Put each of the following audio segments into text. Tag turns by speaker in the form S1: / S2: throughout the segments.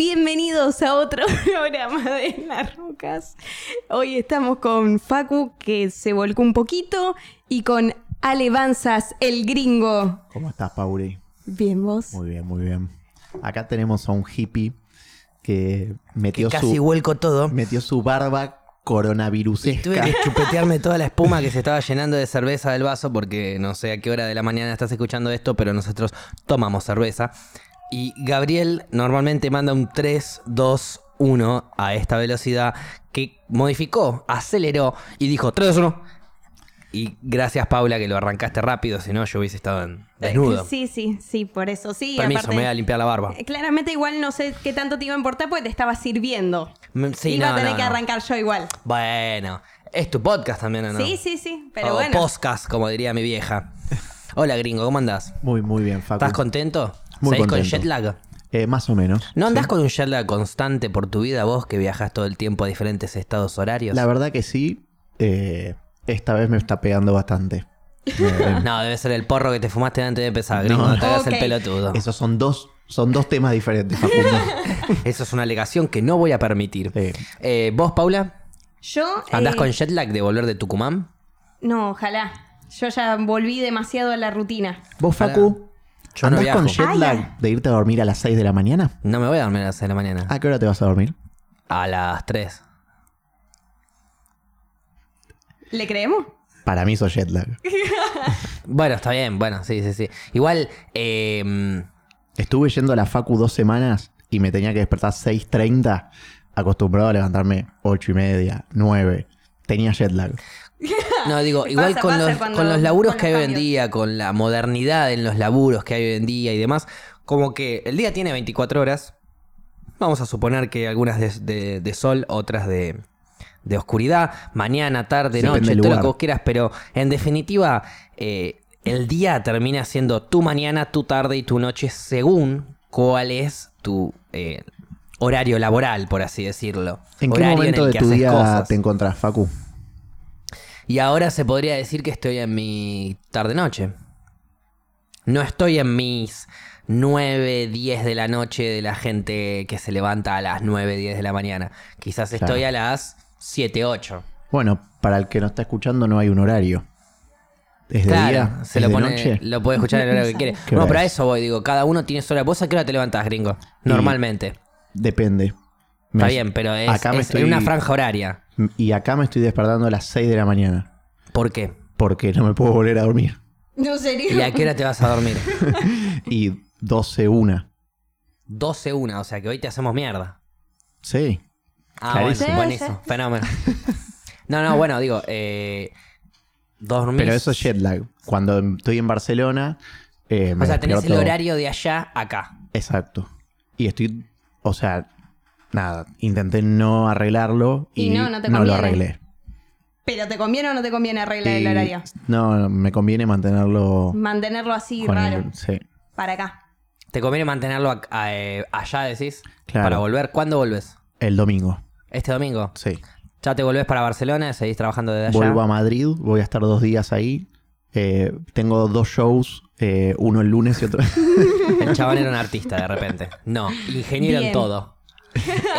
S1: Bienvenidos a otro programa de Las Rocas. Hoy estamos con Facu, que se volcó un poquito, y con Alevanzas, el gringo.
S2: ¿Cómo estás, Pauri?
S1: Bien, vos.
S2: Muy bien, muy bien. Acá tenemos a un hippie que
S3: Que
S2: metió,
S3: casi
S2: su,
S3: vuelco todo.
S2: metió su barba
S3: Tuve
S2: coronavirusesca.
S3: que chupetearme toda la espuma que se estaba llenando de cerveza del vaso porque no sé a qué hora de la mañana estás escuchando esto, pero nosotros tomamos cerveza. Y Gabriel normalmente manda un 3, 2, 1 a esta velocidad que modificó, aceleró y dijo 3, 2, 1. Y gracias Paula que lo arrancaste rápido, si no yo hubiese estado en- desnudo.
S1: Sí, sí, sí, por eso sí.
S3: Permiso,
S1: aparte- eh,
S3: me voy a limpiar la barba.
S1: Claramente igual no sé qué tanto te iba a importar porque te estaba sirviendo.
S3: Mm, Sí,
S1: Iba
S3: no,
S1: a tener
S3: no,
S1: que
S3: no.
S1: arrancar yo igual.
S3: Bueno, es tu podcast también, ¿o ¿no?
S1: Sí, sí, sí, pero
S3: o
S1: bueno.
S3: podcast, como diría mi vieja. Hola, gringo, ¿cómo andás?
S2: Muy, muy bien, Facu.
S3: ¿Estás contento?
S2: Muy
S3: ¿Seguís con
S2: contento.
S3: jet lag?
S2: Eh, más o menos.
S3: ¿No andás con un jet lag constante por tu vida vos que viajas todo el tiempo a diferentes estados horarios?
S2: La verdad que sí. eh, esta vez me está pegando bastante. Eh,
S3: No, debe ser el porro que te fumaste antes de empezar, gringo.
S2: No.
S3: No, te hagas
S1: Ok.
S3: el pelotudo.
S2: esos son dos, son dos temas diferentes, Facundo.
S3: Eso es una alegación que no voy a permitir.
S2: Sí.
S3: Eh, ¿Vos, Paula?
S1: Yo...
S3: ¿Andás
S1: eh,
S3: con jet lag de volver de Tucumán?
S1: No, ojalá. Yo ya volví demasiado a la rutina.
S2: ¿Vos, Facu?
S3: Yo no
S2: ¿Andás
S3: viajo.
S2: con jet
S1: Ay,
S2: lag de irte a dormir a las 6 de la mañana?
S3: No me voy a dormir a las 6 de la mañana.
S2: ¿A qué hora te vas a dormir?
S3: A las 3.
S1: ¿Le creemos?
S2: Para mí, eso es jet lag.
S3: Bueno, está bien, bueno, sí, sí, sí. Igual, eh,
S2: Estuve yendo a la Facu dos semanas y me tenía que despertar 6.30, acostumbrado a levantarme 8 y media, 9. Tenía jet lag.
S3: No, digo, igual
S1: Pasa,
S3: con,
S1: pasa
S3: los,
S1: cuando-
S3: con los laburos
S1: con
S3: que hay
S1: los
S3: hoy en
S1: cambios.
S3: día, con la modernidad en los laburos que hay hoy en día y demás, como que el día tiene 24 horas. Vamos a suponer que algunas de, de- de sol, otras de, de oscuridad, mañana, tarde,
S2: Depende
S3: noche,
S2: del
S3: todo lo
S2: lugar.
S3: que vos quieras, pero en definitiva, eh, el día termina siendo tu mañana, tu tarde y tu noche según cuál es tu eh, horario laboral, por así decirlo.
S2: ¿En qué
S3: Horario
S2: momento
S3: el
S2: de
S3: que
S2: tu
S3: haces
S2: día
S3: cosas.
S2: te encontrás, Facu?
S3: Y ahora se podría decir que estoy en mi tarde-noche. No estoy en mis 9, 10 de la noche de la gente que se levanta a las 9, 10 de la mañana. Quizás
S2: Claro.
S3: estoy a las 7, 8.
S2: Bueno, para el que no está escuchando, no hay un horario. ¿Es de
S3: Claro,
S2: día?
S3: se
S2: ¿Es
S3: lo
S2: de
S3: pone,
S2: noche?
S3: lo puede escuchar en el horario que quiere.
S2: ¿Qué
S3: No,
S2: hora
S3: pero a
S2: es?
S3: eso voy, digo, cada uno tiene su hora. ¿Vos a qué hora te levantás, gringo?
S2: Y-
S3: Normalmente.
S2: Depende. Me-
S3: Está bien, pero es,
S2: acá me
S3: es
S2: estoy-
S3: una franja horaria.
S2: Y acá me estoy despertando a las 6 de la mañana
S3: ¿Por qué?
S2: porque no me puedo volver a dormir.
S1: No sería.
S3: ¿Y a qué hora te vas a dormir?
S2: Y 12, 1.
S3: 12, 1, o sea que hoy te hacemos mierda.
S2: Sí.
S3: Ah,
S2: Clarísimo.
S3: bueno,
S1: Sí,
S3: buenísimo. Fenómeno. No, no, bueno, digo, eh, dormís.
S2: Pero eso es jet lag. Cuando estoy en Barcelona. eh, me
S3: O sea, tenés el
S2: despierto-
S3: horario de allá a acá.
S2: Exacto. Y estoy, o sea, nada, intenté no arreglarlo y,
S1: Y no, no te
S2: lo
S1: conviene.
S2: arreglé.
S1: Pero ¿te conviene o no te conviene arreglar el
S2: Y-
S1: horario?
S2: No, no, me conviene mantenerlo
S1: Mantenerlo así,
S2: con
S1: raro.
S2: el- sí.
S1: Para acá.
S3: ¿Te conviene mantenerlo a- a, eh, allá, decís?
S2: Claro.
S3: Para volver. ¿Cuándo volvés?
S2: el domingo.
S3: ¿Este domingo?
S2: Sí.
S3: ¿Ya te volvés para Barcelona? ¿Seguís trabajando desde allá?
S2: Vuelvo a Madrid, voy a estar dos días ahí. Eh, tengo dos shows, eh, uno el lunes y otro.
S3: El chabón era un artista de repente. No, ingeniero
S1: Bien.
S3: en todo.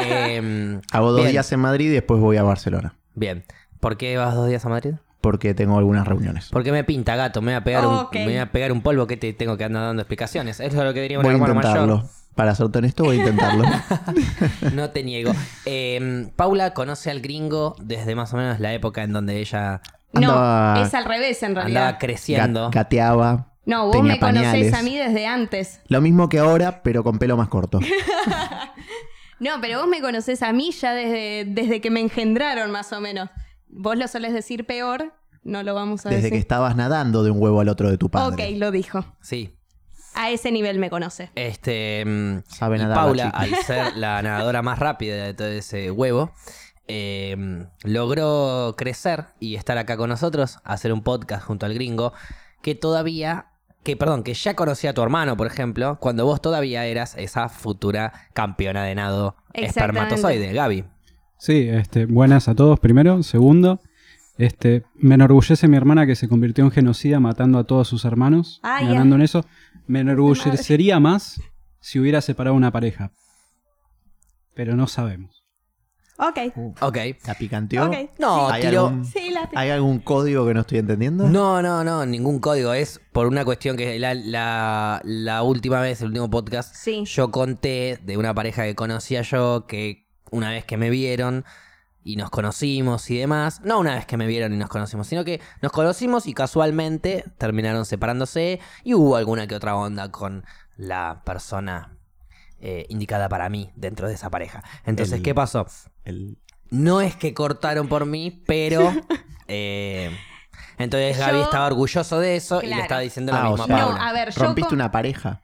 S3: Em,
S2: Hago dos
S3: bien,
S2: días en Madrid y después voy a Barcelona.
S3: Bien. ¿Por qué vas dos días a Madrid?
S2: Porque tengo algunas reuniones.
S3: Porque me pinta, gato. Me voy a pegar,
S1: Ok.
S3: un, me voy a pegar un polvo que te tengo que andar dando explicaciones. Eso es lo que diría un
S2: Voy a
S3: hermano mayor.
S2: intentarlo. Para serte honesto, voy a intentarlo.
S3: No te niego. Eh, Paula conoce al gringo desde más o menos la época en donde ella
S2: Andaba-
S1: No, es al revés en
S3: andaba
S1: realidad.
S3: creciendo.
S2: Gat- Gateaba.
S1: No, vos
S2: tenía
S1: me conocés
S2: pañales.
S1: a mí desde antes.
S2: Lo mismo que ahora, pero con pelo más corto.
S1: No, pero vos me conocés a mí ya desde, desde que me engendraron, más o menos. Vos lo solés decir peor, no lo vamos a
S2: Desde que
S1: decir.
S2: estabas nadando de un huevo al otro de tu padre.
S1: ok, lo dijo.
S3: Sí.
S1: A ese nivel me conoce.
S3: Este, mm,
S2: Sabe
S3: y
S2: nadar la
S3: Paula,
S2: chica.
S3: al ser la nadadora más rápida de todo ese huevo, eh, logró crecer y estar acá con nosotros, hacer un podcast junto al gringo, que todavía, que perdón, que ya conocía a tu hermano, por ejemplo, cuando vos todavía eras esa futura campeona de nado
S1: Exactamente.
S3: espermatozoide, Gaby.
S4: Sí, este, buenas a todos primero. Segundo, este, me enorgullece mi hermana que se convirtió en genocida matando a todos sus hermanos
S1: Ay,
S4: y ganando en eso. Me enorgullecería más si hubiera separado una pareja. pero no sabemos.
S1: Ok.
S3: Ok.
S2: ¿La picanteó?
S1: Ok.
S3: No,
S2: ¿Hay,
S3: tiró-
S2: algún,
S1: Sí, la
S2: ¿Hay algún código que no estoy entendiendo?
S3: No, no, no, ningún código. Es por una cuestión que la, la- la última vez, el último podcast,
S1: Sí.
S3: yo conté de una pareja que conocía yo que una vez que me vieron y nos conocimos y demás, no una vez que me vieron y nos conocimos, sino que nos conocimos y casualmente terminaron separándose y hubo alguna que otra onda con la persona eh, indicada para mí dentro de esa pareja. Entonces,
S2: El-
S3: ¿qué pasó?
S2: El-
S3: No es que cortaron por mí, pero. eh, entonces
S1: Yo-
S3: Gaby estaba orgulloso de eso y
S1: Claro.
S3: le estaba diciendo
S2: Ah,
S3: lo
S2: o
S3: mismo a
S2: sea,
S1: No,
S3: Paula.
S1: a ver, yo
S2: rompiste
S1: con-
S2: una pareja.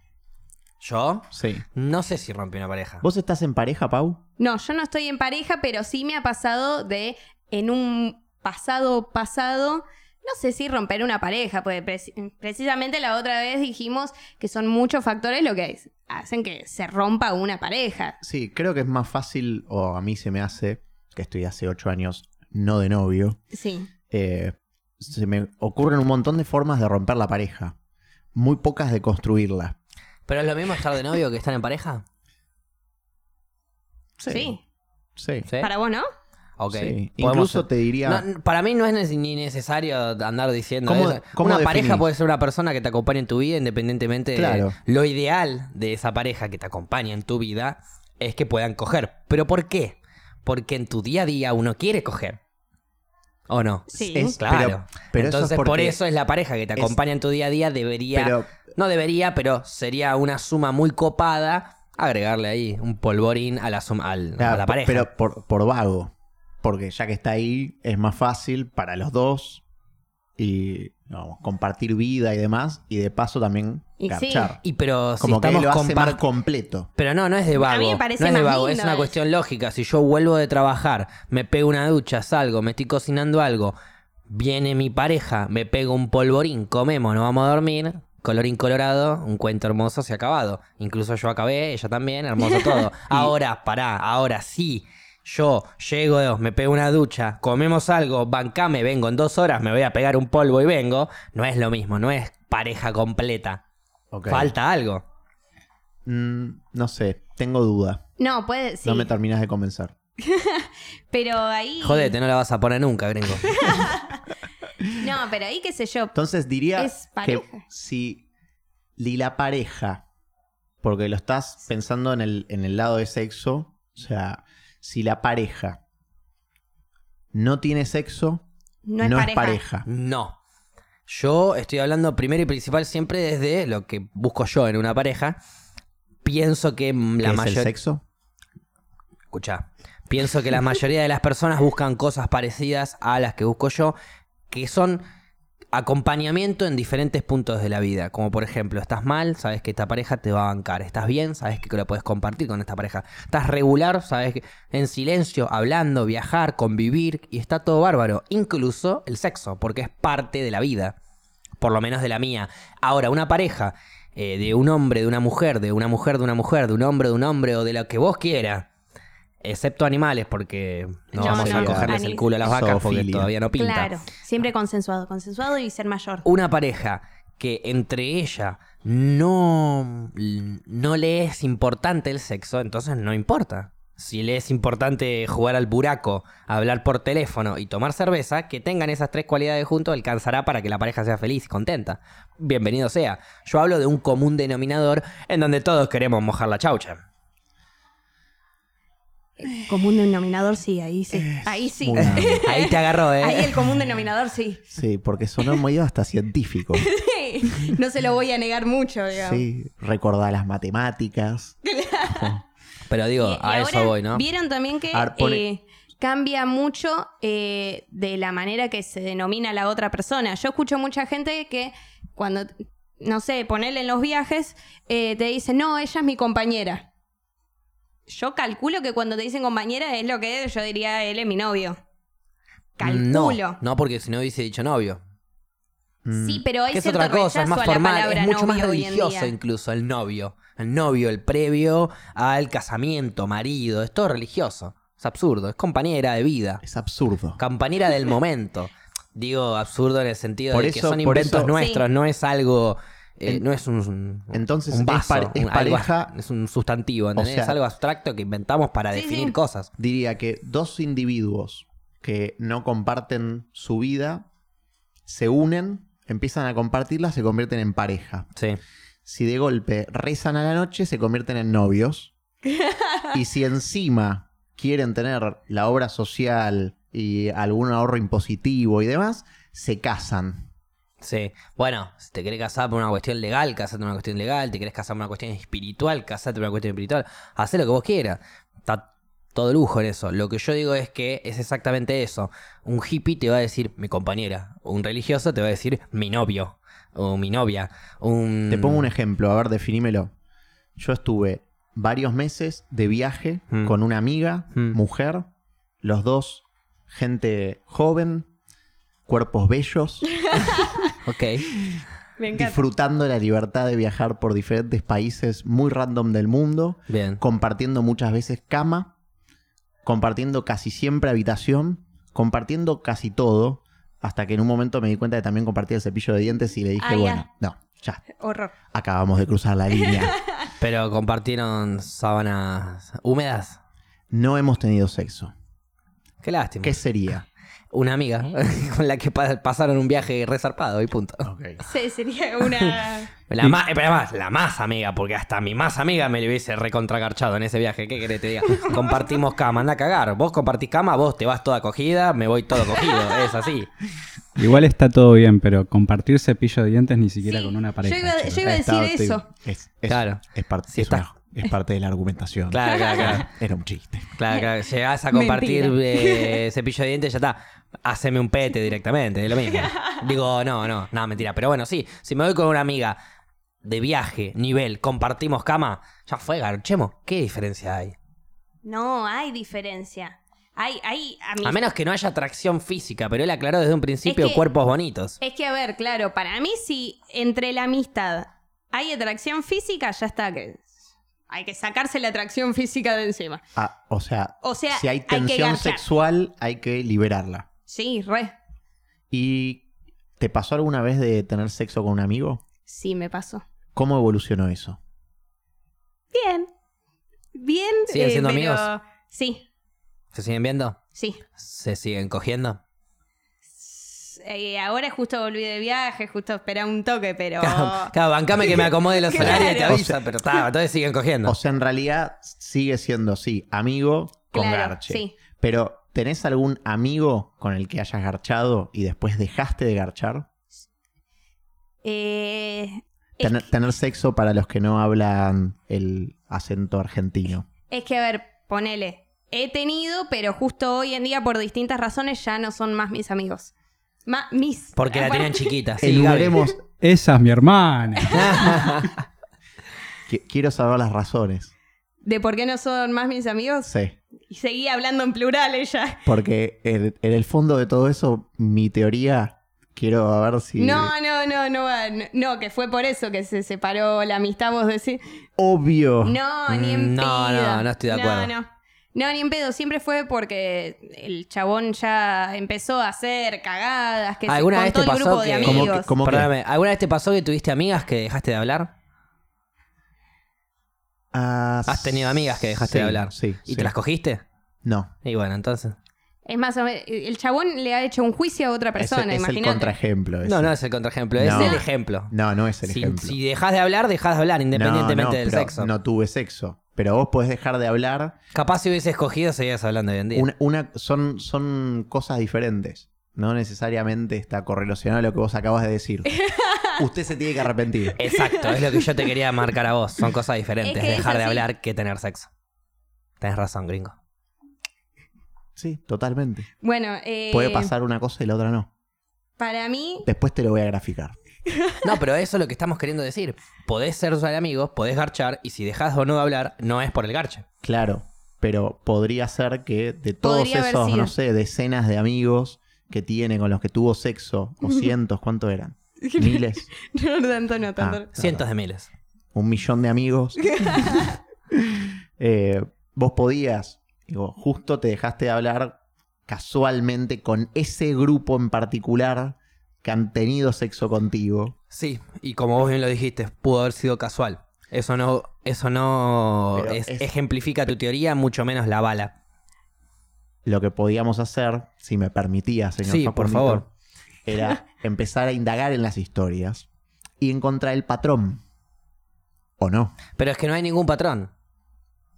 S3: Yo
S2: Sí.
S3: no sé si rompí una pareja.
S2: ¿Vos estás en pareja, Pau?
S1: No, yo no estoy en pareja, pero sí me ha pasado de en un pasado pasado, no sé si romper una pareja, porque preci- precisamente la otra vez dijimos que son muchos factores lo que es- hacen que se rompa una pareja.
S2: Sí, creo que es más fácil, o a mí se me hace, que estoy hace ocho años no de novio,
S1: Sí.
S2: eh, se me ocurren un montón de formas de romper la pareja. Muy pocas de construirla.
S3: Pero es lo mismo estar de novio que estar en pareja.
S1: Sí.
S2: Sí.
S3: ¿Sí?
S1: Para vos, ¿no?
S3: Ok.
S2: Sí.
S3: Podemos-
S2: Incluso te diría...
S3: No, n- para mí no es nece- ni necesario andar diciendo
S2: ¿Cómo-
S3: eso.
S2: cómo
S3: una
S2: definís?
S3: pareja puede ser una persona que te acompañe en tu vida independientemente
S2: Claro.
S3: de lo ideal de esa pareja que te acompaña en tu vida es que puedan coger. ¿Pero por qué? Porque en tu día a día uno quiere coger. ¿O no?
S1: Sí.
S2: Es-
S3: Claro.
S2: pero- pero eso
S3: Entonces
S2: es porque-
S3: por eso es la pareja que te
S2: es-
S3: acompaña en tu día a día debería
S2: Pero-
S3: no debería, pero sería una suma muy copada agregarle ahí un polvorín a la suma al- a
S2: Claro,
S3: la
S2: po-
S3: pareja.
S2: Pero por, por vago. Porque ya que está ahí, es más fácil para los dos. Y digamos, compartir vida y demás. Y de paso también
S1: Y sí.
S2: garchar.
S3: y pero si
S2: Como que
S3: estamos
S2: lo hace más
S3: compar-
S2: completo.
S3: Pero no, no es de vago.
S1: me parece
S3: no es de
S1: más
S3: vago,
S1: lindo
S3: es una
S1: eso.
S3: cuestión lógica. Si yo vuelvo de trabajar, me pego una ducha, salgo, me estoy cocinando algo, viene mi pareja, me pego un polvorín, comemos, nos vamos a dormir, colorín colorado, un cuento hermoso se ha acabado. Incluso yo acabé, ella también, hermoso todo. Ahora, pará, ahora sí. Yo llego, me pego una ducha, comemos algo, bancame, vengo en dos horas, me voy a pegar un polvo y vengo. No es lo mismo, no es pareja completa.
S2: Ok.
S3: Falta algo.
S2: Mm, no sé, tengo duda.
S1: No, puede, sí.
S2: No me terminas de convencer.
S1: Pero ahí.
S3: Jodete, no la vas a poner nunca, gringo.
S1: No, pero ahí qué sé yo.
S2: Entonces diría
S1: Es
S2: que
S1: pareja.
S2: si di la pareja, porque lo estás pensando en el, en el lado de sexo, o sea, si la pareja no tiene sexo,
S1: No es pareja.
S3: No. Yo estoy hablando primero y principal siempre desde lo que busco yo en una pareja. Pienso que mm, la
S2: ¿Qué es el
S3: mayoría.
S2: sexo?
S3: Escucha. Pienso que la mayoría de las personas buscan cosas parecidas a las que busco yo, que son acompañamiento en diferentes puntos de la vida. Como por ejemplo, estás mal, sabes que esta pareja te va a bancar. Estás bien, sabes que lo puedes compartir con esta pareja. Estás regular, sabes que en silencio, hablando, viajar, convivir, y está todo bárbaro. Incluso el sexo, porque es parte de la vida. Por lo menos de la mía. Ahora, una pareja eh, de un hombre, de una mujer, de una mujer, de una mujer, de un hombre, de un hombre, o de lo que vos quieras. Excepto animales, porque no,
S1: No,
S3: vamos a
S2: no,
S3: cogerles
S1: ani-
S3: el culo a las vacas porque
S2: Zoofilia.
S3: todavía no pinta
S1: Claro. Siempre consensuado, consensuado y ser mayor.
S3: una pareja que entre ella no, no le es importante el sexo, entonces no importa. Si le es importante jugar al buraco, hablar por teléfono y tomar cerveza, que tengan esas tres cualidades juntos alcanzará para que la pareja sea feliz y contenta. Bienvenido sea. Yo hablo de un común denominador en donde todos queremos mojar la chaucha.
S1: Común denominador, sí, ahí sí. Ahí sí.
S2: Una-
S3: Ahí te agarró, ¿eh?
S1: Ahí el común denominador, sí.
S2: Sí, porque sonó medio hasta científico.
S1: No se lo voy a negar mucho, digamos.
S2: Sí, recordar las matemáticas.
S3: Pero digo,
S1: Y- y
S3: a eso
S1: ahora
S3: voy, ¿no?
S1: Vieron también que
S2: A ver, pone-
S1: eh, cambia mucho eh, de la manera que se denomina la otra persona. Yo escucho mucha gente que cuando, no sé, ponerle en los viajes, eh, te dicen, no, ella es mi compañera. Yo calculo que cuando te dicen compañera es lo que es, yo diría, él es mi novio.
S3: No,
S1: Calculo.
S3: no, porque si no hubiese dicho novio.
S1: Sí, pero hay
S3: que es
S1: cierto
S3: otra cosa,
S1: rechazo
S3: es más
S1: a la
S3: formal,
S1: palabra
S3: es mucho más
S1: novio hoy en
S3: religioso
S1: día.
S3: incluso el novio. El novio, el previo al casamiento, marido, es todo religioso. Es absurdo, es compañera de vida,
S2: Es absurdo.
S3: compañera del momento. Digo absurdo en el sentido
S2: Por
S3: de que
S2: eso-
S3: son
S2: por
S3: inventos
S2: eso-
S3: nuestros, no es algo Eh,
S2: En-
S3: no es un, un-
S2: Entonces,
S3: un
S2: es
S3: vaso,
S2: pare- es
S3: un- algo-
S2: pareja-
S3: es un sustantivo, ¿entendés?
S2: O sea-
S3: es algo abstracto que inventamos para
S1: Sí,
S3: definir
S1: sí.
S3: cosas.
S2: diría que dos individuos que no comparten su vida se unen, empiezan a compartirla, se convierten en pareja.
S3: Sí.
S2: Si de golpe rezan a la noche, se convierten en novios. y si encima quieren tener la obra social y algún ahorro impositivo y demás, se casan.
S3: Sí. Bueno, si te querés casar por una cuestión legal, casate por una cuestión legal. Te querés casar por una cuestión espiritual, casate por una cuestión espiritual. Hacé lo que vos quieras. Está todo lujo en eso. Lo que yo digo es que es exactamente eso. Un hippie te va a decir mi compañera. Un religioso te va a decir mi novio. O mi novia. Un...
S2: Te pongo
S3: Mm.
S2: un ejemplo, a ver, definímelo. Yo estuve varios meses de viaje
S3: Mm.
S2: con una amiga,
S3: Mm.
S2: mujer, los dos, gente joven, cuerpos bellos,
S3: Ok.
S1: Me encanta.
S2: disfrutando la libertad de viajar por diferentes países muy random del mundo.
S3: Bien.
S2: compartiendo muchas veces cama, compartiendo casi siempre habitación, compartiendo casi todo, hasta que en un momento me di cuenta que también compartía el cepillo de dientes y le dije,
S1: Ah, ya.
S2: bueno, no, ya,
S1: Horror.
S2: acabamos de cruzar la línea.
S3: Pero compartieron sábanas húmedas.
S2: No hemos tenido sexo.
S3: Qué lástima.
S2: ¿Qué sería?
S3: Una amiga con la que pa- pasaron un viaje resarpado y punto.
S1: Sí, sería una.
S3: La más, eh, pero además, la más amiga, porque hasta mi más amiga me le hubiese recontragarchado en ese viaje. ¿Qué querés que te diga? Compartimos cama, anda a cagar. Vos compartís cama, vos te vas toda cogida, me voy todo cogido. Es así.
S4: Igual está todo bien, pero compartir cepillo de dientes ni siquiera
S1: Sí,
S4: con una
S1: yo
S4: pareja.
S1: iba-
S4: chicos.
S1: yo iba- a decir
S2: Está-
S1: eso.
S2: Es, es-
S3: Claro.
S2: es parte,
S3: Si
S2: es
S3: está-
S2: una- es parte de la argumentación.
S3: Claro, claro, claro.
S2: Era un chiste.
S3: Claro, claro. Llegás a compartir eh, cepillo de dientes, ya está. Haceme un pete directamente, es lo mismo. Digo, no, no, no, mentira. Pero bueno, sí, si me voy con una amiga de viaje, nivel, compartimos cama, ya fue, garchemos. ¿Qué diferencia hay?
S1: No, hay diferencia. Hay, hay a mí-
S3: A menos que no haya atracción física, pero él aclaró desde un principio
S1: Es que-
S3: cuerpos bonitos.
S1: Es que, a ver, claro, para mí si entre la amistad hay atracción física, ya está. que Hay que sacarse la atracción física de encima.
S2: Ah, o sea,
S1: O sea,
S2: si
S1: hay
S2: hay
S1: que
S2: tensión
S1: garchar.
S2: sexual, hay que liberarla.
S1: Sí, re.
S2: ¿Y te pasó alguna vez de tener sexo con un amigo?
S1: Sí, me pasó.
S2: ¿Cómo evolucionó eso?
S1: Bien. Bien. eh,
S3: ¿Siguen siendo
S1: pero-
S3: amigos?
S1: Sí,
S3: ¿Se siguen viendo?
S1: sí.
S3: ¿Se siguen cogiendo?
S1: Eh, ahora justo volví de viaje, justo esperé un toque, pero...
S3: Claro, claro, bancame que me acomode los
S1: Ah. Claro.
S3: horarios y te
S2: O
S3: avisa, pero está, entonces siguen cogiendo.
S2: O sea, en realidad sigue siendo así, amigo con
S1: Claro,
S2: garche.
S1: sí.
S2: Pero, ¿tenés algún amigo con el que hayas garchado y después dejaste de garchar?
S1: Eh, es,
S2: Tener, tener sexo para los que no hablan el acento argentino.
S1: es que, a ver, ponele. He tenido, pero justo hoy en día, por distintas razones, ya no son más mis amigos. Ma- mis.
S3: Porque la
S1: Aparte-
S3: tienen chiquita. Sí, Gaby.
S2: Enumeremos.
S4: Esa es mi hermana.
S2: Qui- Quiero saber las razones.
S1: ¿De por qué no son más mis amigos?
S2: Sí.
S1: Y seguía hablando en plural ella.
S2: Porque en, en el fondo de todo eso, mi teoría, quiero ver si.
S1: No, no, no, no, va, no, no, que fue por eso que se separó la amistad, vos decís.
S2: Obvio.
S1: No, ni en
S3: Mm, no,
S1: pedo.
S3: no, no estoy de acuerdo.
S1: No, no. No, ni en pedo. Siempre fue porque el chabón ya empezó a hacer cagadas, que se, con
S3: ¿Alguna vez
S1: todo
S3: te
S1: el grupo
S3: pasó
S1: de
S3: que...
S1: amigos.
S2: Como que- como-
S3: Perdóname, ¿alguna vez te pasó que tuviste amigas que dejaste de hablar?
S2: Ah,
S3: ¿Has tenido amigas que dejaste
S2: sí,
S3: de hablar?
S2: Sí.
S3: ¿Y
S2: sí.
S3: te las cogiste?
S2: No.
S3: Y bueno, entonces...
S1: Es más, o menos, el chabón le ha hecho un juicio a otra
S2: Es,
S1: persona,
S2: es el
S1: imagínate.
S2: contraejemplo. ese.
S3: No, no es el contraejemplo, es
S2: No.
S3: el ejemplo.
S2: No, no es el
S3: si,
S2: ejemplo.
S3: si dejas de hablar, dejas de hablar, independientemente
S2: No, no,
S3: del
S2: pero
S3: sexo.
S2: No tuve sexo. Pero vos podés dejar de hablar.
S3: Capaz si hubieses cogido, seguías hablando hoy en día.
S2: Una, una- son, son cosas diferentes. No necesariamente está correlacionado a lo que vos acabas de decir. Usted se tiene que arrepentir.
S1: Eh.
S3: Exacto, es lo que yo te quería marcar a vos. Son cosas diferentes,
S1: Es que es
S3: dejar de
S1: así.
S3: hablar que tener sexo. Tenés razón, gringo.
S2: Sí, totalmente.
S1: Bueno, eh,
S2: Puede pasar una cosa y la otra no.
S1: para mí,
S2: Después te lo voy a graficar.
S3: No, pero eso es lo que estamos queriendo decir. Podés ser social amigos, podés garchar, y si dejás o no de hablar, no es por el garche.
S2: Claro, pero podría ser que de todos
S1: Podría haber
S2: esos,
S1: sido.
S2: no sé, decenas de amigos que tiene con los que tuvo sexo, o cientos, ¿cuánto eran? Miles,
S1: no tanto, no tanto.
S2: Ah.
S3: Cientos de miles.
S2: un millón de amigos. Eh, vos podías, digo, justo te dejaste de hablar casualmente con ese grupo en particular que han tenido sexo contigo.
S3: Sí, y como vos bien lo dijiste, pudo haber sido casual. Eso no, eso no
S2: Pero
S3: es-
S2: es-
S3: ejemplifica tu teoría, mucho menos la bala.
S2: Lo que podíamos hacer, si me permitía, señor
S3: Sí, por
S2: Facundito,
S3: favor.
S2: era empezar a indagar en las historias y encontrar el patrón. ¿O no?
S3: Pero es que no hay ningún patrón.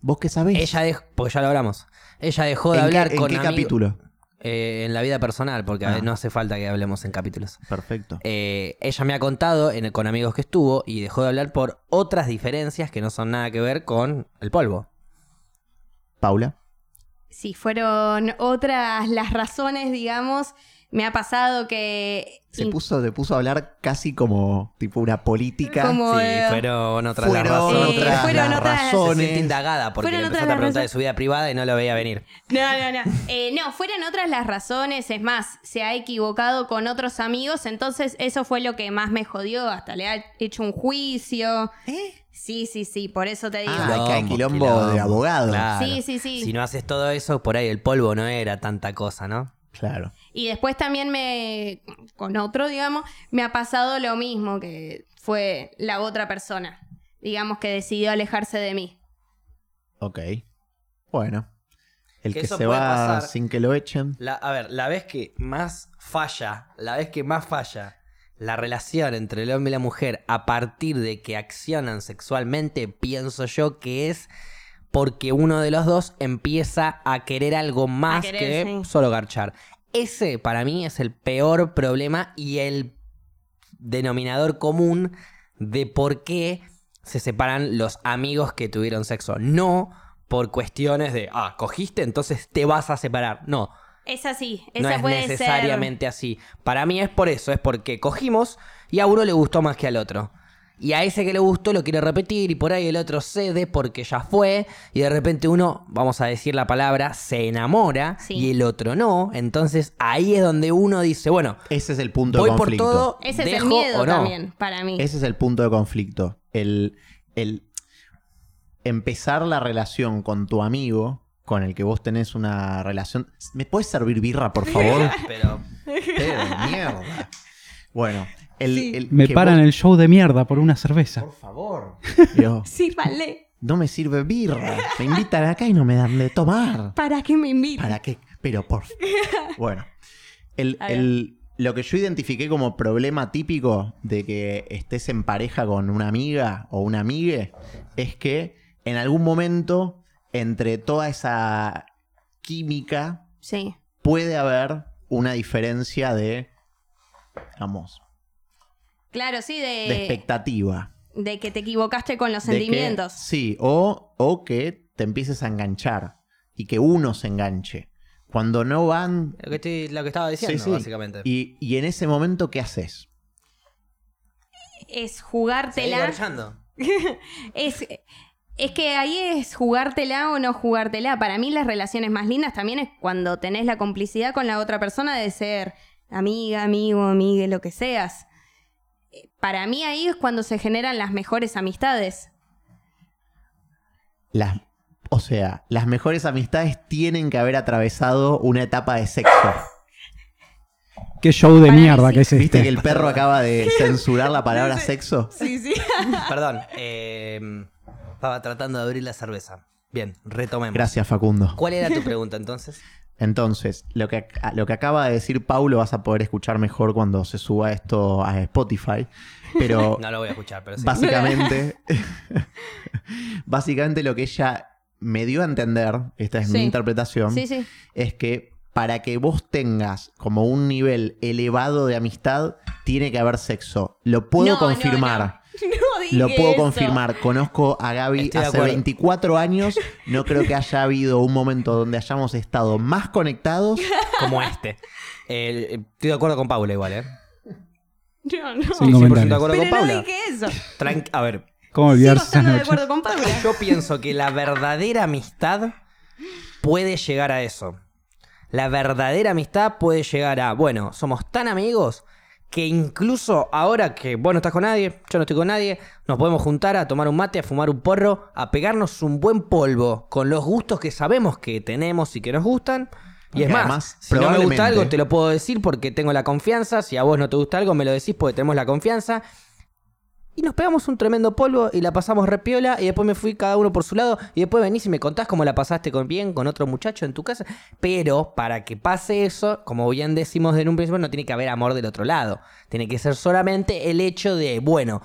S2: ¿Vos qué sabés?
S3: Ella dejó, porque ya lo hablamos. Ella dejó de
S2: ¿En qué-
S3: hablar
S2: en
S3: con
S2: qué
S3: amigos-
S2: capítulo?
S3: Eh, en la vida personal, porque a
S2: Ah.
S3: ver, no hace falta que hablemos en capítulos.
S2: Perfecto.
S3: Eh, ella me ha contado en- con amigos que estuvo y dejó de hablar por otras diferencias que no son nada que ver con el polvo.
S2: Paula.
S1: Si fueron otras las razones, digamos, me ha pasado que...
S2: Se
S1: in-
S2: puso, se puso a hablar casi como tipo una política.
S1: Como,
S3: Sí,
S1: eh,
S3: fueron otras
S2: Fueron
S3: las razones.
S1: otras Eh, fueron
S3: las
S1: otras-
S3: razones. Se
S2: razones.
S3: siente indagada porque
S1: Fueron
S3: le empezaste
S1: otras
S3: a preguntar
S1: las
S3: de su vida privada y no lo veía venir.
S1: No, no, no. Eh, no, fueron otras las razones. Es más, se ha equivocado con otros amigos. Entonces, eso fue lo que más me jodió. Hasta le ha hecho un juicio. Sí, sí, sí. Por eso te digo.
S2: ¿Eh? Ah, que hay quilombo de abogados.
S3: Claro.
S1: Sí, sí, sí.
S3: Si no haces todo eso, por ahí el polvo no era tanta cosa, ¿no?
S2: Claro.
S1: Y después también me, con otro, digamos, me ha pasado lo mismo que fue la otra persona, digamos, que decidió alejarse de mí.
S2: Ok. Bueno. El
S3: Que
S2: que,
S3: eso
S2: se va
S3: puede pasar.
S2: sin que lo echen.
S3: La- a ver, la vez que más falla, la vez que más falla la relación entre el hombre y la mujer a partir de que accionan sexualmente, pienso yo que es porque uno de los dos empieza a querer algo más
S1: querer,
S3: que
S1: sí.
S3: solo garchar. Ese para mí es el peor problema y el denominador común de por qué se separan los amigos que tuvieron sexo. No por cuestiones de, ah, cogiste, entonces te vas a separar. No,
S1: Es así,
S3: no
S1: esa
S3: es
S1: puede ser.
S3: necesariamente así. Para mí es por eso, es porque cogimos y a uno le gustó más que al otro. Y a ese que le gustó lo quiere repetir y por ahí el otro cede porque ya fue y de repente uno, vamos a decir la palabra, se enamora
S1: Sí.
S3: y el otro no. Entonces ahí es donde uno dice, bueno,
S2: Ese es el punto
S3: voy
S2: de
S3: por
S2: conflicto.
S3: todo,
S1: Ese es el
S3: dejo
S1: miedo
S3: o no.
S1: también para mí.
S2: Ese es el punto de conflicto. El, el empezar la relación con tu amigo con el que vos tenés una relación. ¿Me puedes servir birra, por favor?
S3: Pero
S2: Pero, mierda. Bueno, el, el
S4: Me
S2: que
S4: paran
S2: vos-
S4: el show de mierda por una cerveza.
S2: Por favor. Yo,
S1: Sí, vale.
S2: no me sirve birra. Me invitan acá y no me dan de tomar.
S1: ¿Para qué me invitan?
S2: ¿Para qué? Pero por. Bueno. El,
S1: A ver.
S2: el- lo que yo identifiqué como problema típico de que estés en pareja con una amiga o un amigue es que en algún momento, entre toda esa química,
S1: Sí.
S2: puede haber una diferencia de. Digamos,
S1: Claro, sí,
S2: de
S1: de,
S2: expectativa.
S1: de que te equivocaste con los
S2: de que-
S1: sentimientos.
S2: sí, o, o que te empieces a enganchar y que uno se enganche. Cuando no van
S3: lo que, estoy- lo que estaba diciendo,
S2: sí.
S3: básicamente.
S2: Y, y en ese momento, ¿qué haces?
S1: Es
S3: Seguí
S1: jugártela.
S3: garchando.
S1: Es, es que ahí es jugártela o no jugártela. Para mí las relaciones más lindas también es cuando tenés la complicidad con la otra persona de ser amiga, amigo, amigue, lo que seas. Eh, Para mí ahí es cuando se generan las mejores amistades.
S2: Las, o sea, las mejores amistades tienen que haber atravesado una etapa de sexo.
S4: Qué show de
S1: Para
S4: mierda que es
S2: ¿Viste que
S4: este.
S2: el perro acaba de censurar la palabra sexo?
S1: Sí, sí.
S3: Perdón, eh, estaba tratando de abrir la cerveza. Bien, retomemos.
S2: Gracias, Facundo.
S3: ¿Cuál era tu pregunta entonces?
S2: Entonces, lo que, ac- lo que acaba de decir Paulo vas a poder escuchar mejor cuando se suba esto a Spotify. Pero
S3: No lo voy a escuchar, pero sí.
S2: Básicamente, básicamente lo que ella me dio a entender, esta es mi
S1: Sí.
S2: interpretación,
S1: Sí, sí.
S2: es que para que vos tengas como un nivel elevado de amistad, tiene que haber sexo. Lo puedo
S1: No, no,
S2: confirmar.
S1: No, No dije
S2: Lo puedo
S1: eso.
S2: confirmar. Conozco a Gaby
S3: Estoy de
S2: hace
S3: acuerdo.
S2: 24 años. No creo que haya habido un momento donde hayamos estado más conectados.
S3: como este. El- estoy de acuerdo con Paula igual, ¿eh?
S1: No, no.
S4: Sin
S3: de
S4: comentarios.
S3: acuerdo
S1: Pero
S3: con
S1: no
S3: Paula.
S1: dije eso.
S3: Tranqui- a ver,
S4: ¿Cómo
S1: Sigo
S4: olvidarse esas
S1: estando de
S4: noches?
S1: acuerdo con Paula.
S3: yo pienso que la verdadera amistad puede llegar a eso. La verdadera amistad puede llegar a, bueno, somos tan amigos que incluso ahora que vos no estás con nadie, yo no estoy con nadie, nos podemos juntar a tomar un mate, a fumar un porro, a pegarnos un buen polvo con los gustos que sabemos que tenemos y que nos gustan Y es
S2: Porque
S3: más,
S2: además,
S3: si no me gusta
S2: probablemente-
S3: algo, te lo puedo decir porque tengo la confianza. Si a vos no te gusta algo, me lo decís porque tenemos la confianza. Y nos pegamos un tremendo polvo y la pasamos repiola. Y después me fui cada uno por su lado. Y después venís y me contás cómo la pasaste con bien con otro muchacho en tu casa. Pero para que pase eso, como bien decimos en un principio, no tiene que haber amor del otro lado. Tiene que ser solamente el hecho de, bueno,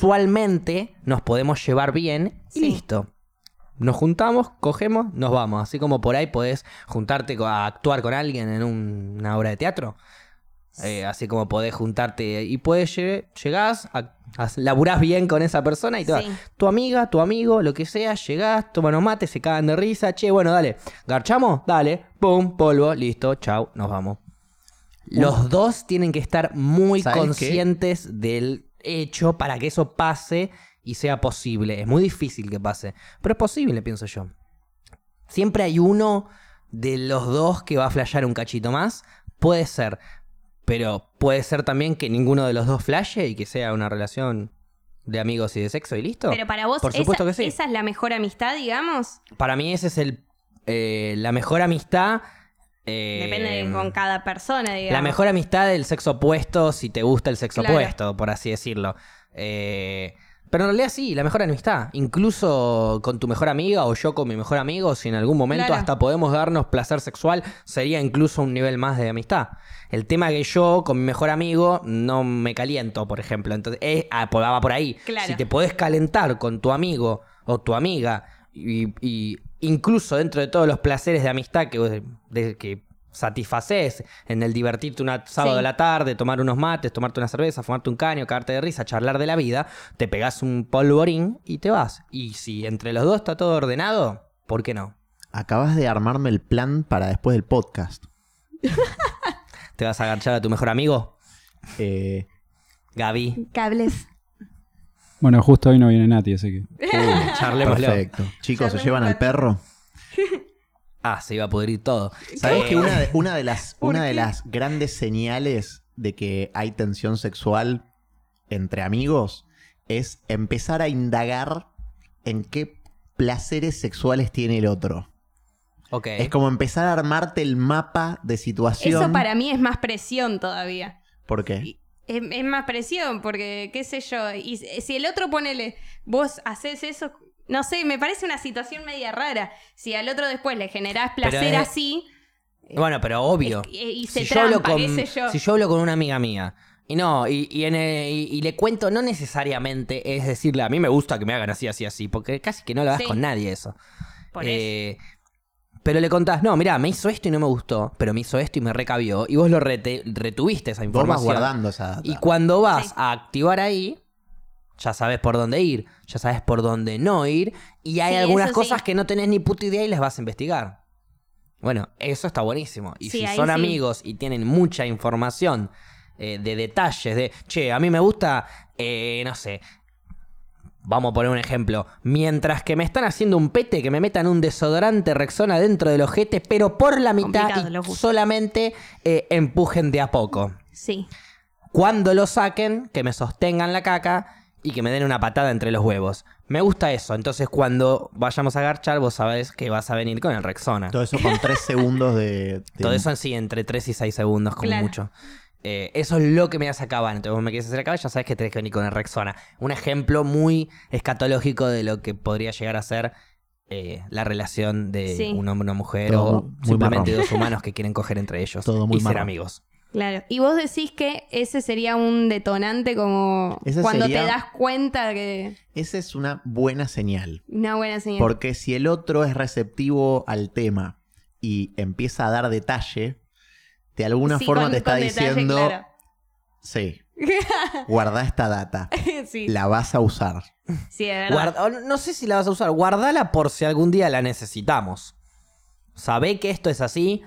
S3: sexualmente nos podemos llevar bien
S1: Sí.
S3: y listo. Nos juntamos, cogemos, nos vamos. Así como por ahí podés juntarte co- a actuar con alguien en un- una obra de teatro. Eh, así como podés juntarte y puedes lle- llegás, a, a- laburás bien con esa persona y te vas.
S1: Sí.
S3: Tu amiga, tu amigo, lo que sea, llegás, toman un mate, se cagan de risa. Che, bueno, dale, garchamos, dale, pum, polvo, listo, chau, nos vamos. Los dos tienen que estar muy
S2: ¿Sabes qué?
S3: conscientes del hecho para que eso pase y sea posible. Es muy difícil que pase, pero es posible, pienso yo. Siempre hay uno de los dos que va a flashear un cachito más. Puede ser, pero puede ser también que ninguno de los dos flashe y que sea una relación de amigos y de sexo y listo.
S1: Pero para vos,
S3: Por supuesto
S1: esa,
S3: que sí.
S1: esa es la mejor amistad, digamos.
S3: Para mí esa es el, eh, la mejor amistad. eh,
S1: Depende de con cada persona, digamos.
S3: La mejor amistad del sexo opuesto, si te gusta el sexo
S1: Claro.
S3: opuesto, por así decirlo. Eh, pero en realidad sí, la mejor amistad. Incluso con tu mejor amiga o yo con mi mejor amigo, si en algún momento
S1: Claro.
S3: hasta podemos darnos placer sexual, sería incluso un nivel más de amistad. El tema que yo con mi mejor amigo no me caliento, por ejemplo. Entonces, es, ah, por- va por ahí.
S1: Claro.
S3: Si te podés calentar con tu amigo o tu amiga, y, y incluso dentro de todos los placeres de amistad que, vos- de- que satisfaces en el divertirte un sábado
S1: Sí.
S3: a la tarde, tomar unos mates, tomarte una cerveza, fumarte un caño, cagarte de risa, charlar de la vida, te pegás un polvorín y te vas. Y si entre los dos está todo ordenado, ¿por qué no?
S2: Acabas de armarme el plan para después del podcast.
S3: ¿Te vas a agarchar a tu mejor amigo?
S2: Eh,
S3: Gaby,
S1: Cables.
S4: Bueno, justo hoy no viene Nati, así que.
S3: uh, charlémoslo.
S2: perfecto. Chicos, ¿se llevan al perro?
S3: Ah, se iba a pudrir todo.
S2: ¿Sabés
S3: Eh,
S2: que una de, una de las, una de las grandes señales de que hay tensión sexual entre amigos es empezar a indagar en qué placeres sexuales tiene el otro?
S3: Ok.
S2: Es como empezar a armarte el mapa de situación.
S1: Eso para mí es más presión todavía.
S2: ¿Por qué?
S1: Es, es más presión, porque, qué sé yo, y si si el otro ponele, vos haces eso, no sé, me parece una situación media rara. Si al otro después le generás
S3: Pero
S1: placer
S3: es-
S1: así,
S3: Bueno, pero obvio.
S1: es que- y se
S3: si yo
S1: trampa,
S3: hablo
S1: qué
S3: con,
S1: sé yo.
S3: Si yo hablo con una amiga mía y no, y, y en, eh, y- y le cuento, no necesariamente es decirle, a mí me gusta que me hagan así, así, así, porque casi que no lo hagas
S1: Sí.
S3: con nadie eso.
S1: por eso.
S3: Eh, Pero le contás, no, mirá, me hizo esto y no me gustó, pero me hizo esto y me recabió, y vos lo rete- retuviste esa
S2: Vos vas
S3: información.
S2: guardando esa data.
S3: Y cuando vas
S1: Sí.
S3: a activar ahí, ya sabes por dónde ir, ya sabes por dónde no ir, y hay
S1: Sí,
S3: algunas
S1: eso
S3: cosas
S1: sí.
S3: que no tenés ni puta idea y las vas a investigar. Bueno, eso está buenísimo. Y
S1: Sí,
S3: si
S1: ahí
S3: son
S1: sí.
S3: amigos y tienen mucha información eh, de detalles, de, che, a mí me gusta, eh, no sé, Vamos a poner un ejemplo. Mientras que me están haciendo un pete, que me metan un desodorante Rexona dentro del ojete, pero por la mitad
S1: Complicado,
S3: y
S1: los gustos.
S3: solamente eh, empujen de a poco.
S1: Sí.
S3: Cuando lo saquen, que me sostengan la caca y que me den una patada entre los huevos. Me gusta eso. Entonces, cuando vayamos a garchar, vos sabés que vas a venir con el Rexona.
S2: Todo eso con tres segundos de, de-
S3: Todo eso en sí, entre 3 y 6 segundos, como
S1: Claro.
S3: mucho. Eh, eso es lo que me hace acabar. Entonces vos me quieres hacer acabar, ya sabes que tenés que venir con el Rexona. Un ejemplo muy escatológico de lo que podría llegar a ser eh, la relación de
S1: Sí.
S3: un hombre, una mujer
S2: Todo
S3: o
S2: muy- muy
S3: simplemente
S2: marrón.
S3: dos humanos que quieren coger entre ellos
S2: Todo muy
S3: y ser
S2: marrón.
S3: amigos.
S1: Claro. Y vos decís que ese sería un detonante como
S2: Ese
S1: cuando
S2: sería-
S1: te das cuenta que
S2: Esa es una buena señal.
S1: una buena señal.
S2: Porque si el otro es receptivo al tema y empieza a dar detalle, de alguna
S1: Sí,
S2: forma
S1: con-
S2: te está
S1: con detalle,
S2: diciendo,
S1: claro.
S2: sí, guarda esta data,
S1: sí,
S2: la vas a usar.
S1: sí, de verdad.
S3: Guarda- o no- no sé si la vas a usar, guardala por si algún día la necesitamos. Sabé que esto es así.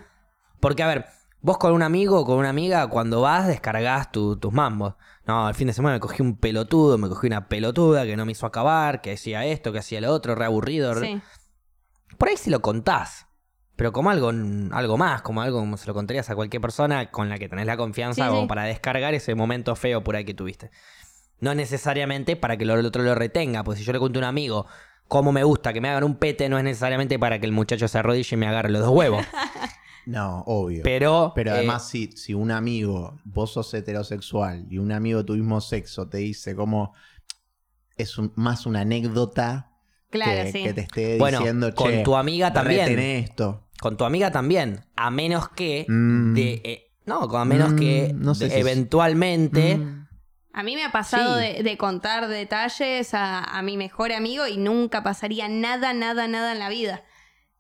S3: Porque, a ver, vos con un amigo o con una amiga, cuando vas, descargas tus mambos. No, el fin de semana me cogí un pelotudo, me cogí una pelotuda que no me hizo acabar, que hacía esto, que hacía lo otro, re aburrido. re-
S1: Sí.
S3: Por ahí se lo contás. Pero como algo, algo más, como algo como se lo contarías a cualquier persona con la que tenés la confianza
S1: Sí,
S3: como
S1: sí.
S3: para descargar ese momento feo por ahí que tuviste. No necesariamente para que lo- el otro lo retenga, pues si yo le cuento a un amigo cómo me gusta que me hagan un pete, no es necesariamente para que el muchacho se arrodille y me agarre los dos huevos.
S2: No, obvio.
S3: Pero,
S2: Pero
S3: eh,
S2: además, si, si un amigo, vos sos heterosexual y un amigo de tu mismo sexo te dice como es un- más una anécdota
S1: Claro,
S2: que,
S1: sí.
S2: que te esté
S3: bueno,
S2: diciendo,
S3: con
S2: che,
S3: tu amiga también.
S2: retené esto.
S3: Con tu amiga también. A menos que.
S2: Mm.
S3: de- eh, no, a menos
S2: Mm,
S3: que
S2: no sé
S3: de-
S2: si es-
S3: eventualmente.
S2: Mm.
S1: A mí me ha pasado
S3: Sí.
S1: de, de contar detalles a, a mi mejor amigo y nunca pasaría nada, nada, nada en la vida.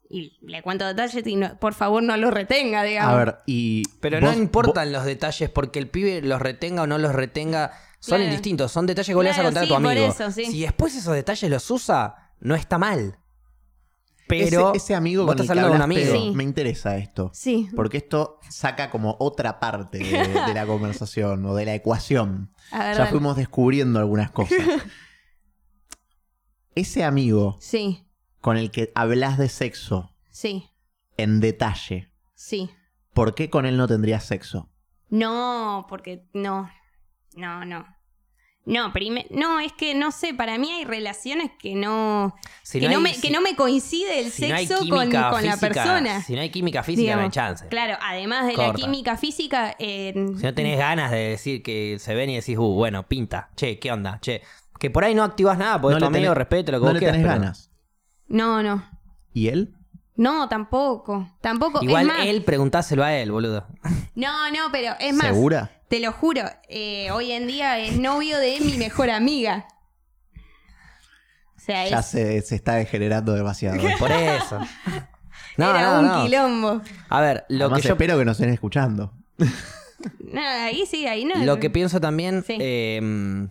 S1: Y le cuento detalles y no- por favor no lo retenga, digamos.
S2: A ver, y.
S3: Pero
S2: vos-
S3: no importan los detalles porque el pibe los retenga o no los retenga. Son
S1: Claro.
S3: indistintos, son detalles que vos le vas a
S1: Claro,
S3: contar
S1: sí,
S3: a tu
S1: por
S3: amigo.
S1: eso, sí.
S3: Si después esos detalles los usa, no está mal.
S2: ese-
S3: Pero
S2: ese, amigo
S3: vos
S2: con el
S3: estás
S2: que
S3: hablando de un
S2: hablaste,
S1: amigo. Sí.
S2: me interesa esto.
S1: Sí.
S2: Porque esto saca como otra parte de, de la conversación o de la ecuación.
S1: A ver,
S2: Ya
S1: dale.
S2: fuimos descubriendo algunas cosas. Ese amigo
S1: Sí,
S2: con el que hablas de sexo
S1: sí,
S2: en detalle,
S1: sí.
S2: ¿por qué con él no tendrías sexo?
S1: No, porque no. No, no. No, prime- no, es que no sé, para mí hay relaciones que no.
S3: si
S1: que, no
S3: hay-
S1: me,
S3: si-
S1: que no me coincide el
S3: si no hay
S1: sexo con,
S3: química
S1: con la
S3: física-
S1: persona.
S3: Si no hay química física, no hay
S1: Digamos,
S3: chance.
S1: Claro, además de la
S3: Corta.
S1: química física. eh,
S3: Si no tenés ganas de decir que se ven y decís, uh, bueno, pinta, che, ¿qué onda? Che, que por ahí no activas nada, porque
S2: No
S3: tu
S2: le
S3: amigo
S2: tenés-
S3: respete lo
S2: No
S3: que vos
S2: le
S3: quieras,
S2: tenés
S3: pero-
S2: ganas.
S1: No, no.
S2: ¿Y él?
S1: No, tampoco. Tampoco.
S3: Igual
S1: es más,
S3: él preguntáselo a él, boludo.
S1: No, no, pero es más.
S2: ¿Segura?
S1: Te lo juro. eh, hoy en día es novio de mi mejor amiga. O sea,
S2: Ya
S1: es,
S2: se, se está degenerando demasiado.
S3: Por eso. No,
S1: era
S3: no,
S1: un
S3: no.
S1: quilombo.
S3: A ver, lo
S2: Además,
S3: que yo
S2: espero que nos estén escuchando.
S1: No, ahí sí, ahí no.
S3: Lo que pienso también
S1: Sí.
S3: eh,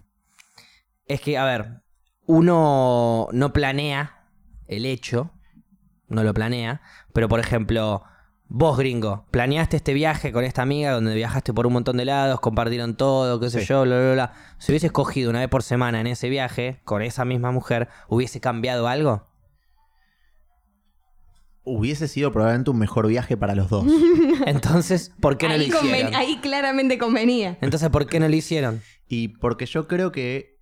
S3: es que, a ver, uno no planea el hecho, no lo planea, pero por ejemplo, vos gringo, planeaste este viaje con esta amiga donde viajaste por un montón de lados, compartieron todo, qué sé
S2: Sí.
S3: yo, bla, bla, bla. Si hubieses cogido una vez por semana en ese viaje con esa misma mujer, ¿hubiese cambiado algo?
S2: Hubiese sido probablemente un mejor viaje para los dos.
S3: Entonces, ¿por qué no lo
S1: ahí, conven-
S3: hicieron?
S1: ahí claramente convenía.
S3: Entonces, ¿por qué no lo hicieron?
S2: Y porque yo creo que.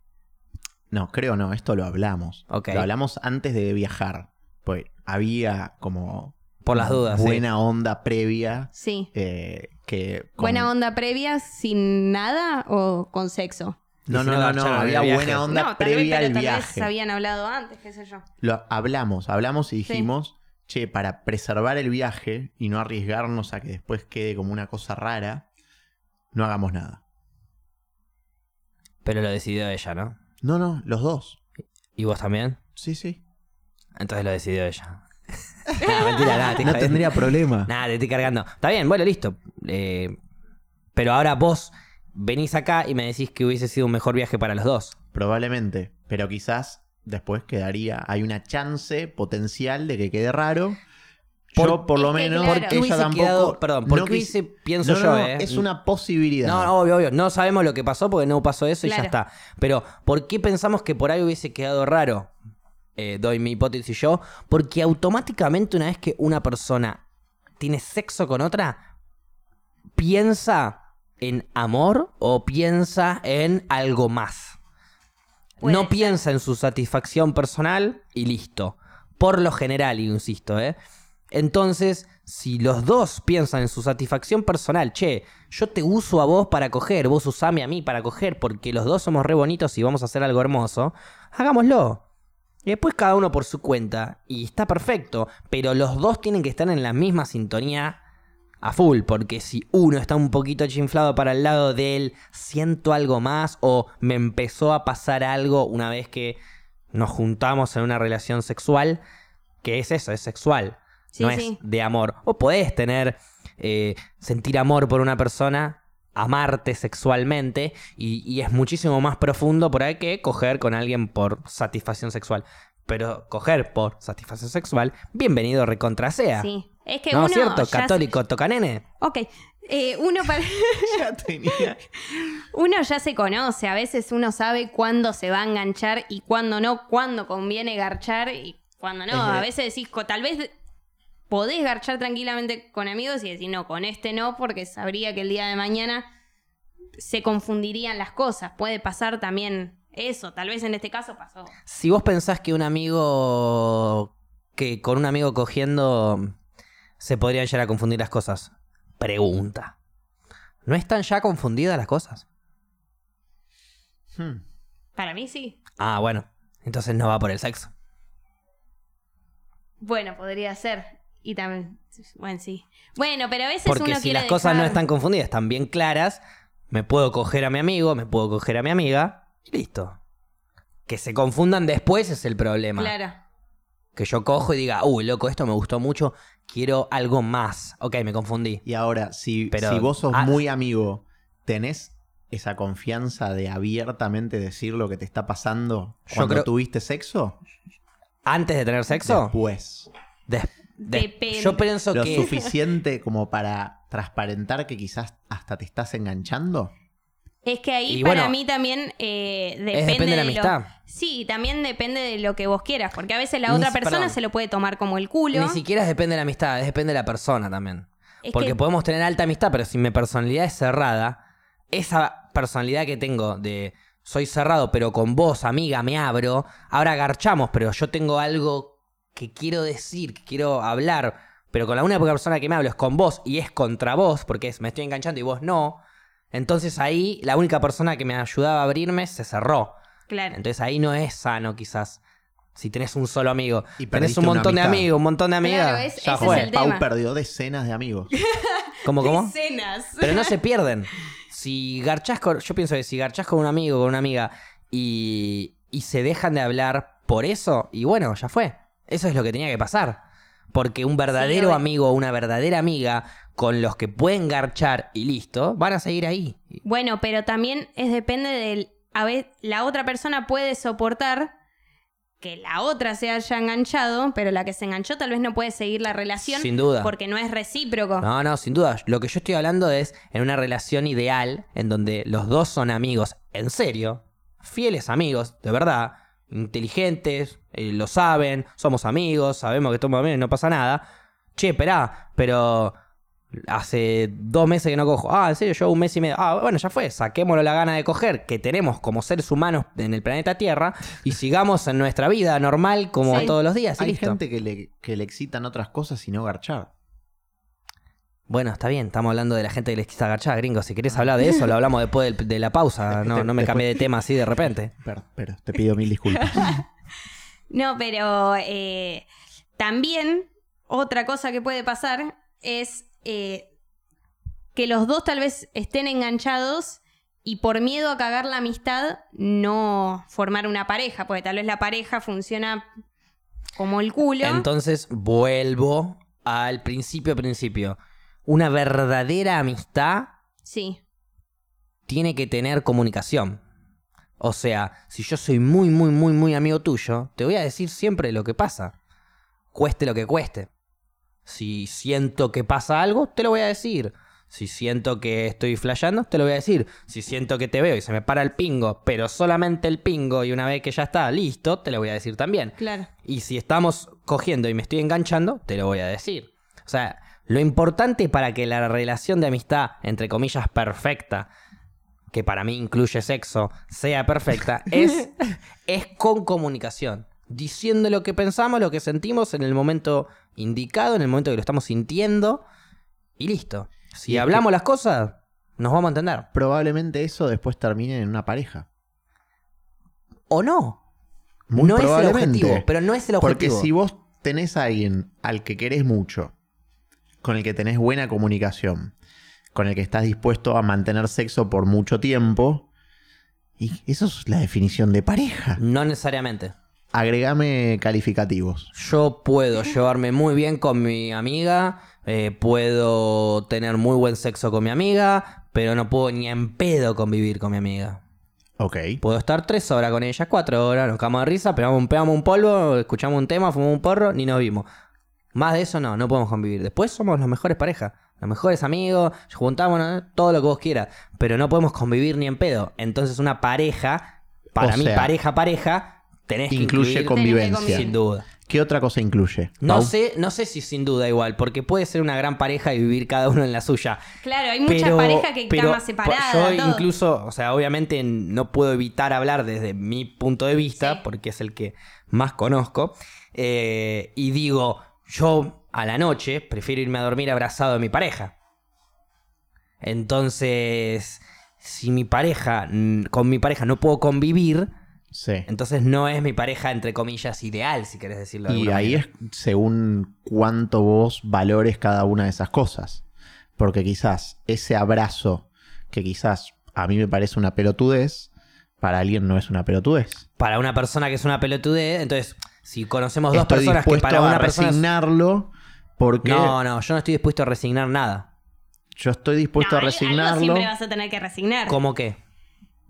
S2: No, creo no, esto lo hablamos.
S3: Ok.
S2: Lo hablamos antes de viajar. Pues había como.
S3: Por las dudas. sí.
S2: Buena onda previa.
S1: Sí.
S2: eh, que con-
S1: Buena onda previa sin nada o con sexo.
S2: No,
S3: Y si
S2: no,
S3: no,
S2: no, no,
S3: garcharon en el
S2: había
S3: viaje.
S2: buena onda
S1: no, tal vez,
S2: previa
S1: pero
S2: al
S1: tal vez
S2: viaje.
S1: habían hablado antes, qué sé yo.
S2: Lo hablamos, hablamos y dijimos, che, para preservar el viaje y no arriesgarnos a que después quede como una cosa rara, no hagamos nada.
S3: Pero lo decidió ella, ¿no?
S2: No, no, los dos.
S3: ¿Y vos también?
S2: Sí, sí.
S3: Entonces lo decidió ella. Nah, mentira, nada, te
S2: No
S3: jodé.
S2: tendría problema.
S3: Nah, te estoy cargando. Está bien, bueno, listo. Eh, pero ahora vos venís acá y me decís que hubiese sido un mejor viaje para los dos.
S2: Probablemente, pero quizás después quedaría, hay una chance potencial de que quede raro. yo por lo
S1: es que,
S2: menos,
S1: claro.
S2: porque
S1: ¿Qué
S2: ella
S3: hubiese
S2: tampoco...
S3: quedado- perdón, ¿por
S2: no
S3: qué
S2: quis-
S3: hubiese- pienso
S2: No, no,
S3: yo,
S2: no,
S3: eh?
S2: Es una posibilidad.
S3: No, no, obvio, obvio. No sabemos lo que pasó porque no pasó eso y
S1: Claro.
S3: ya está. Pero, ¿por qué pensamos que por ahí hubiese quedado raro? Eh, doy mi hipótesis yo. Porque automáticamente una vez que una persona tiene sexo con otra, piensa en amor o piensa en algo más.
S1: Puede
S3: no
S1: ser.
S3: piensa en su satisfacción personal y listo. Por lo general, insisto, ¿eh? Entonces, si los dos piensan en su satisfacción personal, che, yo te uso a vos para coger, vos usame a mí para coger, porque los dos somos re bonitos y vamos a hacer algo hermoso, hagámoslo. Y después cada uno por su cuenta, y está perfecto, pero los dos tienen que estar en la misma sintonía a full, porque si uno está un poquito chinflado para el lado de él, siento algo más o me empezó a pasar algo una vez que nos juntamos en una relación sexual, que es eso, es sexual,
S1: Sí,
S3: no
S1: sí.
S3: es de amor. O podés tener, eh, sentir amor por una persona, amarte sexualmente, y, y es muchísimo más profundo por ahí que coger con alguien por satisfacción sexual. Pero coger por satisfacción sexual, bienvenido recontra sea.
S1: Sí. Es que
S3: no,
S1: uno.
S3: es cierto,
S1: ya-
S3: católico, toca nene.
S1: Ok. Eh, uno para.
S2: Ya tenía-
S1: Uno ya se conoce, a veces uno sabe cuándo se va a enganchar y cuándo no, cuándo conviene garchar y cuándo no.
S3: Es de-
S1: A veces decís, co- tal vez podés garchar tranquilamente con amigos y decir, no, con este no, porque sabría que el día de mañana se confundirían las cosas. Puede pasar también eso, tal vez en este caso pasó.
S3: Si vos pensás que un amigo. que con un amigo cogiendo. se podrían llegar a confundir las cosas. Pregunta. ¿No están ya confundidas las cosas?
S2: Hmm.
S1: Para mí sí.
S3: Ah, bueno. Entonces no va por el sexo.
S1: Bueno, podría ser. Y también. Bueno, sí. Bueno, pero a veces
S3: Porque
S1: uno
S3: si
S1: quiere.
S3: las cosas no
S1: dejar-
S3: están confundidas, están bien claras, me puedo coger a mi amigo, me puedo coger a mi amiga y listo. Que se confundan después es el problema.
S1: Claro.
S3: Que yo cojo y diga, uy, loco, esto me gustó mucho, quiero algo más. Ok, me confundí.
S2: Y ahora, si,
S3: Pero-
S2: si vos sos
S3: ah.
S2: muy amigo, ¿tenés esa confianza de abiertamente decir lo que te está pasando
S3: Yo
S2: cuando
S3: creo-
S2: tuviste sexo?
S3: Antes de tener sexo,
S2: Después.
S3: des- des-
S1: Depende.
S3: yo pienso
S2: ¿Lo
S3: que...
S2: suficiente como para transparentar que quizás hasta te estás enganchando?
S1: Es que ahí
S3: Y
S1: para
S3: bueno,
S1: mí también eh, depende,
S3: es depende de la
S1: lo-
S3: amistad.
S1: Sí, también depende de lo que vos quieras, porque a veces la
S3: Ni
S1: otra
S3: si-
S1: persona
S3: perdón.
S1: se lo puede tomar como el culo.
S3: Ni siquiera depende de la amistad, es depende de la persona también.
S1: Es
S3: Porque
S1: que-
S3: podemos tener alta amistad, pero si mi personalidad es cerrada, esa personalidad que tengo de soy cerrado, pero con vos, amiga, me abro, ahora garchamos, pero yo tengo algo que quiero decir, que quiero hablar, pero con la única persona que me hablo es con vos y es contra vos, porque es me estoy enganchando y vos no. Entonces ahí la única persona que me ayudaba a abrirme se cerró.
S1: Claro.
S3: Entonces ahí no es sano quizás. Si tenés un solo amigo,
S2: Y
S3: tenés
S2: perdiste
S3: un
S2: una
S3: montón de
S2: amistad.
S3: amigos, un montón de amigas.
S1: Claro, es-
S3: ya
S1: ese
S3: fue.
S1: es el
S2: Pau
S1: tema.
S2: perdió decenas de amigos.
S3: ¿Cómo, cómo?
S1: Escenas.
S3: Pero no se pierden. Si garchás con. Yo pienso que si garchás con un amigo, con una amiga, y, y se dejan de hablar por eso, y bueno, ya fue. Eso es lo que tenía que pasar. Porque un verdadero
S1: obvio.
S3: amigo o una verdadera amiga con los que pueden garchar y listo, van a seguir ahí.
S1: Bueno, pero también es depende del. A veces la otra persona puede soportar que la otra se haya enganchado, pero la que se enganchó tal vez no puede seguir la relación.
S3: Sin duda.
S1: Porque no es recíproco.
S3: No, no, sin duda. Lo que yo estoy hablando es en una relación ideal en donde los dos son amigos, en serio, fieles amigos, de verdad, inteligentes, eh, lo saben, somos amigos, sabemos que estamos bien, no pasa nada. Che, esperá, pero hace dos meses que no cojo. Ah, en serio, yo un mes y medio. Ah, bueno, ya fue, saquémoslo la gana de coger que tenemos como seres humanos en el planeta Tierra y sigamos en nuestra vida normal como
S1: Sí.
S3: todos los días. y
S2: Hay
S3: listo.
S2: gente que le, que le excitan otras cosas y no garchar.
S3: Bueno, está bien, estamos hablando de la gente que les quita agachar, gringo. Si querés hablar de eso, lo hablamos después del- de, la pausa. No, no me cambié de tema así de repente.
S2: Pero, pero te pido mil disculpas.
S1: No, pero eh, también otra cosa que puede pasar es eh, que los dos tal vez estén enganchados y por miedo a cagar la amistad no formar una pareja, porque tal vez la pareja funciona como el culo.
S3: Entonces vuelvo al principio, principio. Una verdadera amistad
S1: sí,
S3: tiene que tener comunicación. O sea, si yo soy muy, muy, muy, muy amigo tuyo, te voy a decir siempre lo que pasa. Cueste lo que cueste. Si siento que pasa algo, te lo voy a decir. Si siento que estoy flasheando, te lo voy a decir. Si siento que te veo y se me para el pingo, pero solamente el pingo y una vez que ya está listo, te lo voy a decir también.
S1: claro.
S3: Y si estamos cogiendo y me estoy enganchando, te lo voy a decir. O sea, lo importante para que la relación de amistad, entre comillas, perfecta, que para mí incluye sexo, sea perfecta, es, es con comunicación. Diciendo lo que pensamos, lo que sentimos en el momento indicado, en el momento que lo estamos sintiendo, y listo. Si
S2: Y es que-
S3: hablamos las cosas, nos vamos a entender.
S2: Probablemente eso después termine en una pareja.
S3: O no.
S2: Muy
S3: no es el
S2: probablemente.
S3: objetivo. Pero no es el
S2: Porque
S3: objetivo.
S2: si vos tenés a alguien al que querés mucho, con el que tenés buena comunicación, con el que estás dispuesto a mantener sexo por mucho tiempo, y eso es la definición de pareja.
S3: No necesariamente.
S2: Agregame calificativos.
S3: Yo puedo llevarme muy bien con mi amiga, eh, puedo tener muy buen sexo con mi amiga, pero no puedo ni en pedo convivir con mi amiga.
S2: Ok.
S3: Puedo estar tres horas con ella, cuatro horas, nos cagamos de risa, pegamos, un- pegamos un polvo, escuchamos un tema, fumamos un porro, ni nos vimos. Más de eso no, no podemos convivir. Después somos las mejores parejas, los mejores amigos, juntámonos, todo lo que vos quieras, pero no podemos convivir ni en pedo. Entonces una pareja, para
S2: O
S3: mí
S2: sea,
S3: pareja, pareja, tenés que
S2: Incluye
S3: incluir-
S2: convivencia.
S1: convivir.
S3: sin duda.
S2: ¿Qué otra cosa incluye?
S3: No
S2: Pau?
S3: sé, no sé si sin duda igual, porque puede ser una gran pareja y vivir cada uno en la suya.
S1: Claro, hay muchas
S3: pero,
S1: parejas que
S3: pero
S1: camas separadas.
S3: Yo
S1: todo.
S3: incluso, o sea, obviamente no puedo evitar hablar desde mi punto de vista,
S1: Sí.
S3: porque es el que más conozco, eh, y digo, yo a la noche prefiero irme a dormir abrazado de mi pareja. Entonces, si mi pareja, mm, con mi pareja no puedo convivir,
S2: Sí.
S3: entonces no es mi pareja, entre comillas, ideal, si querés decirlo de
S2: Y
S3: alguna
S2: ahí
S3: manera.
S2: es según cuánto vos valores cada una de esas cosas. Porque quizás ese abrazo, que quizás a mí me parece una pelotudez, para alguien no es una pelotudez.
S3: Para una persona que es una pelotudez, entonces, si conocemos dos
S2: Estoy
S3: personas que
S2: dispuesto
S3: para
S2: a
S3: una persona... es-
S2: resignarlo porque
S3: No, no, yo no estoy dispuesto a resignar nada.
S2: yo estoy dispuesto
S1: No,
S2: a
S1: al- Algo
S2: resignarlo.
S1: siempre vas a tener que resignar.
S3: ¿Cómo qué?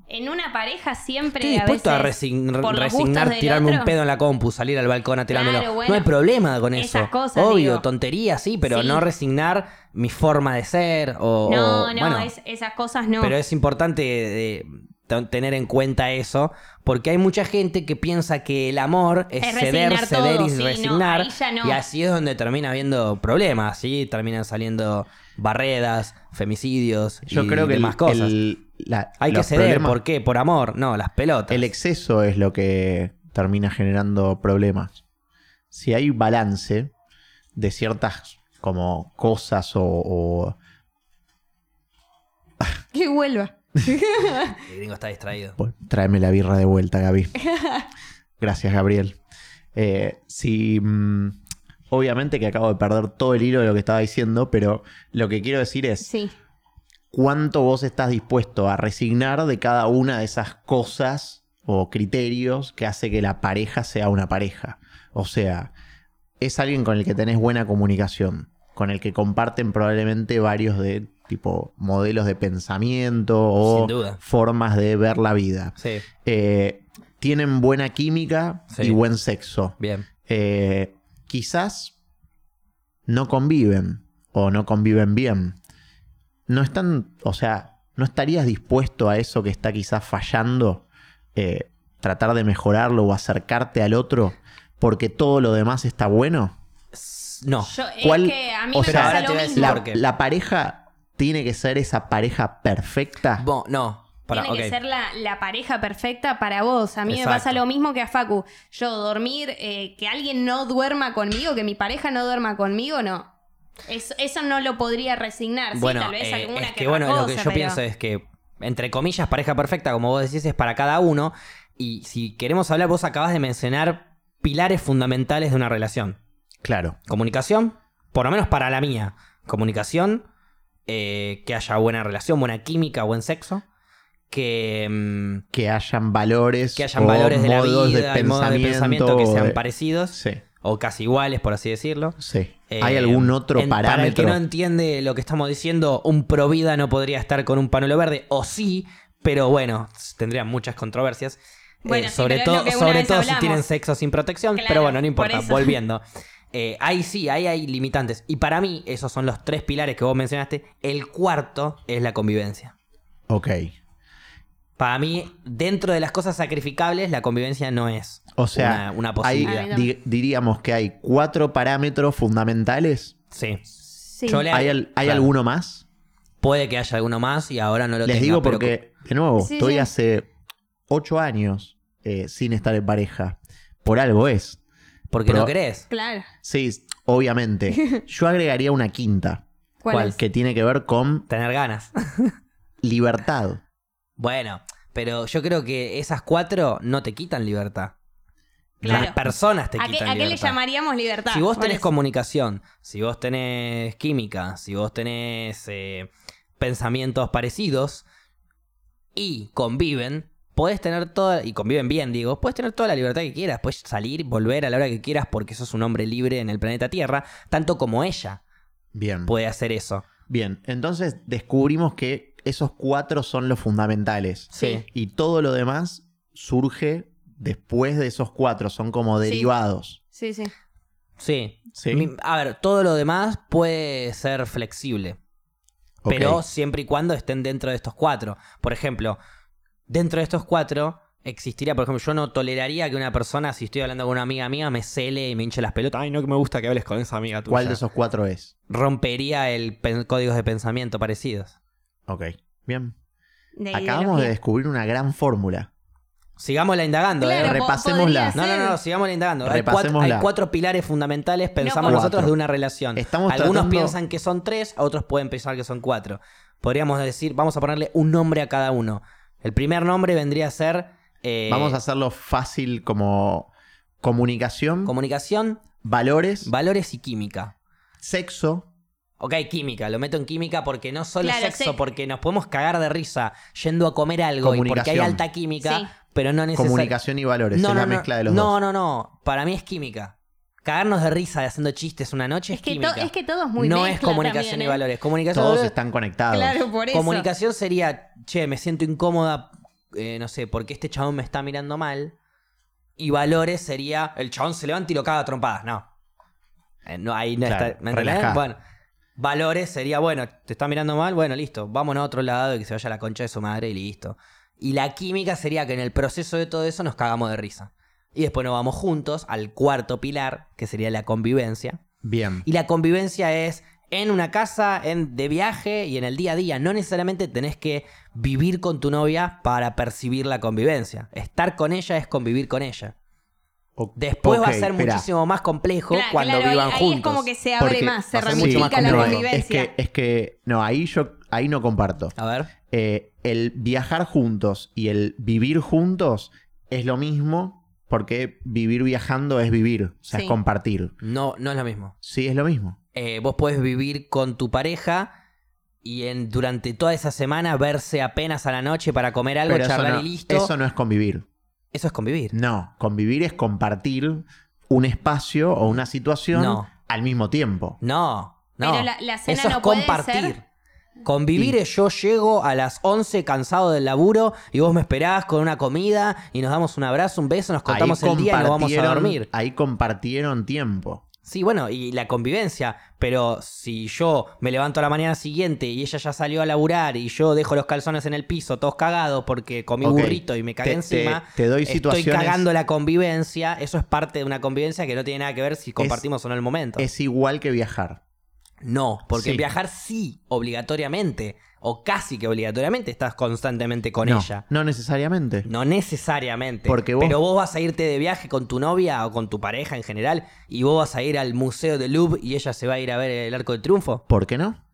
S1: En una pareja siempre.
S3: Estoy dispuesto a,
S1: veces,
S3: resign-
S1: por los gustos
S3: resignar,
S1: del
S3: tirarme
S1: otro.
S3: un pedo en la compu, salir al balcón a tirármelo.
S1: Claro, bueno.
S3: no hay problema con eso.
S1: Esas cosas,
S3: Obvio,
S1: digo.
S3: tontería, sí, pero
S1: Sí.
S3: no resignar mi forma de ser o...
S1: No,
S3: o-
S1: no,
S3: bueno,
S1: es- esas cosas no.
S3: Pero es importante eh, t- tener en cuenta eso, porque hay mucha gente que piensa que el amor es,
S1: Es
S3: ceder,
S1: resignar
S3: ceder
S1: todo,
S3: y
S1: sí, no,
S3: resignar.
S1: ahí ya no.
S3: Y así es donde termina habiendo problemas, ¿sí? Terminan saliendo barreras, femicidios
S2: Yo
S3: y
S2: creo que el-
S3: demás cosas.
S2: el- la-
S3: hay que
S2: los
S3: ceder,
S2: problemas-
S3: ¿por qué? Por amor, no, las pelotas.
S2: El exceso es lo que termina generando problemas. Si hay balance de ciertas como cosas o, o-
S1: Que vuelva.
S3: El gringo está distraído.
S2: Bueno, tráeme la birra de vuelta, Gaby. Gracias, Gabriel. Eh, si mm, obviamente que acabo de perder todo el hilo de lo que estaba diciendo, pero lo que quiero decir es
S1: Sí.
S2: cuánto vos estás dispuesto a resignar de cada una de esas cosas o criterios que hace que la pareja sea una pareja. O sea, es alguien con el que tenés buena comunicación, con el que comparten probablemente varios de tipo modelos de pensamiento o
S3: Sin duda.
S2: formas de ver la vida.
S3: Sí,
S2: Eh, tienen buena química
S3: Sí.
S2: y buen sexo
S3: bien.
S2: eh, quizás no conviven o no conviven bien. No están, o sea, no estarías dispuesto a eso que está quizás fallando, eh, tratar de mejorarlo o acercarte al otro porque todo lo demás está bueno.
S3: S- No.
S1: Yo,
S2: ¿Cuál-
S1: es que a mí
S2: o
S1: me
S2: sea,
S1: pasa
S3: ahora te
S1: lo
S3: voy a
S1: mismo.
S3: decir
S2: La,
S3: por qué.
S2: la pareja tiene que ser esa pareja perfecta.
S3: Bo- no. Para,
S1: Tiene que ser la, la pareja perfecta para vos. A mí
S3: Exacto.
S1: me pasa lo mismo que a Facu. Yo dormir, eh, que alguien no duerma conmigo, que mi pareja no duerma conmigo, no. Es- eso no lo podría resignar. Sí,
S3: bueno,
S1: tal vez
S3: eh,
S1: alguna
S3: es
S1: que,
S3: que,
S1: otra
S3: bueno, lo que
S1: cosa,
S3: yo
S1: pero-
S3: pienso eh. es que, entre comillas, pareja perfecta, como vos decís, es para cada uno. Y si queremos hablar, vos acabas de mencionar pilares fundamentales de una relación.
S2: Claro.
S3: Comunicación, por lo menos para la mía. Comunicación, eh, que haya buena relación, buena química, buen sexo. Que, mm,
S2: Que hayan valores.
S3: que hayan
S2: o
S3: valores de la
S2: modos eh,
S3: vida, y modos de pensamiento que sean parecidos
S2: Sí,
S3: o casi iguales, por así decirlo.
S2: sí.
S3: Eh,
S2: ¿Hay algún otro
S3: en-
S2: parámetro?
S3: Para el que no entiende lo que estamos diciendo, un pro vida no podría estar con un panuelo verde, o sí, pero bueno, tendrían muchas controversias. Eh,
S1: Bueno, sí,
S3: sobre
S1: pero es lo
S3: todo,
S1: que una
S3: sobre
S1: vez
S3: todo si
S1: hablamos.
S3: tienen sexo sin protección, pero
S1: Claro,
S3: bueno, no importa,
S1: por eso.
S3: volviendo. Eh, ahí sí, ahí hay limitantes. Y para mí, esos son los tres pilares que vos mencionaste. El cuarto es la convivencia.
S2: Ok.
S3: Para mí, dentro de las cosas sacrificables, la convivencia no es
S2: O sea,
S3: una, una
S2: hay-
S3: posibilidad.
S1: Ay,
S2: di- diríamos que hay cuatro parámetros fundamentales.
S3: Sí.
S1: Sí.
S3: Yo le-
S2: ¿Hay, al- hay
S3: Claro.
S2: alguno más?
S3: Puede que haya alguno más y ahora no lo
S2: Les
S3: tenga,
S2: digo
S3: pero-
S2: porque, de nuevo,
S1: Sí,
S2: estoy
S1: sí.
S2: hace ocho años eh, sin estar en pareja. Por algo es.
S3: porque
S2: Pero-
S3: no querés.
S1: Claro.
S2: Sí, obviamente. Yo agregaría una quinta,
S1: ¿Cuál,
S3: ¿Cuál?
S1: es?
S2: que tiene que ver con
S3: Tener ganas.
S2: libertad.
S3: Bueno, pero yo creo que esas cuatro no te quitan libertad. Las
S1: Claro.
S3: personas te
S1: ¿A qué,
S3: quitan
S1: a qué le
S3: libertad.
S1: llamaríamos libertad?
S3: si vos
S1: ¿Cuál
S3: tenés
S1: es?
S3: comunicación, si vos tenés química, si vos tenés eh, pensamientos parecidos y conviven, podés tener toda, y conviven bien, digo, podés tener toda la libertad que quieras, podés salir, volver a la hora que quieras porque sos un hombre libre en el planeta Tierra, tanto como ella
S2: Bien.
S3: puede hacer eso.
S2: Bien. Entonces descubrimos que esos cuatro son los fundamentales.
S3: Sí.
S2: Y todo lo demás surge después de esos cuatro. Son como
S1: Sí.
S2: derivados.
S1: Sí, sí.
S3: Sí.
S2: Sí.
S3: Mi- A ver, todo lo demás puede ser flexible.
S2: Ok.
S3: Pero siempre y cuando estén dentro de estos cuatro. Por ejemplo, dentro de estos cuatro existiría, por ejemplo, yo no toleraría que una persona, si estoy hablando con una amiga mía, me cele y me hinche las pelotas. Ay, no, que me gusta que hables con esa amiga tuya.
S2: ¿Cuál de esos cuatro es?
S3: Rompería el pen- códigos de pensamiento parecidos.
S2: Ok, bien.
S1: De
S2: Acabamos de
S1: ideología.
S2: descubrir una gran fórmula.
S3: Sigámosla indagando, ¿eh?
S1: Claro, po-
S2: repasémosla.
S1: podría
S3: No, no, no, no,
S1: ser.
S3: sigamos indagando. Hay cuatro,
S2: Repasémosla.
S3: hay cuatro pilares fundamentales, pensamos
S1: No,
S3: nosotros,
S2: cuatro.
S3: de una relación.
S2: Estamos
S3: Algunos
S2: tratando-
S3: piensan que son tres, otros pueden pensar que son cuatro. Podríamos decir, vamos a ponerle un nombre a cada uno. El primer nombre vendría a ser eh,
S2: Vamos a hacerlo fácil como comunicación,
S3: comunicación,
S2: valores,
S3: valores y química.
S2: sexo.
S3: Ok, química, lo meto en química porque no solo
S1: Claro,
S3: sexo,
S1: sí.
S3: porque nos podemos cagar de risa yendo a comer algo y porque hay
S2: Comunicación.
S3: alta química,
S1: Sí.
S3: pero no necesariamente.
S2: Comunicación y valores, es la mezcla de los
S3: no,
S2: dos.
S3: no, no. Para mí es química. Cagarnos de risa de haciendo chistes una noche es,
S1: Es que, to-
S3: química.
S1: es que todo es muy
S3: no es
S1: mezcla
S3: comunicación
S1: también,
S3: y
S1: ¿eh?
S3: valores. Comunicación,
S2: Todos
S3: valores-
S2: están conectados.
S1: Claro, por eso.
S3: comunicación sería, che, me siento incómoda, eh, no sé, porque este chabón me está mirando mal. Y valores sería, el chabón se levanta y lo caga a trompadas. No. Eh, no ahí no
S2: Claro,
S3: está. ¿Me entendés?
S2: relajá.
S3: Bueno. Valores sería, bueno, te está mirando mal, bueno, listo, vámonos a otro lado y que se vaya la concha de su madre y listo. Y la química sería que en el proceso de todo eso nos cagamos de risa. Y después nos vamos juntos al cuarto pilar, que sería la convivencia.
S2: Bien.
S3: Y la convivencia es en una casa, en, de viaje y en el día a día. No necesariamente tenés que vivir con tu novia para percibir la convivencia. Estar con ella es convivir con ella.
S2: O-
S3: Después va a
S2: ok,
S3: ser
S2: esperá,
S3: muchísimo más complejo
S1: Claro,
S3: cuando
S1: claro, ahí-
S3: vivan
S1: ahí
S3: juntos.
S1: es como que se abre
S2: porque
S1: más, se
S3: va a ser mucho más
S1: ramifica la
S2: complejo.
S1: convivencia.
S2: Es que, es que, no, ahí yo, ahí no comparto.
S3: A ver.
S2: Eh, el viajar juntos y el vivir juntos es lo mismo porque vivir viajando es vivir, o sea,
S1: Sí.
S2: es compartir.
S3: No, no es lo mismo.
S2: Sí, es lo mismo.
S3: Eh, vos podés vivir con tu pareja y en, durante toda esa semana verse apenas a la noche para comer algo,
S2: Pero eso
S3: charlar
S2: no-
S3: y listo.
S2: Eso no es convivir.
S3: Eso es convivir.
S2: No, convivir es compartir un espacio o una situación
S3: No.
S2: al mismo tiempo.
S3: No, no.
S1: Pero la- la cena
S3: Eso
S1: no
S3: es
S1: puede
S3: compartir.
S1: ser-
S3: Convivir
S2: Y-
S3: es yo llego a las 11 cansado del laburo y vos me esperás con una comida y nos damos un abrazo, un beso, nos contamos el día y nos vamos a
S2: compartieron-
S3: dormir.
S2: Ahí compartieron tiempo.
S3: Sí, bueno, y la convivencia. Pero si yo me levanto a la mañana siguiente y ella ya salió a laburar y yo dejo los calzones en el piso, todos cagados porque comí
S2: Ok.
S3: burrito y me cagué
S2: Te- te-
S3: encima.
S2: te doy
S3: estoy
S2: situaciones-
S3: cagando la convivencia. Eso es parte de una convivencia que no tiene nada que ver si compartimos o no el momento.
S2: Es igual que viajar.
S3: No, porque
S2: Sí.
S3: viajar sí, obligatoriamente, o casi que obligatoriamente, estás constantemente con
S2: no,
S3: ella.
S2: No necesariamente.
S3: No necesariamente.
S2: Porque vos-
S3: Pero vos vas a irte de viaje con tu novia o con tu pareja en general, y vos vas a ir al Museo de Louvre y ella se va a ir a ver el Arco del Triunfo.
S2: ¿Por qué no?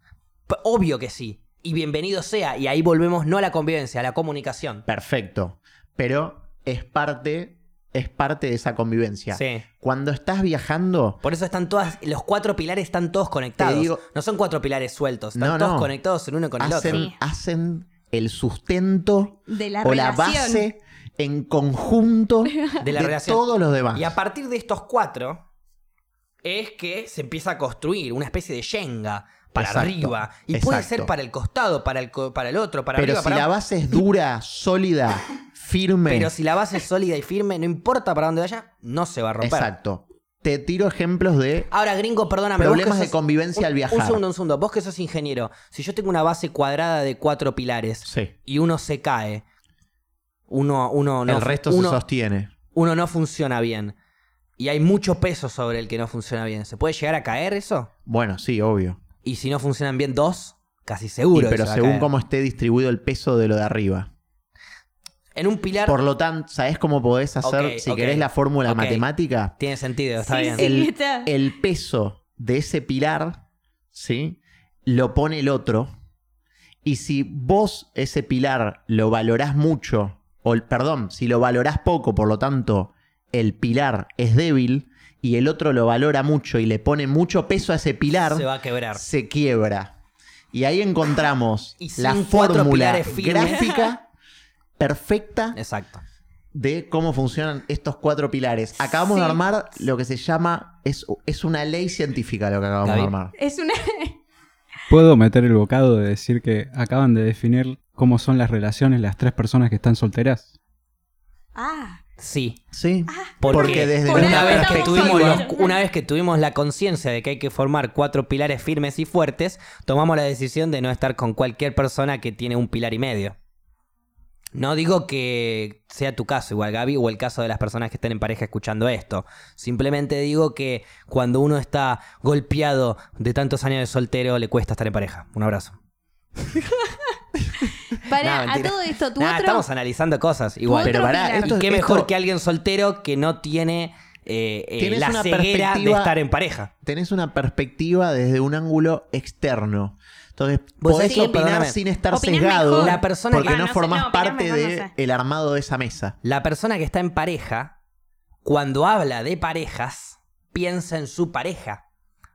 S3: P- Obvio que sí. Y bienvenido sea. Y ahí volvemos no a la convivencia, a la comunicación.
S2: Perfecto. Pero es parte, es parte de esa convivencia.
S3: Sí.
S2: Cuando estás viajando,
S3: Por eso están todas, los cuatro pilares están todos conectados.
S2: digo-
S3: no son cuatro pilares sueltos, están
S2: No,
S3: todos
S2: no.
S3: conectados el uno con el otro.
S2: hacen,
S1: Sí.
S2: hacen el sustento
S1: de la
S2: o
S1: relación.
S2: la base en conjunto de,
S3: la relación.
S2: todos los demás.
S3: Y a partir de estos cuatro es que se empieza a construir una especie de yenga para
S2: Exacto,
S3: arriba. Y puede
S2: exacto.
S3: ser para el costado, para el, co- para el otro, para
S2: Pero
S3: arriba,
S2: si
S3: para
S2: la
S3: abajo.
S2: base es dura, sólida, firme.
S3: Pero si la base es sólida y firme, no importa para dónde vaya, no se va a romper.
S2: Exacto. Te tiro ejemplos de
S3: Ahora, gringo, perdóname. vos que
S2: problemas de
S3: sos-
S2: convivencia al
S3: un-
S2: viajar.
S3: Un segundo, un segundo. Vos que sos ingeniero, si yo tengo una base cuadrada de cuatro pilares
S2: Sí.
S3: y uno se cae, uno, uno no
S2: el resto
S3: uno-
S2: se sostiene.
S3: uno no funciona bien. Y hay mucho peso sobre el que no funciona bien. ¿Se puede llegar a caer eso?
S2: Bueno, sí, obvio.
S3: Y si no funcionan bien dos, casi
S2: Y,
S3: seguro. que
S2: pero
S3: se va a
S2: según
S3: caer.
S2: cómo esté distribuido el peso de lo de arriba.
S3: En un pilar
S2: Por lo tanto, ¿sabés cómo podés hacer,
S3: Ok,
S2: si
S3: ok.
S2: querés, la fórmula
S3: Ok.
S2: matemática?
S3: tiene sentido, está
S1: Sí,
S3: bien.
S1: sí.
S2: El,
S1: está.
S2: el peso de ese pilar, ¿sí? Lo pone el otro. Y si vos ese pilar lo valorás mucho, o el- perdón, si lo valorás poco, por lo tanto, el pilar es débil y el otro lo valora mucho y le pone mucho peso a ese pilar,
S3: Se va a quebrar.
S2: se quiebra. Y ahí encontramos
S3: Y sin
S2: la
S3: cuatro
S2: fórmula
S3: pilares firmes.
S2: gráfica perfecta
S3: Exacto.
S2: de cómo funcionan estos cuatro pilares. Acabamos de
S1: Sí.
S2: armar lo que se llama, es, es una ley científica lo que acabamos
S3: Gaby.
S2: de armar.
S1: Es una...
S4: ¿Puedo meter el bocado de decir que acaban de definir cómo son las relaciones las tres personas que están solteras?
S1: Ah,
S3: Sí.
S2: Sí,
S3: Porque,
S2: Porque desde
S1: por
S3: una,
S1: algo
S3: vez que
S1: estamos
S3: tuvimos
S1: solteros.
S3: los- una vez que tuvimos la conciencia de que hay que formar cuatro pilares firmes y fuertes, tomamos la decisión de no estar con cualquier persona que tiene un pilar y medio. No digo que sea tu caso igual, Gaby, o el caso de las personas que estén en pareja escuchando esto. Simplemente digo que cuando uno está golpeado de tantos años de soltero, le cuesta estar en pareja. Un abrazo.
S1: Pará,
S3: No,
S1: a
S3: mentira.
S1: todo esto, tu
S3: Nah,
S1: otro-
S3: Estamos analizando cosas igual.
S1: otro
S3: Pero
S1: pilar.
S3: pará,
S2: esto-
S3: ¿y qué
S2: esto-
S3: mejor que alguien soltero que no tiene eh, eh,
S2: Tienes
S3: la
S2: una
S3: ceguera de
S2: perspectiva-
S3: estar en pareja?
S2: Tenés una perspectiva desde un ángulo externo. Entonces,
S3: Vos
S2: podés
S3: sabés que-
S2: opinar
S3: perdóname.
S2: sin estar
S1: Opinás
S2: sesgado
S1: mejor.
S3: La persona
S2: porque
S3: que-
S2: no
S1: Ah, no sé,
S2: formás
S1: no, opinás
S2: parte
S1: mejor, no
S2: del
S1: sé.
S2: armado de esa mesa.
S3: La persona que está en pareja, cuando habla de parejas, piensa en su pareja.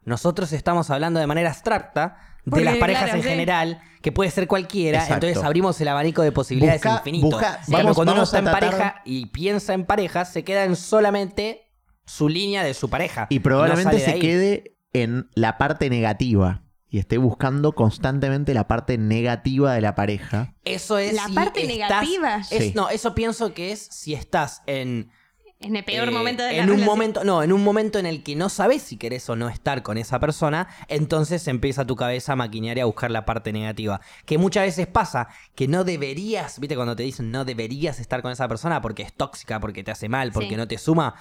S3: Nosotros estamos hablando de manera abstracta de
S1: Porque,
S3: las parejas
S1: claro,
S3: en
S1: sí.
S3: general, que puede ser cualquiera,
S2: Exacto.
S3: entonces abrimos el abanico de posibilidades
S2: Busca-
S3: infinitos.
S2: busca-
S3: En cambio,
S2: vamos-
S3: cuando uno
S2: vamos
S3: está
S2: a
S3: en
S2: tratar-
S3: pareja y piensa en pareja, se queda en solamente su línea de su pareja.
S2: Y
S3: No
S2: probablemente
S3: sale de
S2: se
S3: ahí.
S2: quede en la parte negativa y esté buscando constantemente la parte negativa de la pareja.
S3: Eso es
S1: La
S3: si
S1: parte
S3: estás-
S1: negativa.
S3: es-
S2: Sí.
S3: No, eso pienso que es si estás en
S1: En el peor
S3: eh,
S1: momento de la
S3: en un
S1: relación.
S3: momento no en un momento en el que no sabes si querés o no estar con esa persona entonces empieza tu cabeza a maquinear y a buscar la parte negativa que muchas veces pasa que no deberías viste cuando te dicen no deberías estar con esa persona porque es tóxica porque te hace mal porque
S1: Sí.
S3: no te suma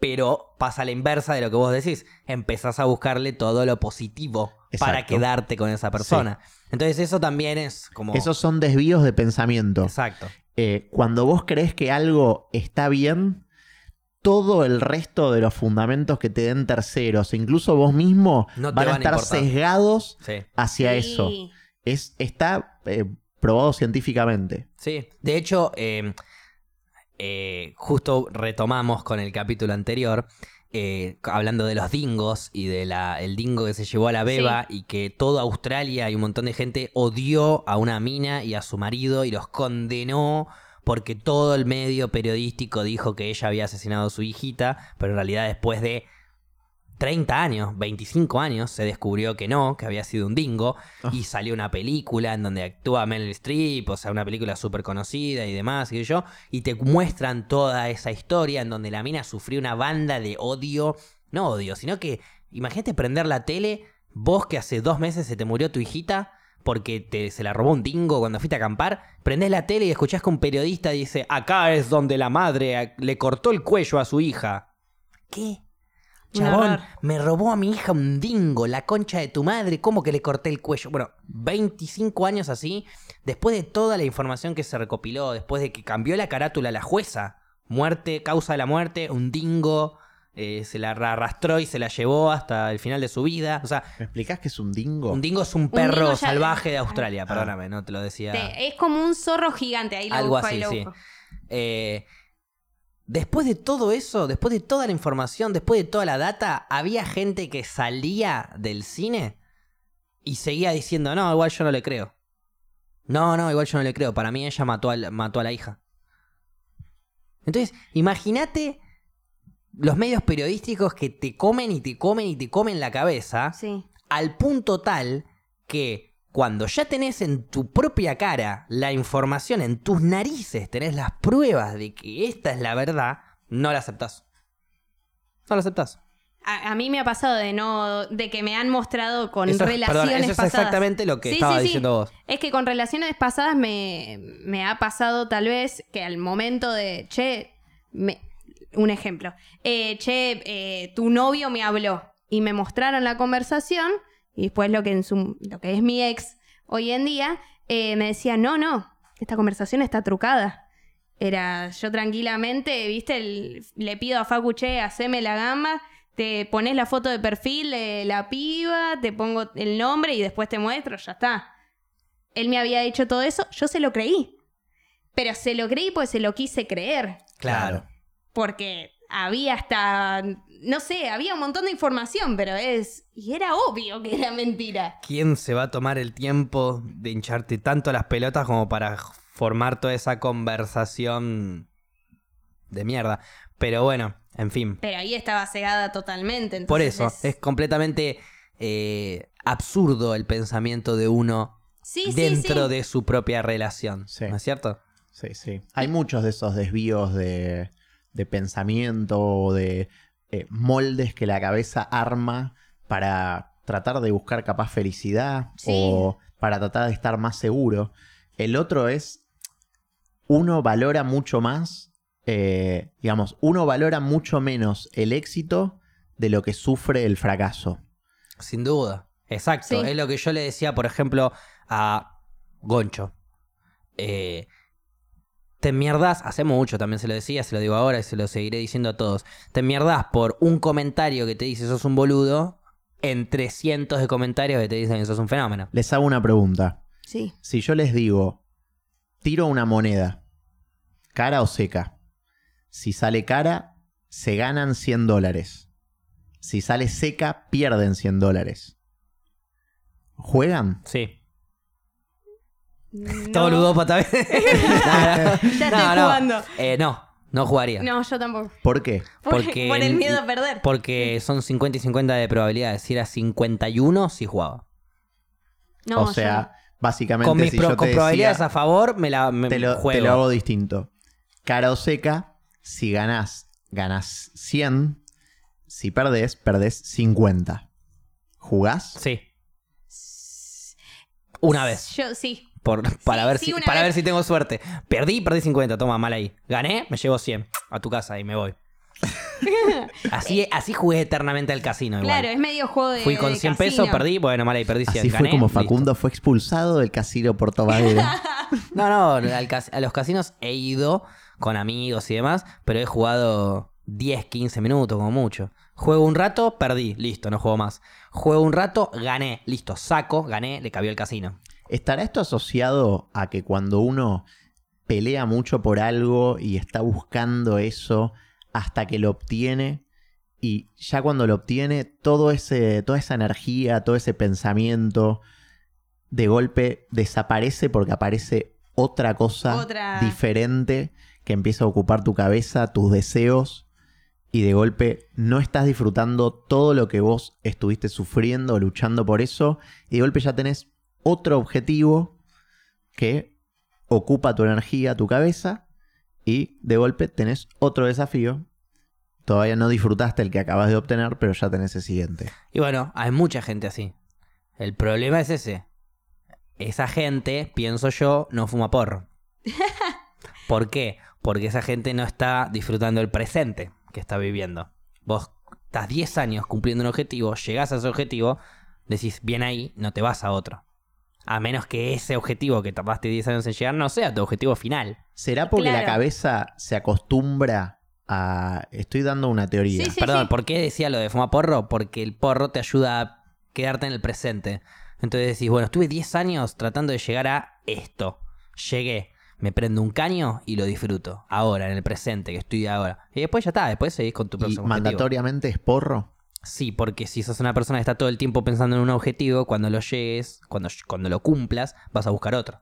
S3: pero pasa la inversa de lo que vos decís empezás a buscarle todo lo positivo para
S2: Exacto.
S3: quedarte con esa persona entonces eso también es como
S2: Esos son desvíos de pensamiento.
S3: exacto
S2: Eh, cuando vos crees que algo está bien, todo el resto de los fundamentos que te den terceros, incluso vos mismo,
S3: No te
S2: van a
S3: van a
S2: estar
S3: importar.
S2: sesgados
S3: sí
S2: hacia
S1: Sí.
S2: eso. Es, está eh, probado científicamente.
S3: Sí, de hecho, eh, eh, justo retomamos con el capítulo anterior, eh, hablando de los dingos y de la, el dingo que se llevó a la beba y que toda Australia y un montón de gente odió a una mina y a su marido y los condenó porque todo el medio periodístico dijo que ella había asesinado a su hijita, pero en realidad después de 30 años, 25 años, se descubrió que no, que había sido un dingo, y salió una película en donde actúa Meryl Streep, o sea, una película súper conocida y demás, y yo, y te muestran toda esa historia en donde la mina sufrió una banda de odio, no odio, sino que, imagínate prender la tele, vos que hace dos meses se te murió tu hijita, porque te, se la robó un dingo cuando fuiste a acampar, prendés la tele y escuchás que un periodista dice, acá es donde la madre a- le cortó el cuello a su hija. ¿Qué?
S1: Un
S3: Chabón,
S1: horror.
S3: me robó a mi hija un dingo, la concha de tu madre, ¿cómo que le corté el cuello? Bueno, 25 años así, después de toda la información que se recopiló, después de que cambió la carátula la jueza, muerte, causa de la muerte, un dingo, eh, se la arrastró y se la llevó hasta el final de su vida. O sea,
S2: ¿Me explicás que es un dingo?
S3: un dingo es un
S1: dingo
S3: perro
S1: ya-
S3: salvaje de
S1: Ah.
S3: Australia, perdóname, no te lo decía.
S1: Te- es como un zorro gigante, ahí lo
S3: Algo
S1: busco,
S3: así,
S1: ahí lo
S3: sí.
S1: busco.
S3: Eh, después de todo eso, después de toda la información, después de toda la data, había gente que salía del cine y seguía diciendo, no, igual yo no le creo. No, no, igual yo no le creo. Para mí ella mató, al- mató a la hija. Entonces, imagínate los medios periodísticos que te comen y te comen y te comen la cabeza
S1: Sí.
S3: al punto tal que cuando ya tenés en tu propia cara la información, en tus narices tenés las pruebas de que esta es la verdad, no la aceptás. No la aceptás.
S1: A, a mí me ha pasado de no de que me han mostrado con
S3: Eso es-
S1: relaciones
S3: perdón, eso es
S1: pasadas.
S3: exactamente lo que
S1: Sí,
S3: estaba
S1: sí, sí.
S3: diciendo vos.
S1: Es que con relaciones pasadas me, me ha pasado tal vez que al momento de, che, me- un ejemplo, eh, che, eh, tu novio me habló y me mostraron la conversación y después lo que, en su, lo que es mi ex hoy en día, eh, me decía, no, no, esta conversación está trucada. Era yo tranquilamente, viste, el- le pido a Facu, che, haceme la gamba, te pones la foto de perfil de la piba, te pongo el nombre y después te muestro, ya está él me había dicho todo eso, yo se lo creí. Pero se lo creí porque se lo quise creer.
S2: Claro.
S1: Porque había hasta. No sé, había un montón de información, pero es. Y era obvio que era mentira.
S3: ¿Quién se va a tomar el tiempo de hincharte tanto las pelotas como para formar toda esa conversación de mierda? Pero bueno, en fin.
S1: Pero ahí estaba cegada totalmente.
S3: Por
S1: entonces
S3: eso, es completamente eh, absurdo el pensamiento de uno
S1: Sí, sí,
S3: dentro
S1: sí.
S3: de su propia relación.
S2: Sí.
S3: ¿No es cierto?
S2: Sí, sí. Hay muchos de esos desvíos de, de pensamiento o de eh, moldes que la cabeza arma para tratar de buscar capaz felicidad
S1: Sí.
S2: o para tratar de estar más seguro. El otro es, uno valora mucho más, eh, digamos, uno valora mucho menos el éxito de lo que sufre el fracaso.
S3: Sin duda. Exacto.
S1: Sí.
S3: Es lo que yo le decía, por ejemplo, a Goncho. eh, te mierdas, hace mucho también se lo decía, se lo digo ahora y se lo seguiré diciendo a todos, te mierdas por un comentario que te dice sos un boludo, entre cientos de comentarios que te dicen sos un fenómeno.
S2: Les hago una pregunta.
S1: Sí.
S2: Si yo les digo, tiro una moneda, cara o seca, si sale cara, se ganan 100 dólares. Si sale seca, pierden 100 dólares. ¿Juegan?
S3: Sí.
S1: No.
S3: Todo ludópata. no, no.
S1: Ya estoy
S3: No, no.
S1: jugando.
S3: Eh, no, no jugaría.
S1: No, yo tampoco.
S2: ¿Por qué?
S1: Por,
S3: Porque-
S1: por el miedo a perder.
S3: Porque son 50 y 50 de probabilidades. Si era 51, sí jugaba.
S1: no,
S2: o sea, básicamente
S3: Con mis
S2: si
S3: pro-
S2: yo
S3: con
S2: te
S3: probabilidades
S2: decía,
S3: a favor, me la me-
S2: te lo, te
S3: juego.
S2: lo hago distinto. Cara o seca, si ganás, ganás 100. Si perdés, perdés 50. ¿Jugás?
S3: Sí,
S1: yo-
S3: una vez.
S1: Yo sí.
S3: Por, para
S1: Sí,
S3: ver,
S1: sí,
S3: si,
S1: una
S3: para
S1: vez.
S3: ver si tengo suerte. Perdí, perdí 50. Toma, mal ahí. Gané, me llevo 100. A tu casa y me voy. así, así jugué eternamente al casino. Igual.
S1: Claro, es medio juego de.
S3: Fui con
S1: de
S3: 100
S1: casino.
S3: pesos, perdí. Bueno, mal ahí, perdí 100.
S2: Así fue
S3: Gané,
S2: como
S3: listo.
S2: Facundo fue expulsado del casino por Tomadera.
S3: No, no, al cas- a los casinos he ido con amigos y demás, pero he jugado 10, 15 minutos como mucho. Juego un rato, perdí, listo, no juego más. Juego un rato, gané, listo, saco, gané, le cabió el casino.
S2: ¿Estará esto asociado a que cuando uno pelea mucho por algo y está buscando eso hasta que lo obtiene y ya cuando lo obtiene todo ese toda esa energía, todo ese pensamiento de golpe desaparece porque aparece otra cosa
S1: Otra.
S2: diferente que empieza a ocupar tu cabeza, tus deseos y de golpe no estás disfrutando todo lo que vos estuviste sufriendo, luchando por eso y de golpe ya tenés otro objetivo que ocupa tu energía, tu cabeza, y de golpe tenés otro desafío. Todavía no disfrutaste el que acabas de obtener, pero ya tenés el siguiente.
S3: Y bueno, hay mucha gente así. El problema es ese. Esa gente, pienso yo, no fuma porro. ¿Por qué? Porque esa gente no está disfrutando el presente que está viviendo. Vos estás 10 años cumpliendo un objetivo, llegás a ese objetivo, decís, bien ahí, no te vas a otro. A menos que ese objetivo que tardaste 10 años en llegar no sea tu objetivo final.
S2: ¿Será porque la
S1: Claro.
S2: cabeza se acostumbra a... Estoy dando una teoría.
S1: Sí, sí.
S3: Perdón, ¿por qué decía lo de fumar porro? Porque el porro te ayuda a quedarte en el presente. Entonces decís, bueno, estuve 10 años tratando de llegar a esto. Llegué, me prendo un caño y lo disfruto. Ahora, en el presente, que estoy ahora. Y después ya está, después seguís con tu
S2: Y
S3: próximo objetivo.
S2: mandatoriamente es porro.
S3: Sí, porque si sos una persona que está todo el tiempo pensando en un objetivo, cuando lo llegues, cuando, cuando lo cumplas, vas a buscar otro.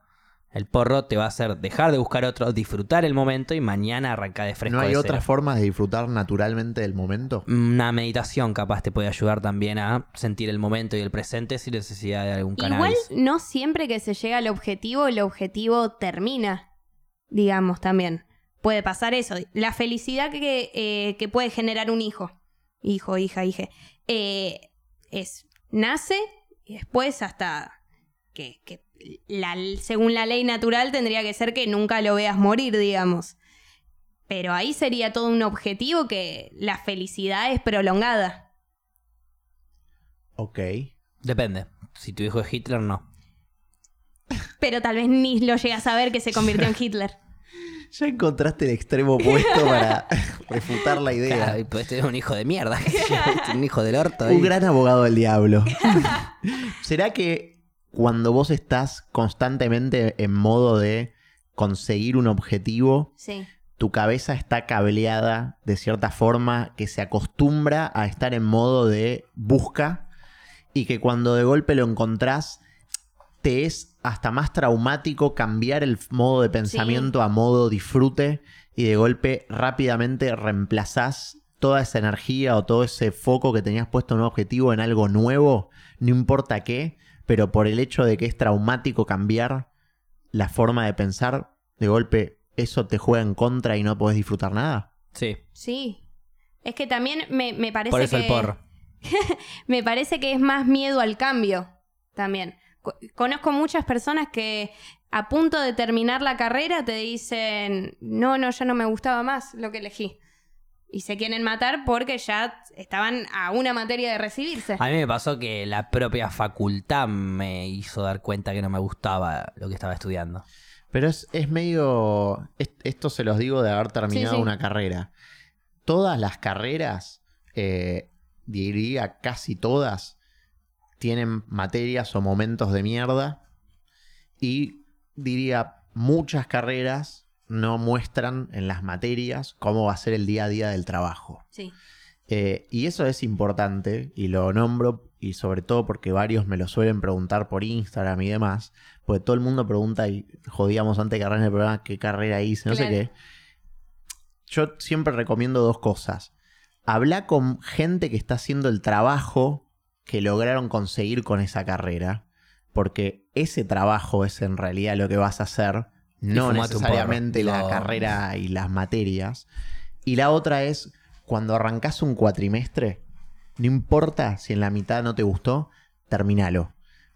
S3: El porro te va a hacer dejar de buscar otro, disfrutar el momento y mañana arrancar de fresco.
S2: ¿No hay
S3: de
S2: otra
S3: cero.
S2: forma de disfrutar naturalmente del momento?
S3: Una meditación capaz te puede ayudar también a sentir el momento y el presente sin necesidad de algún cannabis.
S1: Igual no siempre que se llega al objetivo, el objetivo termina, digamos también. Puede pasar eso. La felicidad que, eh, que puede generar un hijo, hijo, hija, hija, eh, es nace y después hasta que, que la- según la ley natural tendría que ser que nunca lo veas morir, digamos. Pero ahí sería todo un objetivo que la felicidad es prolongada.
S2: Ok.
S3: Depende. Si tu hijo es Hitler, no.
S1: Pero tal vez ni lo llegas a ver que se convirtió en Hitler.
S2: Ya encontraste el extremo opuesto para refutar la idea.
S3: Claro, y puedes tener un hijo de mierda. qué sé yo, ¿viste? un hijo del orto. ahí.
S2: Un gran abogado del diablo. ¿Será que cuando vos estás constantemente en modo de conseguir un objetivo,
S1: Sí.
S2: tu cabeza está cableada de cierta forma que se acostumbra a estar en modo de busca y que cuando de golpe lo encontrás te es hasta más traumático cambiar el modo de pensamiento a modo disfrute y de golpe rápidamente reemplazás toda esa energía o todo ese foco que tenías puesto en un objetivo en algo nuevo, no importa qué, pero por el hecho de que es traumático cambiar la forma de pensar, de golpe eso te juega en contra y no podés disfrutar nada.
S3: Sí,
S1: Sí. Es que también me, me parece
S3: por eso
S1: que.
S3: el porro.
S1: Me parece que es más miedo al cambio también. Co- Conozco muchas personas que a punto de terminar la carrera te dicen, no, no, ya no me gustaba más lo que elegí. Y se quieren matar porque ya estaban a una materia de recibirse.
S3: A mí me pasó que la propia facultad me hizo dar cuenta que no me gustaba lo que estaba estudiando.
S2: Pero es, es medio. es- esto se los digo de haber terminado
S1: Sí, sí.
S2: una carrera. Todas las carreras, eh, diría casi todas, tienen materias o momentos de mierda. Y diría muchas carreras no muestran en las materias cómo va a ser el día a día del trabajo.
S1: Sí.
S2: Eh, y eso es importante, y lo nombro, y sobre todo porque varios me lo suelen preguntar por Instagram y demás, porque todo el mundo pregunta, y jodíamos antes de que arranque el programa, qué carrera hice, no
S1: Claro.
S2: sé qué. Yo siempre recomiendo dos cosas. Habla con gente que está haciendo el trabajo que lograron conseguir con esa carrera, porque ese trabajo es en realidad lo que vas a hacer, no
S3: fumate un porro.
S2: necesariamente la
S3: No.
S2: carrera y las materias. Y la otra es, cuando arrancas un cuatrimestre, no importa si en la mitad no te gustó, terminalo.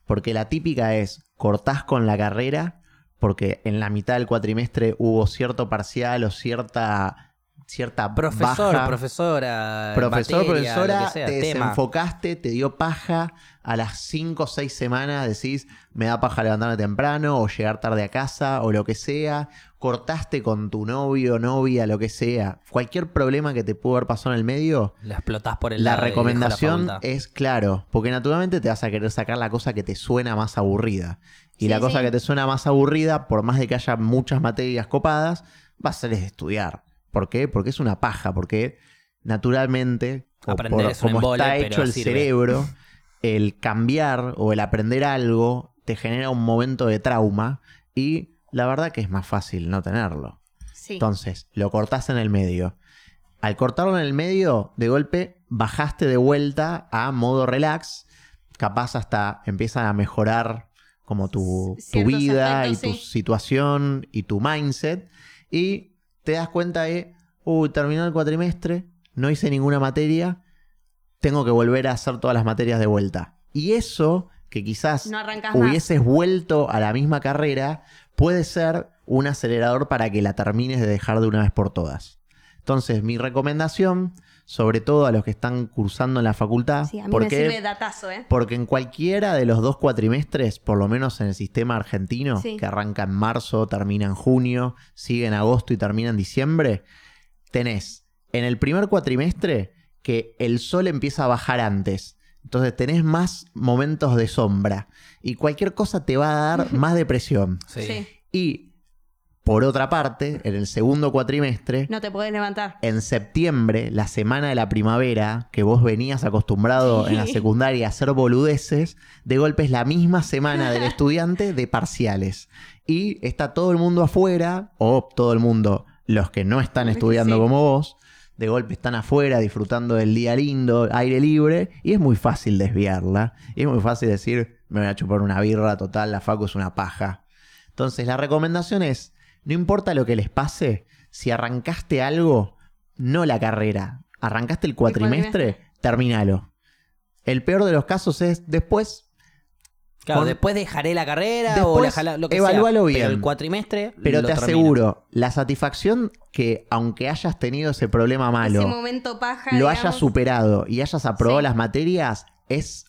S2: Porque la típica es, cortás con la carrera porque en la mitad del cuatrimestre hubo cierto parcial o cierta, cierta
S3: Profesor,
S2: baja.
S3: profesora,
S2: Profesor,
S3: materia, lo
S2: profesora,
S3: que sea,
S2: te
S3: tema.
S2: desenfocaste, te dio paja. A las 5 o 6 semanas decís, me da paja levantarme temprano o llegar tarde a casa o lo que sea. Cortaste con tu novio, novia, lo que sea. Cualquier problema que te pudo haber pasado en el medio,
S3: La explotás por el
S2: la
S3: lado y dejá
S2: recomendación
S3: facultad.
S2: es claro. Porque naturalmente te vas a querer sacar la cosa que te suena más aburrida. Y
S1: Sí,
S2: la cosa
S1: sí.
S2: que te suena más aburrida, por más de que haya muchas materias copadas, va a ser es estudiar. ¿Por qué? Porque es una paja, porque naturalmente, o
S3: Aprender es un
S2: como
S3: embole,
S2: está
S3: pero
S2: hecho el
S3: sirve.
S2: cerebro, el cambiar o el aprender algo te genera un momento de trauma y la verdad que es más fácil no tenerlo.
S1: Sí.
S2: Entonces, lo cortás en el medio. Al cortarlo en el medio, de golpe bajaste de vuelta a modo relax. Capaz hasta empiezan a mejorar como tu,
S1: C-
S2: tu
S1: ciertos
S2: vida
S1: aspectos,
S2: y tu
S1: sí.
S2: situación y tu mindset. Y te das cuenta de, uy, terminó el cuatrimestre, no hice ninguna materia, tengo que volver a hacer todas las materias de vuelta. Y eso, que quizás
S1: No arrancas más.
S2: hubieses vuelto a la misma carrera, puede ser un acelerador para que la termines de dejar de una vez por todas. Entonces, mi recomendación, sobre todo a los que están cursando en la facultad,
S1: Sí, a mí me
S2: porque,
S1: sirve datazo, ¿eh?
S2: porque en cualquiera de los dos cuatrimestres, por lo menos en el sistema argentino,
S1: Sí.
S2: que arranca en marzo, termina en junio, sigue en agosto y termina en diciembre, tenés en el primer cuatrimestre que el sol empieza a bajar antes. Entonces tenés más momentos de sombra y cualquier cosa te va a dar más depresión.
S3: Sí.
S2: Y por otra parte, en el segundo cuatrimestre,
S1: No te puedes levantar.
S2: en septiembre, la semana de la primavera, que vos venías acostumbrado
S1: Sí.
S2: en la secundaria a hacer boludeces, de golpe es la misma semana del estudiante de parciales. Y está todo el mundo afuera, o todo el mundo, los que no están estudiando
S1: Sí.
S2: como vos, de golpe están afuera disfrutando del día lindo, aire libre, y es muy fácil desviarla. Y es muy fácil decir, me voy a chupar una birra, total, la facu es una paja. Entonces, la recomendación es, no importa lo que les pase, si arrancaste algo, no la carrera, arrancaste el cuatrimestre, terminalo. El peor de los casos es después,
S3: Claro,
S2: Con-
S3: después dejaré la carrera o
S2: Después
S3: la jala- lo que
S2: evalúalo
S3: sea,
S2: bien.
S3: Pero el cuatrimestre
S2: pero
S3: lo
S2: te
S3: termino.
S2: aseguro, la satisfacción que aunque hayas tenido ese problema malo,
S1: Ese momento paja.
S2: lo
S1: digamos,
S2: hayas superado y hayas aprobado
S1: Sí.
S2: las materias es,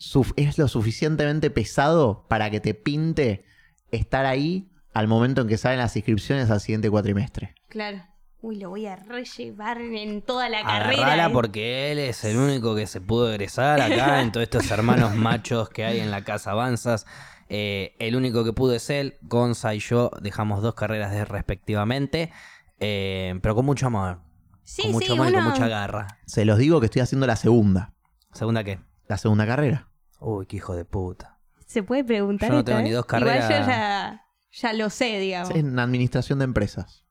S2: suf- es lo suficientemente pesado para que te pinte estar ahí al momento en que salen las inscripciones al siguiente cuatrimestre.
S1: Claro. Uy, lo voy a rellevar en toda la carrera.
S3: Agarrala
S1: eh.
S3: porque él es el único que se pudo egresar acá en todos estos hermanos machos que hay en la casa Avanzas. Eh, el único que pudo es él. Gonza y yo dejamos dos carreras de- respectivamente, eh, pero con mucho amor.
S1: Sí,
S3: con mucho
S1: sí,
S3: amor y con
S1: uno-
S3: mucha garra.
S2: Se los digo que estoy haciendo la segunda,
S3: ¿Segunda qué?
S2: la segunda carrera.
S3: Uy, qué hijo de puta.
S1: Se puede preguntar.
S3: Yo no
S1: esto,
S3: tengo
S1: eh?
S3: ni dos
S1: Igual
S3: carreras.
S1: yo ya, ya lo sé, digamos.
S2: Es en administración de empresas.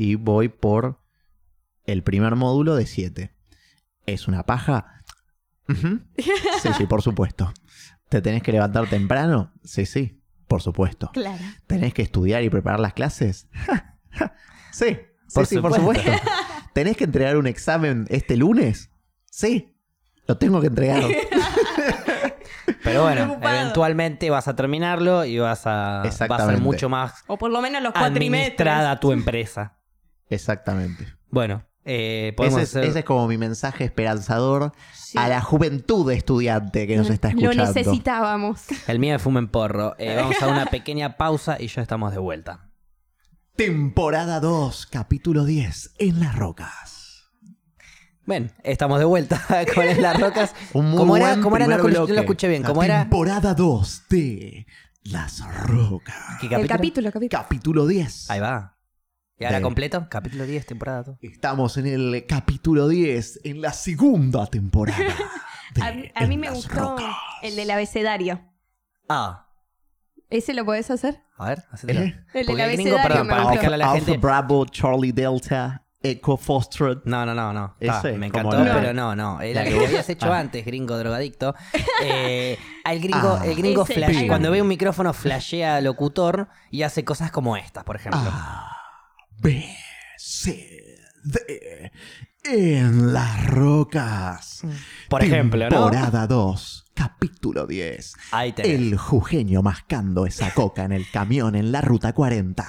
S2: Y voy por el primer módulo de 7. ¿Es una paja? Ujú. Sí, sí, por supuesto. ¿Te tenés que levantar temprano? Sí, sí, por supuesto.
S1: Claro.
S2: ¿Tenés que estudiar y preparar las clases? sí,
S3: Por
S2: por, sí, por
S3: supuesto.
S2: supuesto. ¿Tenés que entregar un examen este lunes? Sí, lo tengo que entregar.
S3: Pero bueno,
S1: Preocupado.
S3: eventualmente vas a terminarlo y vas a, vas a ser
S2: Exactamente.
S3: mucho más
S1: O por lo menos los cuatrimestres.
S3: administrada tu empresa.
S2: Exactamente.
S3: Bueno, Eh, podemos
S2: Ese es,
S3: hacer-
S2: ese es como mi mensaje esperanzador
S1: Sí.
S2: a la juventud estudiante que nos está
S1: Lo
S2: escuchando.
S1: necesitábamos.
S3: El miedo de fumen porro. Eh, vamos a una pequeña pausa y ya estamos de vuelta.
S2: Temporada 2, capítulo 10, en las rocas.
S3: Ven, estamos de vuelta con las rocas.
S2: Un muy
S3: ¿Cómo era?
S2: buen
S3: ¿Cómo era? No,
S2: primer
S3: escu- no
S2: bloque.
S3: lo escuché bien.
S2: La
S3: ¿Cómo era?
S2: Temporada 2 de Las Rocas.
S3: ¿Qué
S1: El capítulo, capítulo.
S2: Capítulo Eh, 10.
S3: Ahí va. ¿Y ahora
S2: Dale.
S3: completo? Capítulo 10, temporada 2.
S2: Estamos en el capítulo 10, en la segunda temporada. de
S1: A, a mí
S2: En
S1: me
S2: las
S1: gustó
S2: Rocas.
S1: el del abecedario.
S3: Ah,
S1: ¿Ese lo podés hacer?
S3: a ver, hacételo.
S2: ¿Eh?
S1: El
S3: Porque
S1: del
S3: el gringo,
S1: abecedario
S3: perdón,
S1: me
S3: para
S1: gustó.
S3: explicarle a la
S2: Alpha
S3: gente.
S2: Bravo, Charlie Delta, Echo Foster.
S3: No, no, no, no. Ta,
S2: Ese,
S3: me
S2: como
S3: encantó,
S2: la-
S3: pero no, no. Era
S2: la
S3: que
S2: que-
S3: habías hecho
S2: Ah.
S3: antes, gringo drogadicto. Eh, al gringo,
S2: Ah.
S3: el gringo
S1: Ese,
S3: flash,
S2: ahí va.
S3: cuando ve un micrófono flashea al locutor y hace cosas como estas, por ejemplo.
S2: Ah. B, C, D. En las rocas.
S3: Mm. Por ejemplo, ¿no?
S2: Temporada 2, capítulo 10.
S3: Ahí tenés.
S2: El jujeño mascando esa coca en el camión en la ruta 40.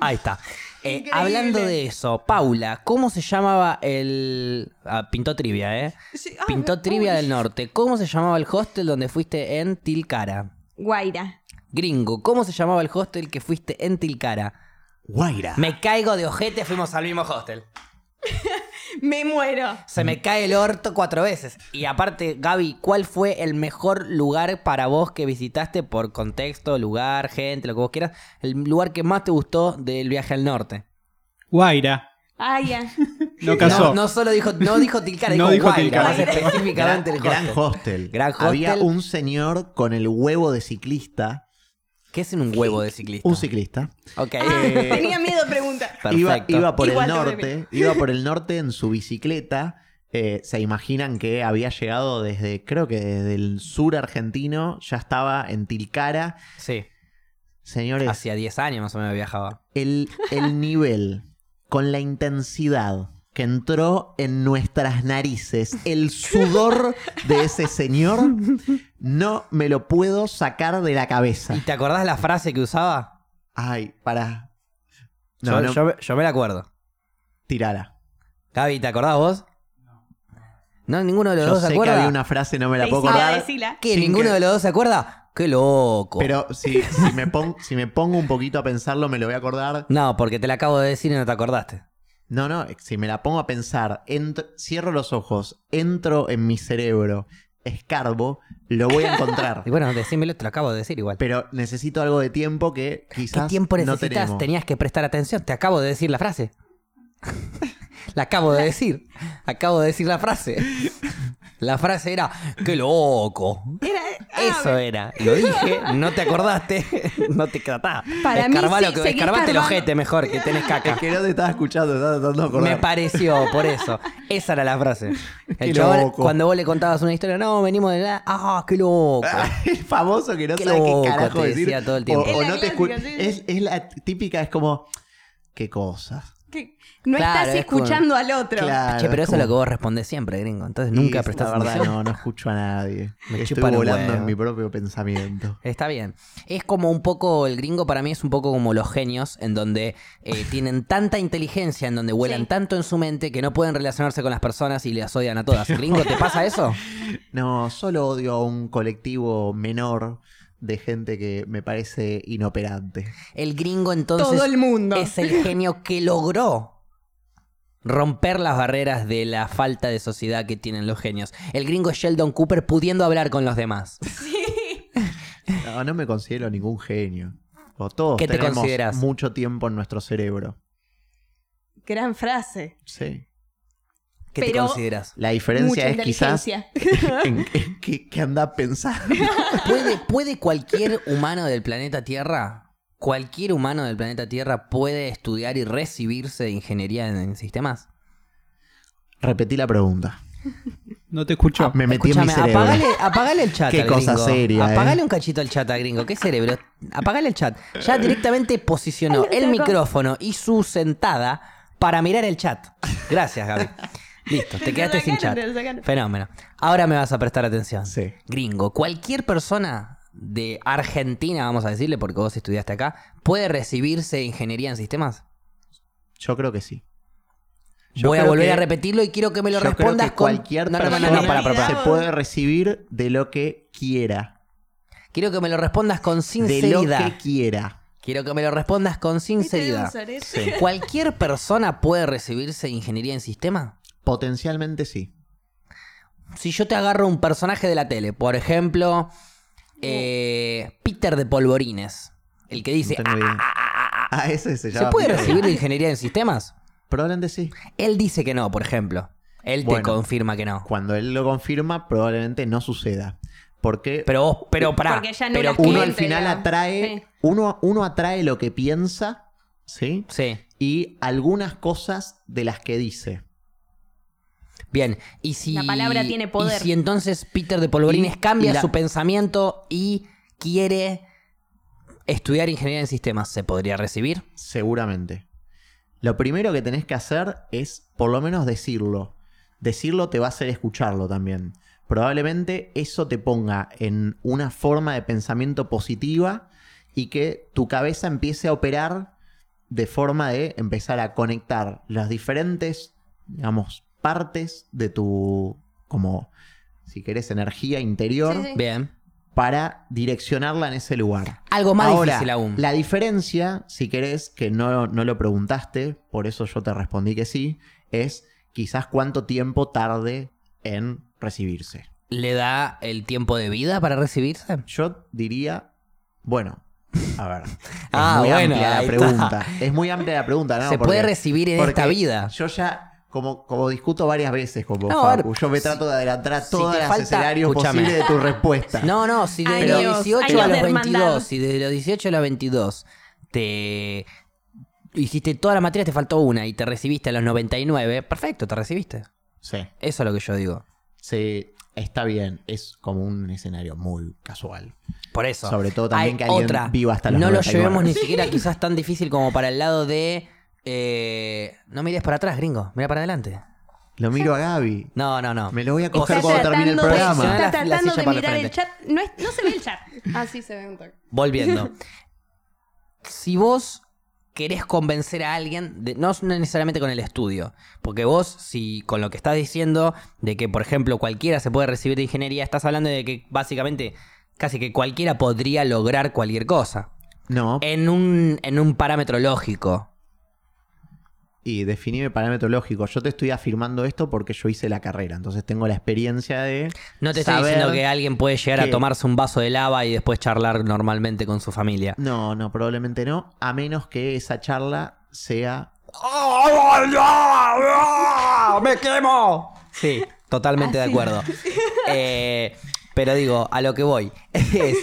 S3: Ahí está. Eh,
S1: Increíble.
S3: hablando de eso, Paula, ¿cómo se llamaba el. Ah, pintó trivia, ¿eh?
S1: Sí, ah,
S3: Pintó
S1: uy.
S3: trivia del norte. ¿Cómo se llamaba el hostel donde fuiste en Tilcara?
S1: Guaira.
S3: Gringo, ¿cómo se llamaba el hostel que fuiste en Tilcara?
S2: Guaira.
S3: Me caigo de ojete, fuimos al mismo hostel.
S1: Me muero.
S3: Se me cae el orto cuatro veces. Y aparte, Gaby, ¿cuál fue el mejor lugar para vos que visitaste por contexto, lugar, gente, lo que vos quieras? El lugar que más te gustó del viaje al norte.
S4: Guaira.
S1: Ay, ah. ya.
S4: No casó.
S3: No, no solo dijo, no dijo Tilcara,
S4: No
S3: dijo
S4: dijo
S3: Guaira,
S4: Tilcara.
S3: más
S2: Gran,
S3: específicamente el
S2: gran
S3: hostel.
S2: hostel.
S3: Gran hostel.
S2: Había un señor con el huevo de ciclista.
S3: ¿Qué es en un huevo de ciclista?
S2: Un ciclista. Ah,
S3: Ok.
S1: Tenía miedo pregunta.
S2: Iba,
S3: Perfecto.
S2: iba por
S1: Igual
S2: el
S1: no me
S2: norte. Iba por el norte en su bicicleta. Eh, se imaginan que había llegado desde, creo que desde el sur argentino. Ya estaba en Tilcara.
S3: Sí,
S2: Señores,
S3: hacía 10 años más o menos viajaba.
S2: el, el nivel con la intensidad que entró en nuestras narices, el sudor de ese señor, no me lo puedo sacar de la cabeza.
S3: ¿Y te acordás la frase que usaba?
S2: Ay, para. No,
S3: yo,
S2: no,
S3: yo me- yo me la acuerdo.
S2: tirala.
S3: Gaby, ¿te acordás vos? No, ninguno de los
S2: Yo
S3: dos se
S2: sé que
S3: acuerda.
S2: había una frase, no me la puedo
S1: Decila,
S2: acordar.
S1: decila.
S3: ¿Qué?
S2: sin
S3: ¿Ninguno
S2: que-
S3: de los dos se acuerda? ¡Qué loco!
S2: Pero si, si me pon- si me pongo un poquito a pensarlo, me lo voy a acordar.
S3: No, porque te la acabo de decir y no te acordaste.
S2: No, no, si me la pongo a pensar, entro- cierro los ojos, entro en mi cerebro, escarbo, lo voy a encontrar.
S3: Y bueno, decímelo, te lo acabo de decir igual.
S2: Pero necesito algo de tiempo que
S3: ¿Qué
S2: quizás
S3: tiempo
S2: no
S3: necesitas?
S2: tenemos.
S3: Tenías que prestar atención. Te acabo de decir la frase. la acabo de decir. Acabo de decir la frase. La frase era, ¡qué loco!
S1: Ah,
S3: Eso era. Lo dije, no te acordaste, no te tratás.
S1: Para mí
S3: Escarbá
S1: sí,
S3: lo que-
S1: seguí
S3: escarbate el
S1: escarbando.
S3: ojete mejor, que tenés caca.
S2: Es que no te estaba escuchando, estaba tratando de
S3: Me
S2: acordar.
S3: pareció, por eso. Esa era la frase. El
S2: Qué
S3: chabón,
S2: loco.
S3: cuando vos le contabas una historia, no, venimos de la. ¡Ah, qué loco!
S2: El famoso que no
S3: Qué
S2: sabe
S3: loco,
S2: qué carajo
S3: te
S2: decir.
S3: decía todo el
S2: o-
S3: tiempo.
S2: O,
S1: Es la
S2: no te
S1: clásica,
S2: escu-
S1: sí.
S2: es, es la típica, es como, qué cosas.
S1: Que No
S3: Claro,
S1: estás
S3: es como-
S1: escuchando al otro.
S2: Claro,
S3: che, pero eso es
S2: Ah, como-
S3: lo que vos respondés siempre, gringo. Entonces
S2: Y
S3: nunca
S2: es-
S3: prestás
S2: la verdad,
S3: atención.
S2: no, no escucho a nadie.
S3: Me
S2: Estoy
S3: chupan un
S2: volando
S3: huevo.
S2: en mi propio pensamiento.
S3: Está bien. Es como un poco, el gringo para mí es un poco como los genios, en donde eh, tienen tanta inteligencia, en donde vuelan
S1: Sí.
S3: tanto en su mente que no pueden relacionarse con las personas y las odian a todas. Gringo, ¿te pasa eso?
S2: No, solo odio a un colectivo menor de gente que me parece inoperante.
S3: El gringo entonces
S1: Todo el mundo.
S3: es el genio que logró romper las barreras de la falta de sociedad que tienen los genios. El gringo Sheldon Cooper pudiendo hablar con los demás.
S2: No, no me considero ningún genio. O todos
S3: ¿Qué te
S2: tenemos
S3: consideras?
S2: mucho tiempo en nuestro cerebro.
S1: Gran frase.
S2: Sí.
S3: ¿Qué te
S1: Pero-
S3: consideras?
S2: La
S1: Mucha
S2: diferencia es quizás
S1: inteligencia.
S2: en, en qué, qué anda pensando.
S3: ¿Puede, puede cualquier humano del planeta Tierra, cualquier humano del planeta Tierra puede estudiar y recibirse de ingeniería en, en sistemas?
S2: Repetí la pregunta.
S4: No te escucho.
S3: Ah,
S2: me metí en mi
S3: Escúchame,
S2: cerebro.
S3: apagale, apagale el chat.
S2: Qué
S3: al
S2: cosa
S3: gringo.
S2: seria, eh.
S3: Apagale un cachito al chat al gringo. ¿Qué cerebro? Apagale el chat. Ya directamente posicionó el micrófono y su sentada para mirar el chat. Gracias, Gaby. Listo, te quedaste sin chat.
S1: Te lo sacaron.
S3: Fenómeno. Ahora me vas a prestar atención.
S2: Sí.
S3: Gringo, cualquier persona de Argentina, vamos a decirle, porque vos estudiaste acá, puede recibirse de ingeniería en sistemas.
S2: Yo creo que sí. Yo
S3: Voy a
S2: creo
S3: volver
S2: que-
S3: a repetirlo y quiero que me lo
S2: Yo creo
S3: respondas
S2: que
S3: con-
S2: cualquier
S3: No, no, no, no,
S2: persona
S3: no, para, para, para.
S2: se puede recibir de lo que quiera.
S3: Quiero que me lo respondas con
S2: De lo que
S3: sinceridad.
S2: quiera.
S3: Quiero que me lo respondas con sinceridad. ¿Cualquier persona puede recibirse de ingeniería en sistema?
S2: Potencialmente sí.
S3: Si yo te agarro un personaje de la tele, por ejemplo, eh, Peter de Polvorines, el que dice, "Ah,
S2: No tengo idea. Ah, ese se
S3: ¿se
S2: llama.
S3: puede
S2: Peter.
S3: recibir de ingeniería en sistemas?
S2: Probablemente sí.
S3: Él dice que no, por ejemplo. Él te
S2: Bueno.
S3: confirma que no.
S2: Cuando él lo confirma, probablemente no suceda. Porque
S3: Pero vos, pero pará.
S1: Porque ya no
S3: pero
S1: las
S2: uno
S1: cliente,
S2: al final
S1: la-
S2: atrae.
S1: sí.
S2: Uno, uno atrae lo que piensa, ¿sí?
S3: Sí.
S2: Y algunas cosas de las que dice.
S3: Bien, y si.
S1: La palabra tiene poder.
S3: Y si entonces Peter de Polvorines
S2: Y-
S3: cambia
S2: y la-
S3: su pensamiento y quiere estudiar ingeniería en sistemas, ¿se podría recibir?
S2: Seguramente. Lo primero que tenés que hacer es por lo menos decirlo. Decirlo te va a hacer escucharlo también. Probablemente eso te ponga en una forma de pensamiento positiva y que tu cabeza empiece a operar de forma de empezar a conectar las diferentes, digamos, partes de tu, como, si querés, energía interior
S1: Sí, sí.
S3: Bien.
S2: para direccionarla en ese lugar.
S3: Algo más
S2: Ahora,
S3: difícil aún.
S2: La diferencia, si querés, que no, no lo preguntaste, por eso yo te respondí que sí, es quizás cuánto tiempo tarde en recibirse.
S3: ¿Le da el tiempo de vida para recibirse?
S2: Yo diría, bueno, a ver. Es
S3: Ah,
S2: muy
S3: bueno,
S2: amplia
S3: ahí
S2: la pregunta. Es muy amplia la pregunta, ¿no?
S3: ¿Se
S2: Porque-
S3: puede recibir en
S2: porque
S3: esta vida?
S2: Yo ya, como, como discuto varias veces con vos,
S3: No, a ver,
S2: Facu, yo me trato de adelantar a
S3: si
S2: todos
S3: te
S2: los
S3: falta-
S2: escenarios
S3: escúchame.
S2: posibles de tu respuesta.
S3: No, no, si de
S1: Años,
S3: los 18
S1: años de
S3: a los
S1: hermandad.
S3: 22, si de los 18 a los 22 te hiciste todas las materias, te faltó una y te recibiste a los 99, perfecto, te recibiste.
S2: Sí.
S3: Eso es lo que yo digo.
S2: Sí, está bien. Es como un escenario muy casual.
S3: Por eso.
S2: Sobre todo también
S3: Hay
S2: que alguien
S3: otra.
S2: viva hasta los
S3: No lo
S2: 99.
S3: llevemos ni siquiera quizás tan difícil como para el lado de... eh, no mires para atrás, gringo. Mira para adelante.
S2: Lo miro a Gaby.
S3: No, no, no.
S2: Me lo voy a coger
S1: Está
S2: cuando termine el
S1: tratando de-
S2: programa.
S1: Está
S3: La- la
S1: tratando
S3: silla
S1: de
S3: para el
S1: mirar el
S3: frente.
S1: chat. No, es- no se ve el chat. Así Ah, se ve un toque.
S3: Volviendo. si vos querés convencer a alguien, de- no necesariamente con el estudio, porque vos, si con lo que estás diciendo, de que, por ejemplo, cualquiera se puede recibir de ingeniería, estás hablando de que básicamente casi que cualquiera podría lograr cualquier cosa.
S2: No,
S3: En un, en un parámetro lógico.
S2: y definime parámetro lógico. Yo te estoy afirmando esto porque yo hice la carrera. Entonces tengo la experiencia de.
S3: No te estoy
S2: saber-
S3: diciendo que alguien puede llegar a
S2: que-
S3: tomarse un vaso de lava y después charlar normalmente con su familia.
S2: No, no, probablemente no. A menos que esa charla sea.
S3: ¡Me quemo! Sí, totalmente de acuerdo. Eh, pero digo, a lo que voy es,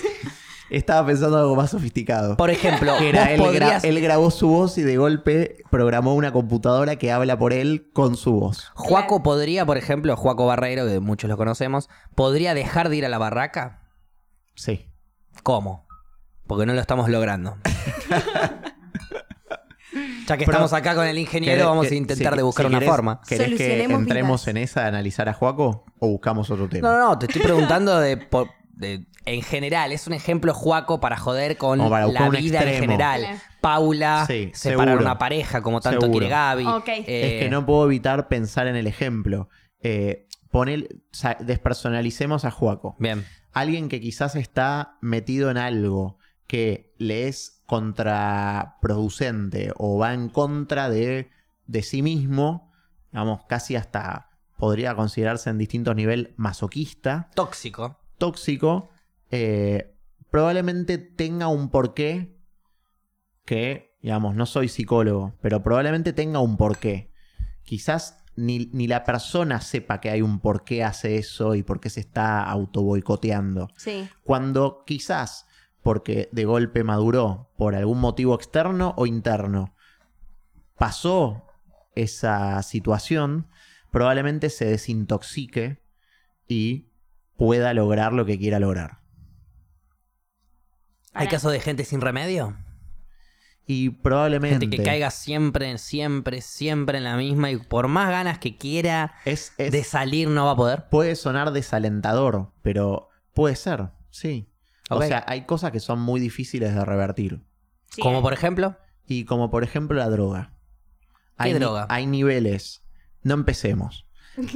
S2: Estaba pensando algo más sofisticado.
S3: por ejemplo,
S2: Que era,
S3: vos
S2: él, gra-
S3: podrías-
S2: él grabó su voz y de golpe programó una computadora que habla por él con su voz.
S3: Juaco podría, por ejemplo, Juaco Barreiro, que muchos lo conocemos, podría dejar de ir a la barraca.
S2: Sí.
S3: ¿Cómo? Porque no lo estamos logrando. Ya que
S2: Pero-
S3: estamos acá con el ingeniero,
S2: ¿Querés-
S3: vamos a
S2: que-
S3: intentar
S2: si-
S3: de buscar
S2: si
S3: una
S2: querés-
S3: forma.
S2: ¿Querés que
S1: Solucionemos
S2: entremos
S1: vidas.
S2: en esa, analizar a Juaco o buscamos otro tema?
S3: No, no, no, te estoy preguntando de, por- de- en general. Es un ejemplo juaco para joder con
S2: Como para buscar
S3: la
S2: un
S3: vida en
S2: extremo.
S3: general.
S1: Claro.
S3: Paula,
S2: Sí,
S3: separar
S2: seguro.
S3: una pareja como tanto
S2: Seguro.
S3: quiere Gaby.
S1: Ok.
S3: eh,
S2: Es que no puedo evitar pensar en el ejemplo. Eh, ponel- sa- despersonalicemos a Juaco.
S3: Bien,
S2: Alguien que quizás está metido en algo que le es contraproducente o va en contra de, de sí mismo, digamos, casi hasta podría considerarse en distintos niveles masoquista.
S3: tóxico.
S2: tóxico, eh, probablemente tenga un porqué que, digamos, no soy psicólogo, pero probablemente tenga un porqué. Quizás ni, ni la persona sepa que hay un porqué hace eso y por qué se está auto boicoteando.
S1: Sí.
S2: Cuando quizás porque de golpe maduró por algún motivo externo o interno, pasó esa situación, probablemente se desintoxique y pueda lograr lo que quiera lograr.
S3: ¿Hay
S1: Pará.
S3: casos de gente sin remedio?
S2: Y probablemente
S3: Gente que caiga siempre, siempre, siempre en la misma y por más ganas que quiera
S2: es, es-
S3: de salir no va a poder.
S2: puede sonar desalentador, pero puede ser, sí.
S3: Ok.
S2: O sea, hay cosas que son muy difíciles de revertir.
S1: Sí. eh.
S3: Como por ejemplo,
S2: Y como por ejemplo la droga.
S3: ¿Qué
S2: hay ni-
S3: droga?
S2: hay niveles no empecemos.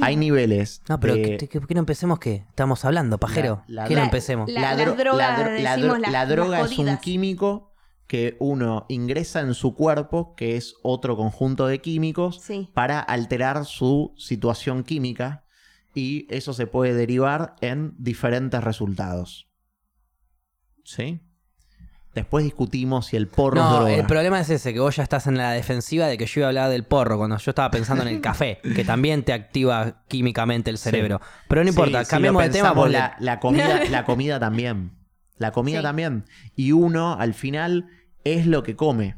S2: Hay niveles.
S3: No, pero
S2: de-
S3: ¿qué, qué- qué no empecemos qué? Estamos hablando, pajero.
S2: Eh, La- la-
S3: ¿Qué no
S2: la-
S3: empecemos?
S1: la- las
S2: dro-
S1: drogas,
S2: dro- la
S1: decimos
S2: dro-
S1: las-
S2: la droga
S1: las
S2: es un
S1: jodidas.
S2: químico que uno ingresa en su cuerpo, que es otro conjunto de químicos,
S1: Sí.
S2: para alterar su situación química y eso se puede derivar en diferentes resultados. ¿Sí? Después discutimos si el porro es
S3: No, eh,
S2: droga.
S3: el problema es ese, que vos ya estás en la defensiva de que yo iba a hablar del porro, cuando yo estaba pensando en el café, que también te activa químicamente el cerebro. Pero no
S2: Sí,
S3: importa,
S2: si
S3: cambiemos
S2: lo
S3: de tema
S2: pensamos,
S3: porque...
S2: La, la comida, la comida también. La comida
S1: Sí.
S2: también. Y uno, al final, es lo que come.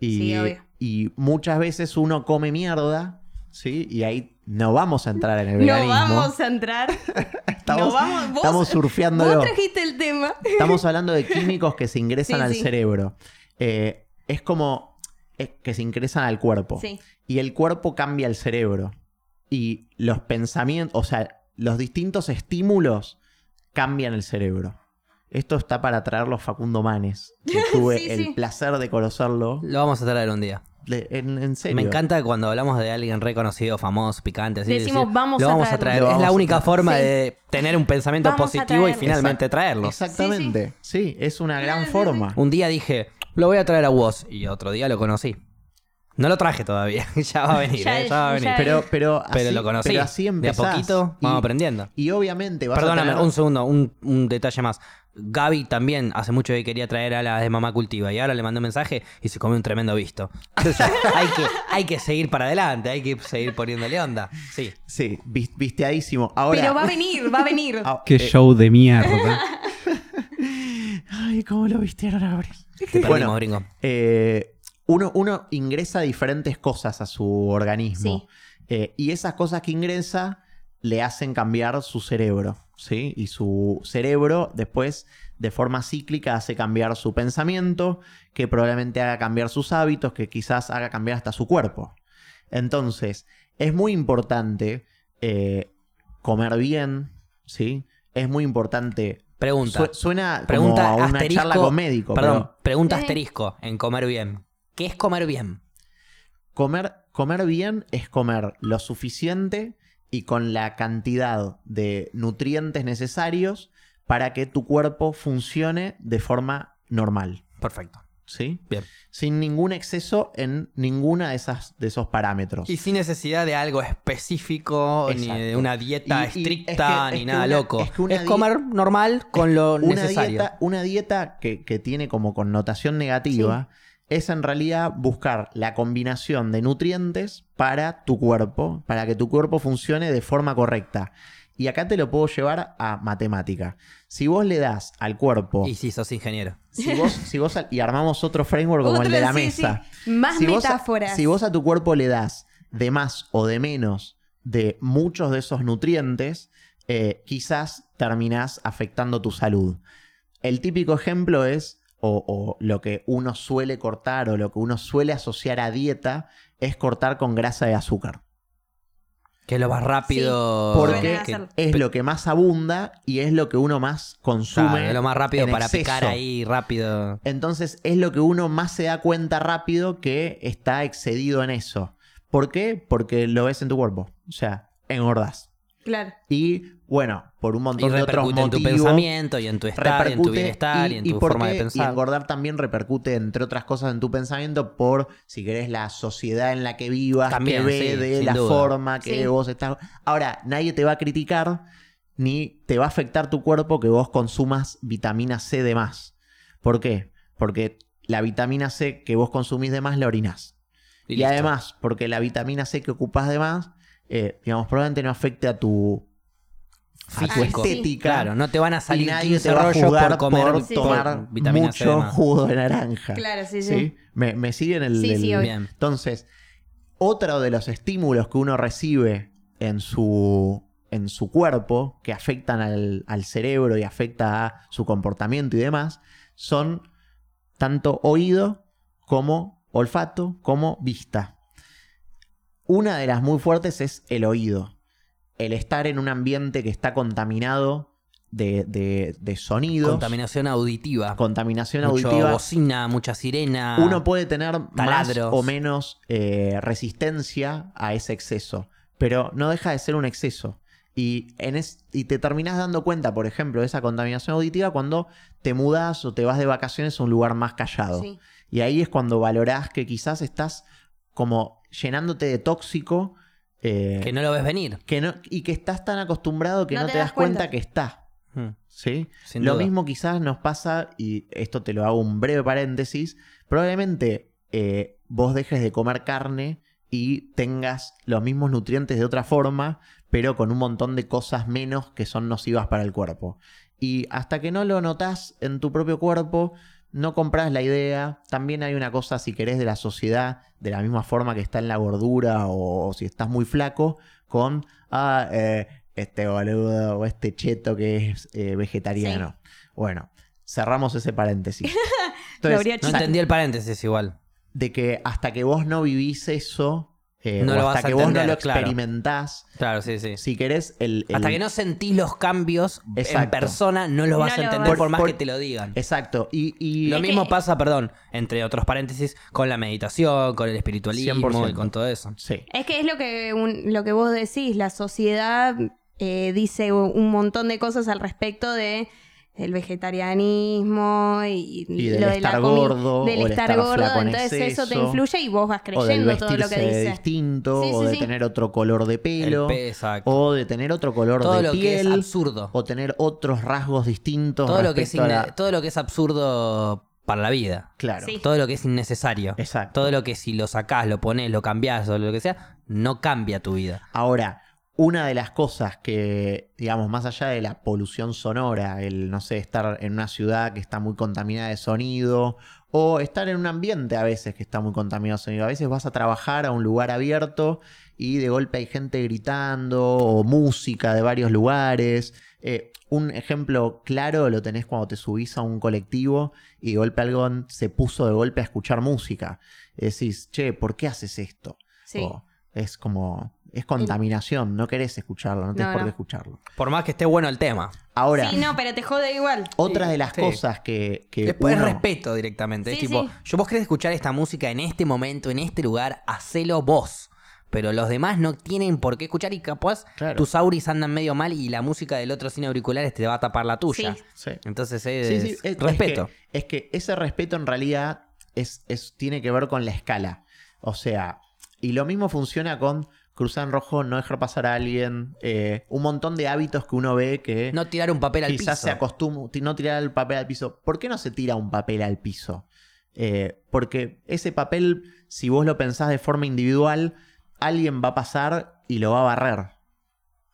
S2: Y,
S1: Sí, obvio.
S2: y muchas veces uno come mierda, ¿sí? Y ahí no vamos a entrar en el
S1: No
S2: veganismo.
S1: vamos a entrar.
S2: estamos,
S1: no vamos- vos-
S2: estamos surfeándolo.
S1: Vos trajiste el tema.
S2: Estamos hablando de químicos que se ingresan
S1: Sí,
S2: al
S1: sí.
S2: cerebro. Eh, es como es que se ingresan al cuerpo
S1: Sí.
S2: y el cuerpo cambia el cerebro. Y los pensamientos, o sea, los distintos estímulos cambian el cerebro. Esto está para traerlo Facundo Manes. que tuve
S1: Sí,
S2: el
S1: sí.
S2: placer de conocerlo.
S3: Lo vamos a traer un día.
S2: Le- en, en serio.
S3: Me encanta cuando hablamos de alguien reconocido, famoso, picante. Así,
S1: Decimos,
S3: decir,
S1: "Vamos
S3: lo
S1: a
S3: vamos
S1: traerlo".
S3: a traer.
S2: Lo
S3: Es
S2: vamos
S3: la
S2: a
S3: única
S2: traer.
S3: forma
S1: Sí.
S3: de tener un pensamiento
S1: Vamos a
S3: positivo y
S1: traerlo.
S3: finalmente traerlo.
S2: Exactamente. Sí, es una
S1: Sí,
S2: gran
S1: sí, sí.
S2: forma.
S3: Un día dije, lo voy a traer a vos. Y otro día lo conocí. No lo traje todavía. ya va a venir,
S1: Ya-
S3: eh, ya va a venir.
S1: ya-
S2: Pero, pero,
S3: Pero
S2: así-
S3: lo conocí.
S2: Pero así
S3: de a
S2: empezás.
S3: poquito
S2: y,
S3: vamos aprendiendo.
S2: y obviamente vas a
S3: Perdóname,
S2: tener-
S3: un segundo, un, un detalle más. Gaby también hace mucho que quería traer a la de Mamá Cultiva y ahora le mandó un mensaje y se comió un tremendo visto. Entonces, hay, que, hay que seguir para adelante, hay que seguir poniéndole onda. Sí.
S2: Sí, vis- visteadísimo. Ahora,
S1: Pero va a venir, va a venir.
S2: ah,
S4: Qué
S2: eh,
S4: show de mierda.
S2: Ay, cómo lo vistieron a Abril.
S3: Te perdimos,
S2: Bueno,
S3: gringo.
S2: Eh, uno, uno ingresa diferentes cosas a su organismo.
S1: Sí.
S2: Eh, y esas cosas que ingresa le hacen cambiar su cerebro. ¿sí? Y su cerebro después, de forma cíclica, hace cambiar su pensamiento, que probablemente haga cambiar sus hábitos, que quizás haga cambiar hasta su cuerpo. Entonces, es muy importante eh, comer bien, ¿sí? Es muy importante...
S3: Pregunta.
S2: Su- suena
S3: Pregunta
S2: como a una
S3: asterisco.
S2: charla con médico,
S3: Perdón,
S2: pero-
S3: pregunta
S1: Sí.
S3: asterisco en comer bien. ¿Qué es comer bien?
S2: Comer, comer bien es comer lo suficiente y con la cantidad de nutrientes necesarios para que tu cuerpo funcione de forma normal,
S3: Perfecto.
S2: ¿sí?
S3: Bien.
S2: Sin ningún exceso en ninguna de, esas, de esos parámetros.
S3: Y sin necesidad de algo específico,
S2: Exacto.
S3: ni de una dieta
S2: Y- y es
S3: estricta,
S2: que- es
S3: ni
S2: que una-
S3: nada loco.
S2: es
S3: Es,
S2: que una di-
S3: comer normal con lo
S2: una
S3: necesario.
S2: dieta, una dieta que, que tiene como connotación negativa es en realidad buscar la combinación de nutrientes para tu cuerpo, para que tu cuerpo funcione de forma correcta. Y acá te lo puedo llevar a matemática. Si vos le das al cuerpo,
S3: Y si sos ingeniero.
S2: si vos, si vos al- y armamos otro framework como
S1: Otro,
S2: el de la
S1: sí,
S2: mesa.
S1: sí. Más
S2: Si vos a-
S1: metáforas.
S2: si vos a tu cuerpo le das de más o de menos de muchos de esos nutrientes, eh, quizás terminás afectando tu salud. El típico ejemplo es, o, o lo que uno suele cortar o lo que uno suele asociar a dieta, es cortar con grasa de azúcar.
S3: Que lo vas rápido.
S1: Sí.
S2: Porque
S1: Suelen hacerlo.
S2: es lo que más abunda y es lo que uno más consume.
S3: Claro, es lo más rápido
S2: en
S3: para picar
S2: exceso.
S3: ahí rápido.
S2: Entonces es lo que uno más se da cuenta rápido que está excedido en eso. ¿Por qué? Porque lo ves en tu cuerpo. O sea, engordás.
S1: Claro.
S2: Y bueno, por un
S3: Y
S2: montón de otros
S3: repercute en
S2: motivos.
S3: tu pensamiento y en tu estar y en tu bienestar y, en tu
S2: por
S3: forma de
S2: qué- Y
S3: pensar.
S2: engordar también repercute, entre otras cosas, en tu pensamiento por, si querés, la sociedad en la que vivas,
S3: También,
S2: que ve
S3: sí,
S2: de
S3: sin
S2: la
S3: duda.
S2: forma que
S1: Sí.
S2: vos estás. Ahora, nadie te va a criticar ni te va a afectar tu cuerpo que vos consumas vitamina C de más. ¿Por qué? Porque la vitamina C que vos consumís de más la orinás. Y,
S3: listo.
S2: además, porque la vitamina C que ocupás de más, eh, digamos, probablemente no afecte a tu, a tu
S3: Físico.
S2: estética.
S3: Claro, no te van a
S2: Y
S3: salir
S2: nadie
S3: 15
S2: te va a
S3: rollos
S2: juzgar por,
S3: por comer
S1: Sí.
S2: tomar
S3: vitamina C de
S2: mucho
S3: más.
S2: jugo de naranja.
S1: Claro, sí, sí.
S2: ¿Sí? ¿Me, me siguen el,
S1: Sí, sí,
S2: el-
S1: obvio.
S3: Bien.
S2: Entonces, otro de los estímulos que uno recibe en su, en su cuerpo, que afectan al, al cerebro y afecta a su comportamiento y demás, son tanto oído como olfato, como vista. Una de las muy fuertes es el oído. El estar en un ambiente que está contaminado de, de, de sonidos,
S3: Contaminación auditiva.
S2: contaminación
S3: Mucho
S2: auditiva,
S3: bocina, mucha sirena.
S2: uno puede tener más
S3: Taladros.
S2: o menos eh, resistencia a ese exceso. pero no deja de ser un exceso. Y, en es- y te terminás dando cuenta, por ejemplo, de esa contaminación auditiva cuando te mudas o te vas de vacaciones a un lugar más callado.
S1: Sí.
S2: Y ahí es cuando valorás que quizás estás como llenándote de tóxico eh,
S3: Que no lo ves venir.
S2: que no- y que estás tan acostumbrado que no, te, das cuenta, que está.
S3: Mm,
S2: ¿sí?
S3: sin
S2: lo
S3: duda.
S2: mismo quizás nos pasa, y esto te lo hago un breve paréntesis, probablemente eh, vos dejes de comer carne y tengas los mismos nutrientes de otra forma, pero con un montón de cosas menos que son nocivas para el cuerpo. Y hasta que no lo notás en tu propio cuerpo, no compras la idea. También hay una cosa, si querés, de la sociedad, de la misma forma que está en la gordura o, o si estás muy flaco, con ah, eh, este boludo o este cheto que es eh, vegetariano. Bueno, cerramos ese paréntesis.
S1: Lo habría
S3: No
S1: Exacto.
S3: entendí el paréntesis igual.
S2: de que hasta que vos no vivís eso, eh,
S3: No
S2: o
S3: lo vas
S2: hasta
S3: a
S2: que vos no
S3: entender,
S2: lo
S3: claro.
S2: experimentás,
S3: Claro, sí, sí.
S2: si querés, el, el-
S3: Hasta que no sentís los cambios en
S2: Exacto.
S3: persona, no los
S1: No
S3: vas
S1: lo
S3: a entender
S1: vas-
S3: por más
S2: Por-
S3: que te lo digan.
S2: Exacto. Y, y-
S3: Lo
S1: Es
S3: mismo
S1: que-
S3: pasa, perdón, entre otros paréntesis, con la meditación, con el espiritualismo
S2: 100%.
S3: y con todo eso.
S2: Sí.
S1: Es que es lo que, un- lo que vos decís, la sociedad eh, dice u- un montón de cosas al respecto de el vegetarianismo y,
S2: Y del
S1: lo
S2: estar
S1: comi-
S2: gordo,
S1: del
S2: o el
S1: estar,
S2: estar
S1: gordo,
S2: flaco en
S1: entonces eso te
S2: exceso,
S1: influye y vos vas
S2: O del
S1: creyendo todo lo que
S2: vestirse
S1: dice.
S2: distinto,
S1: Sí, sí,
S2: o de
S1: sí.
S2: tener otro color de pelo,
S3: El pe- exacto.
S2: o de tener otro color
S3: todo
S2: de
S3: lo que es
S2: piel,
S3: absurdo.
S2: o tener otros rasgos distintos.
S3: Todo lo, que es
S2: respecto a la-
S3: inne- todo lo que es absurdo para la vida.
S2: Claro.
S1: Sí.
S3: Todo lo que es innecesario.
S2: Exacto.
S3: Todo lo que si lo sacás, lo pones, lo cambiás o lo que sea, no cambia tu vida.
S2: Ahora, una de las cosas que, digamos, más allá de la polución sonora, el, no sé, estar en una ciudad que está muy contaminada de sonido, o estar en un ambiente a veces que está muy contaminado de sonido, a veces vas a trabajar a un lugar abierto y de golpe hay gente gritando, o música de varios lugares. Eh, un ejemplo claro lo tenés cuando te subís a un colectivo y de golpe algo se puso de golpe a escuchar música. Decís, che, ¿por qué haces esto?
S1: Sí.
S2: O es como. Es contaminación, no querés escucharlo, no tenés
S1: No,
S2: por
S1: no.
S2: qué escucharlo.
S3: Por más que esté bueno el tema.
S2: Ahora,
S1: Sí, no, pero te jode igual.
S2: otra de las
S3: sí.
S2: cosas que. que
S3: Después
S2: uno-
S3: respeto directamente. es
S1: Sí,
S3: tipo,
S1: sí.
S3: yo vos querés escuchar esta música en este momento, en este lugar, hacelo vos. Pero los demás no tienen por qué escuchar y capaz
S2: Claro.
S3: tus auris andan medio mal y la música del otro sin auriculares te va a tapar la tuya.
S1: Sí.
S2: Sí.
S3: Entonces eh,
S2: Sí,
S3: es
S2: sí, es- es
S3: respeto.
S2: que- Es que, ese respeto en realidad es, es- tiene que ver con la escala. O sea, y lo mismo funciona con cruzar en rojo, no dejar pasar a alguien, eh, un montón de hábitos que uno ve que
S3: No tirar un papel al
S2: quizás
S3: piso.
S2: se acostumbra no tirar el papel al piso. ¿Por qué no se tira un papel al piso? Eh, porque ese papel, si vos lo pensás de forma individual, alguien va a pasar y lo va a barrer.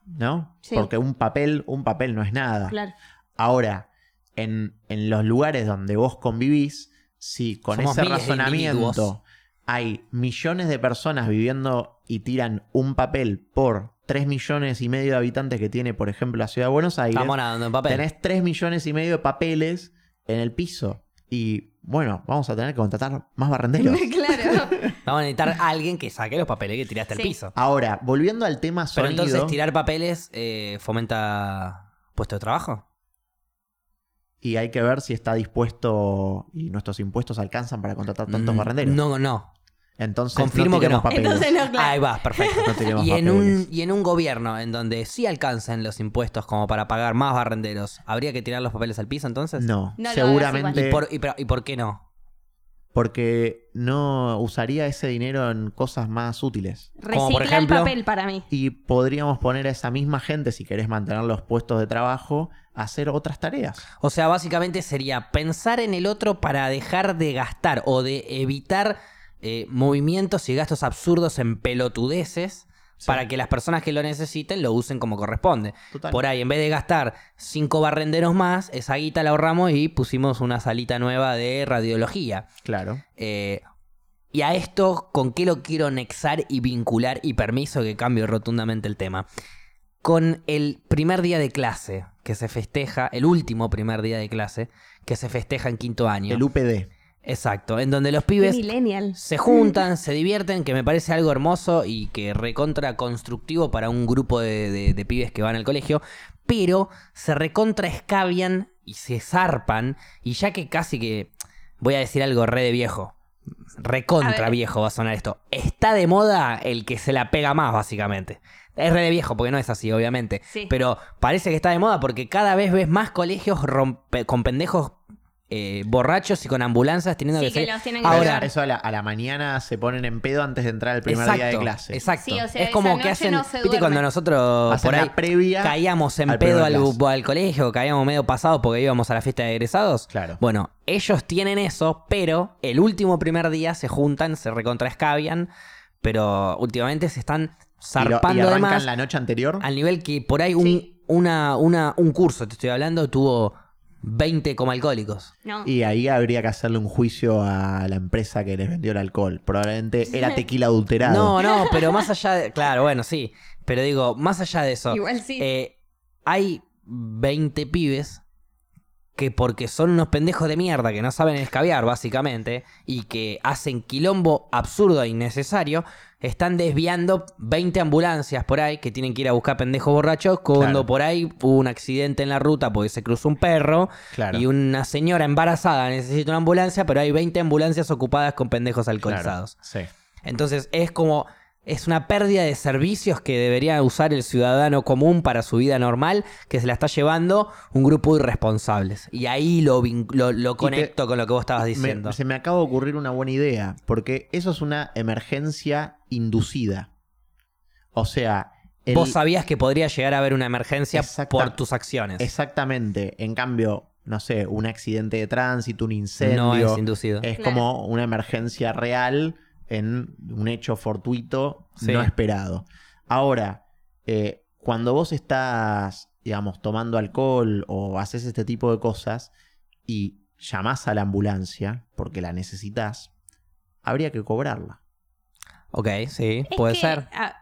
S2: ¿No?
S1: Sí.
S2: Porque un papel, un papel no es nada.
S1: Claro.
S2: Ahora, en, en los lugares donde vos convivís, si con
S3: Somos
S2: ese
S3: miles de individuos.
S2: razonamiento hay millones de personas viviendo y tiran un papel por 3 millones y medio de habitantes que tiene, por ejemplo, la ciudad de Buenos Aires,
S3: Estamos nadando en papel.
S2: tenés 3 millones y medio de papeles en el piso. Y bueno, vamos a tener que contratar más barrenderos.
S1: claro.
S3: Vamos a necesitar a alguien que saque los papeles que tiraste al
S1: Sí.
S3: piso.
S2: Ahora, volviendo al tema
S3: Pero
S2: sonido.
S3: entonces tirar papeles eh, fomenta puesto de trabajo.
S2: Y hay que ver si está dispuesto y nuestros impuestos alcanzan para contratar tantos
S3: Mm,
S2: barrenderos.
S3: No, no.
S2: Entonces,
S3: Confirmo que
S2: tiremos
S3: no.
S2: papeles.
S1: Entonces no,
S3: Ahí
S1: claro.
S3: va, perfecto.
S2: No tiremos
S3: Y en,
S2: papeles.
S3: un, y en un gobierno en donde sí alcanzan los impuestos como para pagar más barrenderos, ¿habría que tirar los papeles al piso entonces?
S2: No,
S1: No lo hagas
S2: seguramente
S3: ¿Y por, y, pero- y por qué no?
S2: porque no usaría ese dinero en cosas más útiles.
S3: Como por
S1: Recicla el
S3: ejemplo-
S1: papel para mí.
S2: Y podríamos poner a esa misma gente, si querés mantener los puestos de trabajo, a hacer otras tareas.
S3: O sea, básicamente sería pensar en el otro para dejar de gastar o de evitar eh, movimientos y gastos absurdos en pelotudeces
S2: Sí.
S3: para que las personas que lo necesiten lo usen como corresponde.
S2: Total.
S3: Por ahí, en vez de gastar cinco barrenderos más, esa guita la ahorramos y pusimos una salita nueva de radiología.
S2: Claro.
S3: Eh, y a esto, ¿con qué lo quiero anexar y vincular? Y permiso que cambio rotundamente el tema. Con el primer día de clase que se festeja, el último primer día de clase que se festeja en quinto año.
S2: El UPD.
S3: Exacto, en donde los
S1: Qué
S3: pibes
S1: Millennial.
S3: se juntan, se divierten, que me parece algo hermoso y que recontra constructivo para un grupo de, de- de pibes que van al colegio, pero se recontra escabian y se zarpan, y ya que casi que voy a decir algo re de viejo,
S1: A
S3: Recontra
S1: ver.
S3: viejo va a sonar esto. Está de moda el que se la pega más, básicamente. Es re de viejo, porque no es así, obviamente.
S1: Sí.
S3: Pero parece que está de moda porque cada vez ves más colegios rompe- con pendejos eh, borrachos y con ambulancias teniendo
S1: Sí,
S3: que, salir.
S1: que los tienen que
S3: Ahora,
S1: llevar.
S2: eso a la, a la mañana se ponen en pedo antes de entrar al primer
S3: exacto,
S2: día de clase.
S3: Exacto.
S1: Sí, o sea,
S3: es como
S1: esa
S3: que
S1: noche
S3: hacen.
S1: no se
S3: Viste cuando
S1: duerme.
S3: nosotros
S2: Hacen
S3: por ahí
S2: la previa.
S3: caíamos en
S2: al
S3: pedo
S2: primer
S3: al,
S2: clase.
S3: al colegio, caíamos medio pasados porque íbamos a la fiesta de egresados.
S2: Claro.
S3: Bueno, ellos tienen eso, pero el último primer día se juntan, se recontraescabian, pero últimamente se
S2: Y
S3: están
S2: lo- y,
S3: zarpando de
S2: arrancan
S3: más
S2: la noche anterior.
S3: al nivel que por ahí un,
S1: Sí.
S3: una, una- un curso, te estoy hablando, tuvo 20 como alcohólicos.
S1: No.
S2: Y ahí habría que hacerle un juicio a la empresa que les vendió el alcohol. Probablemente era tequila adulterado.
S3: No, no, pero más allá de... Claro, bueno, sí, pero digo, más allá de eso,
S1: Igual sí.
S3: eh, hay 20 pibes que porque son unos pendejos de mierda que no saben escabiar, básicamente, y que hacen quilombo absurdo e innecesario, están desviando 20 ambulancias por ahí que tienen que ir a buscar pendejos borrachos cuando
S2: Claro.
S3: por ahí hubo un accidente en la ruta porque se cruzó un perro
S2: Claro.
S3: y una señora embarazada necesita una ambulancia, pero hay 20 ambulancias ocupadas con pendejos
S2: Claro.
S3: alcoholizados.
S2: Sí.
S3: Entonces es como es una pérdida de servicios que debería usar el ciudadano común para su vida normal, que se la está llevando un grupo de irresponsables. Y ahí lo, vin- lo, lo conecto con lo que vos estabas
S2: Me-
S3: diciendo.
S2: se me acaba de ocurrir una buena idea, porque eso es una emergencia inducida. O sea, el-
S3: Vos sabías que podría llegar a haber una emergencia
S2: Exacta-
S3: por tus acciones.
S2: exactamente. En cambio, no sé, un accidente de tránsito, un incendio,
S3: no es
S2: es,
S3: inducido.
S1: Claro.
S2: como una emergencia real en un hecho fortuito
S3: Sí.
S2: no esperado. Ahora, eh, cuando vos estás, digamos, tomando alcohol o haces este tipo de cosas y llamás a la ambulancia porque la necesitas, habría que cobrarla.
S3: ok, sí,
S1: Es
S3: puede
S1: que,
S3: ser.
S1: ah,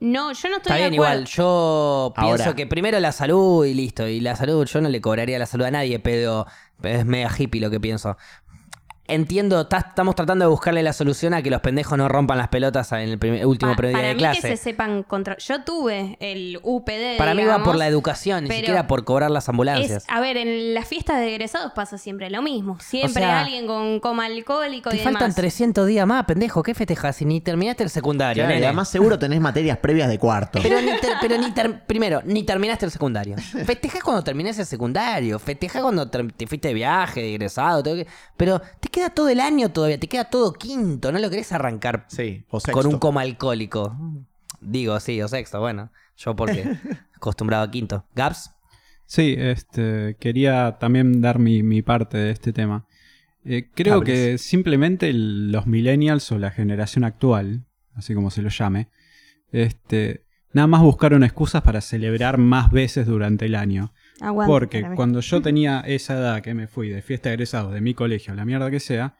S1: no, yo no estoy
S3: Está bien,
S1: de acuerdo.
S3: igual. Yo pienso
S2: Ahora.
S3: que primero la salud y listo. Y la salud, yo no le cobraría la salud a nadie, pero es mega hippie lo que pienso. Entiendo, ta- estamos tratando de buscarle la solución a que los pendejos no rompan las pelotas en el primer- último
S1: Pa-
S3: primer día
S1: para
S3: de
S1: mí
S3: clase.
S1: que se sepan contra. Yo tuve el UPD.
S3: para mí va por
S1: digamos,
S3: la educación, ni
S1: pero
S3: siquiera por cobrar las ambulancias.
S1: Es, a ver, en las fiestas de egresados pasa siempre lo mismo. Siempre
S3: O sea,
S1: alguien con coma alcohólico
S3: Te
S1: y
S3: faltan
S1: demás.
S3: 300 días más, pendejo. ¿Qué festejas? Si ni terminaste el secundario.
S2: Claro, y
S3: nene.
S2: además seguro tenés materias previas de cuarto.
S3: Pero, ni ter- pero ni ter- primero, ni terminaste el secundario. Festejás cuando terminás el secundario. Festejás cuando ter- te fuiste de viaje, de egresado. todo que- Pero te queda todo el año todavía. Te queda todo quinto. No lo querés arrancar
S2: Sí, o sexto.
S3: con un coma alcohólico. Digo, sí, o sexto. Bueno, yo porque acostumbrado a quinto. ¿Gaps?
S4: Sí, este, quería también dar mi, mi parte de este tema. Eh, creo
S2: Hables.
S4: que simplemente el- los millennials o la generación actual, así como se lo llame, este, nada más buscaron excusas para celebrar más veces durante el año.
S1: Aguante,
S4: Porque
S1: para mí.
S4: cuando yo tenía esa edad que me fui de fiesta de egresados de mi colegio, la mierda que sea,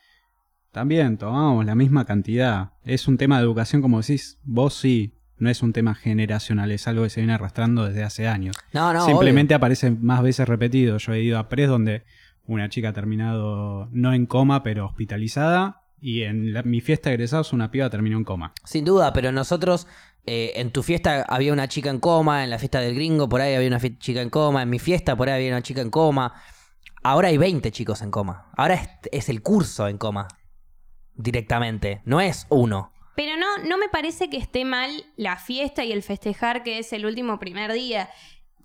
S4: también tomábamos la misma cantidad. Es un tema de educación, como decís, vos sí, no es un tema generacional, es algo que se viene arrastrando desde hace años.
S3: No, no.
S4: Simplemente aparece más veces repetido. Yo he ido a Pres donde una chica ha terminado no en coma, pero hospitalizada. Y en la- mi fiesta de egresados una piba terminó en coma.
S3: obvio. Sin duda, pero nosotros. eh, en tu fiesta había una chica en coma, en la fiesta del gringo por ahí había una fi- chica en coma, en mi fiesta por ahí había una chica en coma. Ahora hay 20 chicos en coma. Ahora es, es el curso en coma. Directamente. No es uno.
S1: Pero no, no me parece que esté mal la fiesta y el festejar que es el último primer día.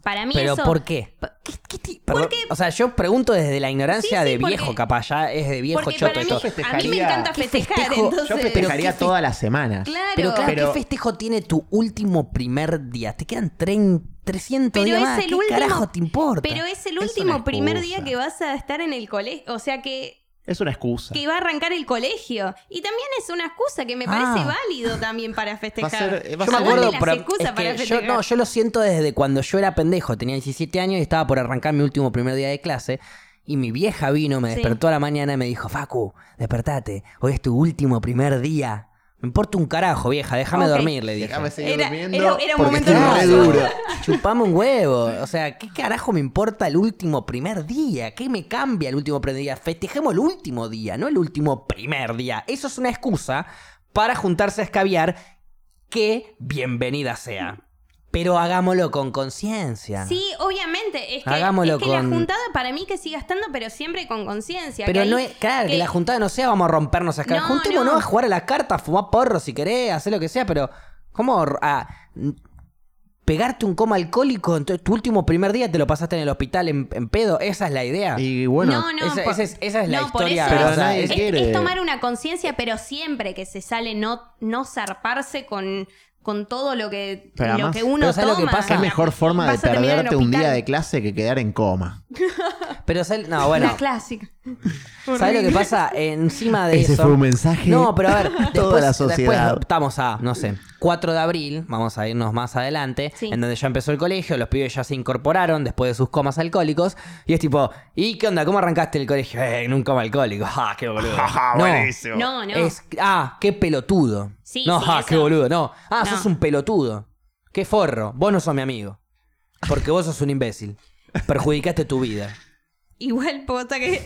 S1: Para mí
S3: Pero
S1: eso.
S3: ¿por qué?
S1: Pa- ¿qué- qué ti-
S3: Perdón.
S1: porque-
S3: O sea, yo pregunto desde la ignorancia
S1: Sí, sí,
S3: de
S1: porque-
S3: viejo, capaz. Ya es de viejo
S1: porque
S3: choto
S1: para
S3: y
S1: mí,
S3: todo.
S2: Yo
S1: a mí me
S2: festejaría-
S1: encanta
S3: ¿Qué
S1: festejar,
S3: festejo? Yo
S1: entonces.
S2: Yo festejaría
S3: Pero qué
S2: todas las semanas.
S1: Claro.
S3: Pero claro,
S2: Pero-
S3: ¿qué festejo tiene tu último primer día? Te quedan tren- 300
S1: Pero
S3: días
S1: es
S3: más.
S1: el
S3: ¿Qué
S1: último-
S3: carajo te importa?
S1: Pero es el
S2: Es una
S1: último primer día
S2: excusa.
S1: que vas a estar en el colegio. O sea que,
S2: Es una excusa.
S1: que va a arrancar el colegio. Y también es una excusa que me
S3: Ah.
S1: parece válido también para festejar.
S2: ser- va a
S3: Yo
S2: ser
S3: me
S1: Aguante
S3: acuerdo,
S1: las
S3: pero
S1: excusas
S3: es
S1: para
S3: que yo,
S1: festejar.
S3: no, yo lo siento desde cuando yo era pendejo, tenía 17 años y estaba por arrancar mi último primer día de clase. Y mi vieja vino, me
S1: Sí.
S3: despertó a la mañana y me dijo, Facu, despertate, hoy es tu último primer día. Me importa un carajo, vieja, déjame
S1: Ok.
S3: dormir, le dije.
S2: Déjame seguir
S1: Era-
S2: durmiendo
S1: era- era un
S2: porque
S1: momento
S2: estoy re
S3: hermoso.
S2: duro.
S3: Chupame un huevo. O sea, ¿qué carajo me importa el último primer día? ¿Qué me cambia el último primer día? Festejemos el último día, no el último primer día. Eso es una excusa para juntarse a escabiar que bienvenida sea. Pero hagámoslo con conciencia.
S1: Sí, obviamente. Es que,
S3: Hagámoslo
S1: es que la
S3: con-
S1: juntada para mí que siga estando, pero siempre con conciencia.
S3: Pero
S1: que
S3: no
S1: ahí-
S3: es, claro, que,
S1: que-
S3: la juntada no sea vamos a rompernos acá.
S1: No,
S3: Juntémonos
S1: no.
S3: a jugar a las cartas, fumar porro si querés, hacer lo que sea, pero ¿cómo r- a n- pegarte un coma alcohólico? Entonces, tu último primer día te lo pasaste en el hospital en, en pedo, esa es la idea.
S2: Y bueno,
S1: no, no,
S3: esa,
S1: por-
S3: esa es, esa es la
S1: no, por
S3: historia.
S1: eso
S2: Pero
S3: o sea,
S2: nadie
S3: es-
S1: es,
S2: quiere.
S1: es tomar una conciencia, pero siempre que se sale no, no zarparse con, con todo lo que,
S2: Pero
S1: lo
S2: además-
S1: que uno
S3: pero ¿sabes lo que
S1: toma.
S3: pasa?
S2: qué mejor forma de
S1: Ah. Vas a terminar en
S2: perderte un día
S1: hospital.
S2: de clase que quedar en coma.
S3: pero sal- no, bueno,
S1: La clásica.
S3: ¿sabes lo que pasa? Encima de
S2: Ese
S3: eso.
S2: fue un mensaje
S3: No, pero a ver,
S2: a toda
S3: después,
S2: la sociedad.
S3: después estamos a, no sé, 4 de abril, vamos a irnos más adelante,
S1: Sí.
S3: en donde ya empezó el colegio, los pibes ya se incorporaron después de sus comas alcohólicos, y es tipo, ¿y qué onda? ¿Cómo arrancaste el colegio? Eh, en un coma alcohólico, ¡ah, qué boludo! no,
S1: No, no.
S3: es, ah, qué pelotudo.
S1: Sí,
S3: no,
S1: sí,
S3: ah,
S1: eso.
S3: qué boludo, no. Ah,
S1: No.
S3: sos un pelotudo. Qué forro, vos no sos mi amigo, porque vos sos un imbécil. Perjudicaste tu vida.
S1: Igual, posta que. eh,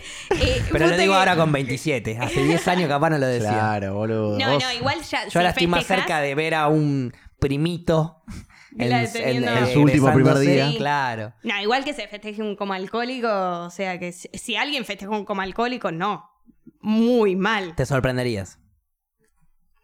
S3: Pero lo
S1: posta
S3: digo
S1: que-
S3: ahora con 27. Hace 10 años capaz no lo decía.
S2: Claro, boludo.
S1: No,
S2: Vos-
S1: no, igual ya.
S3: Yo ahora estoy más cerca de ver a un primito
S1: La deteniendo. En
S2: su último
S3: egresándose,
S2: primer día.
S1: Sí.
S3: Claro.
S1: No, igual que se festeje un como alcohólico, o sea, que si, si alguien festeja un como alcohólico, no. Muy mal.
S3: Te sorprenderías.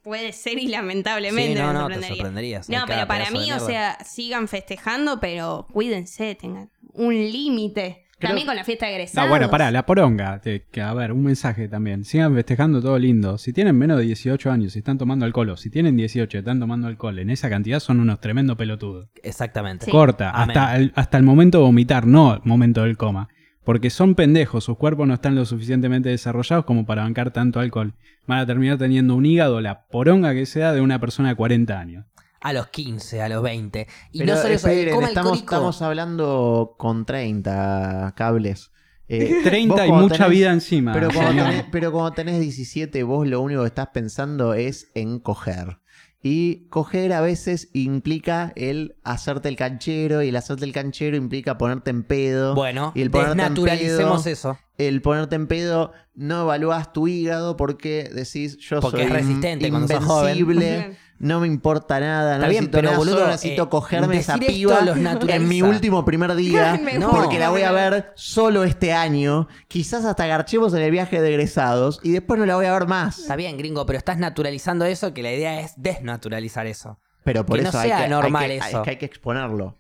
S1: Puede ser y
S3: Sí,
S1: lamentablemente
S3: no,
S1: me
S3: no, te
S1: sorprendería.
S3: sorprenderías.
S1: No,
S3: Hay
S1: pero
S3: cada
S1: para
S3: pedazo de
S1: mí, o
S3: mierda.
S1: sea, sigan festejando, pero cuídense, tengan un límite.
S4: Creo-
S1: También con la fiesta de egresados.
S4: No, Ah, bueno, pará, la poronga. te- que, a ver, un mensaje también. Sigan festejando todo lindo. Si tienen menos de 18 años y están tomando alcohol, o si tienen 18 y están tomando alcohol, en esa cantidad son unos tremendo pelotudos.
S3: Exactamente.
S1: Sí.
S4: Corta,
S3: Amén.
S4: hasta el, hasta el momento de vomitar, no momento del coma. Porque son pendejos, sus cuerpos no están lo suficientemente desarrollados como para bancar tanto alcohol. Van a terminar teniendo un hígado, la poronga que sea, de una persona de 40 años.
S3: A los 15, a los 20. Y
S2: Pero
S3: no solo eso, el
S2: esperen,
S3: coma
S2: estamos,
S3: alcohólico-
S2: estamos hablando con 30 cables. Eh, vos
S4: 30 y
S2: cuando
S4: mucha
S2: tenés-
S4: vida encima.
S2: Pero cuando,
S4: señor.
S2: tenés, pero cuando tenés 17, vos lo único que estás pensando es en coger. Y coger a veces implica el hacerte el canchero, y el hacerte el canchero implica ponerte en pedo.
S3: Bueno,
S2: y el ponerte en
S3: desnaturalicemos
S2: pedo,
S3: eso.
S2: El ponerte en pedo no evaluás tu hígado porque decís yo
S3: Porque
S2: soy
S3: es
S2: in-
S3: resistente cuando sos joven.
S2: invencible, no me importa nada,
S3: Está
S2: no
S3: bien,
S2: necesito
S3: pero,
S2: nada,
S3: boludo,
S2: solo necesito
S3: eh,
S2: cogerme esa
S3: decir esto
S2: piba
S3: los
S2: en
S3: naturaliza.
S2: mi último primer día
S1: Me
S3: No.
S2: porque la voy a ver solo este año, quizás hasta garchemos en el viaje de egresados y después no la voy a ver más.
S3: Está bien, gringo, pero estás naturalizando eso que la idea es desnaturalizar eso.
S2: Pero por
S3: Que no
S2: eso hay,
S3: sea
S2: que, hay
S3: normal
S2: que- es
S3: eso.
S2: que hay que exponerlo.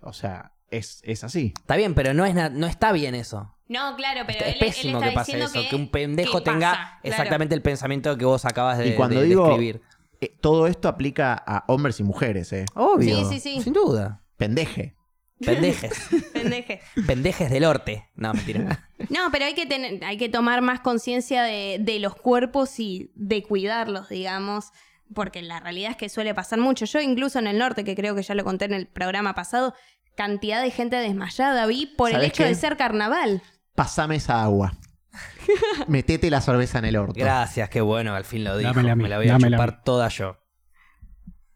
S2: O sea, es, es así.
S3: Está bien, pero no, es na- no está bien eso.
S1: No, claro, pero
S3: Está-
S1: él,
S3: es
S1: él
S3: pésimo
S1: está
S3: que pase
S1: diciendo
S3: eso, que,
S1: que,
S3: un pendejo
S1: que
S3: tenga
S1: pasa, claro.
S3: exactamente el pensamiento que vos acabas de,
S2: Y cuando
S3: de- de
S2: digo-
S3: describir.
S2: Eh, todo esto aplica a hombres y mujeres, ¿eh?
S3: Obvio.
S1: Sí, sí, sí.
S3: Sin duda.
S2: Pendeje.
S3: Pendejes.
S1: Pendeje.
S3: Pendejes del orte. No, mentira.
S1: No, pero hay que tener, hay que tomar más conciencia de, de los cuerpos y de cuidarlos, digamos, porque la realidad es que suele pasar mucho. Yo incluso en el norte, que creo que ya lo conté en el programa pasado, cantidad de gente desmayada vi por el
S2: ¿Sabés
S1: hecho
S2: qué?
S1: de ser carnaval.
S2: Pasame esa agua. Metete la cerveza en el orto.
S3: Gracias, qué bueno, al fin lo dijo.
S4: Dámela a mí,
S3: Me la voy a
S4: dámela a
S3: chupar
S4: mí.
S3: toda yo.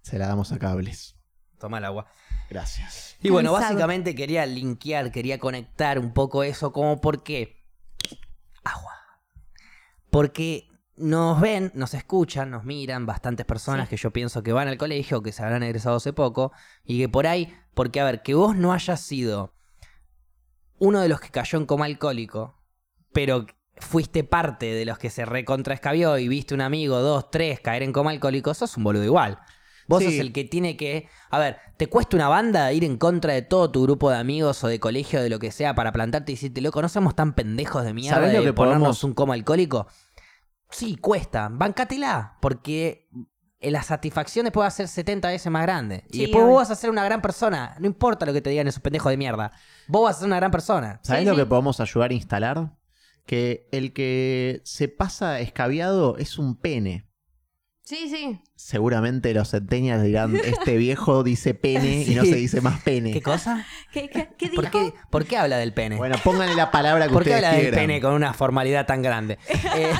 S2: Se la damos a cables.
S3: Toma el agua.
S2: Gracias.
S3: Y bueno,
S1: Cansado.
S3: básicamente quería linkear, quería conectar un poco eso, como porque. Agua. Porque nos ven, nos escuchan, nos miran bastantes personas que yo pienso que van al colegio, que se habrán egresado hace poco, y que por ahí, porque a ver, que vos no hayas sido uno de los que cayó en coma alcohólico, pero fuiste parte de los que se recontraescabió y viste un amigo, dos, tres, caer en coma alcohólico, sos un boludo igual. Vos
S2: Sí.
S3: sos el que tiene que... A ver, ¿te cuesta una banda ir en contra de todo tu grupo de amigos o de colegio, de lo que sea, para plantarte y decirte, loco, no somos tan pendejos de mierda
S2: ¿Sabés lo
S3: de
S2: que
S3: ponernos
S2: podemos-
S3: un coma alcohólico? Sí, cuesta. Bancátela, porque la satisfacción después va a ser 70 veces más grande.
S1: Sí,
S3: y después
S1: obvio.
S3: vos vas a ser una gran persona. No importa lo que te digan esos pendejos de mierda. Vos vas a ser una gran persona.
S2: ¿Sabés
S1: Sí,
S2: lo
S1: sí.
S2: que podemos ayudar a instalar? Que el que se pasa escabiado es un pene.
S1: Sí, sí.
S2: Seguramente los centenias dirán, este viejo dice pene y no
S3: Sí.
S2: se dice más
S3: ¿Qué
S2: pene.
S3: cosa?
S1: ¿Qué, qué- qué
S3: ¿Por
S1: dijo?
S3: qué, por qué habla del pene?
S2: Bueno, pónganle la palabra que
S3: ¿Por qué
S2: ustedes
S3: habla del
S2: quieran.
S3: pene con una formalidad tan grande? Eh,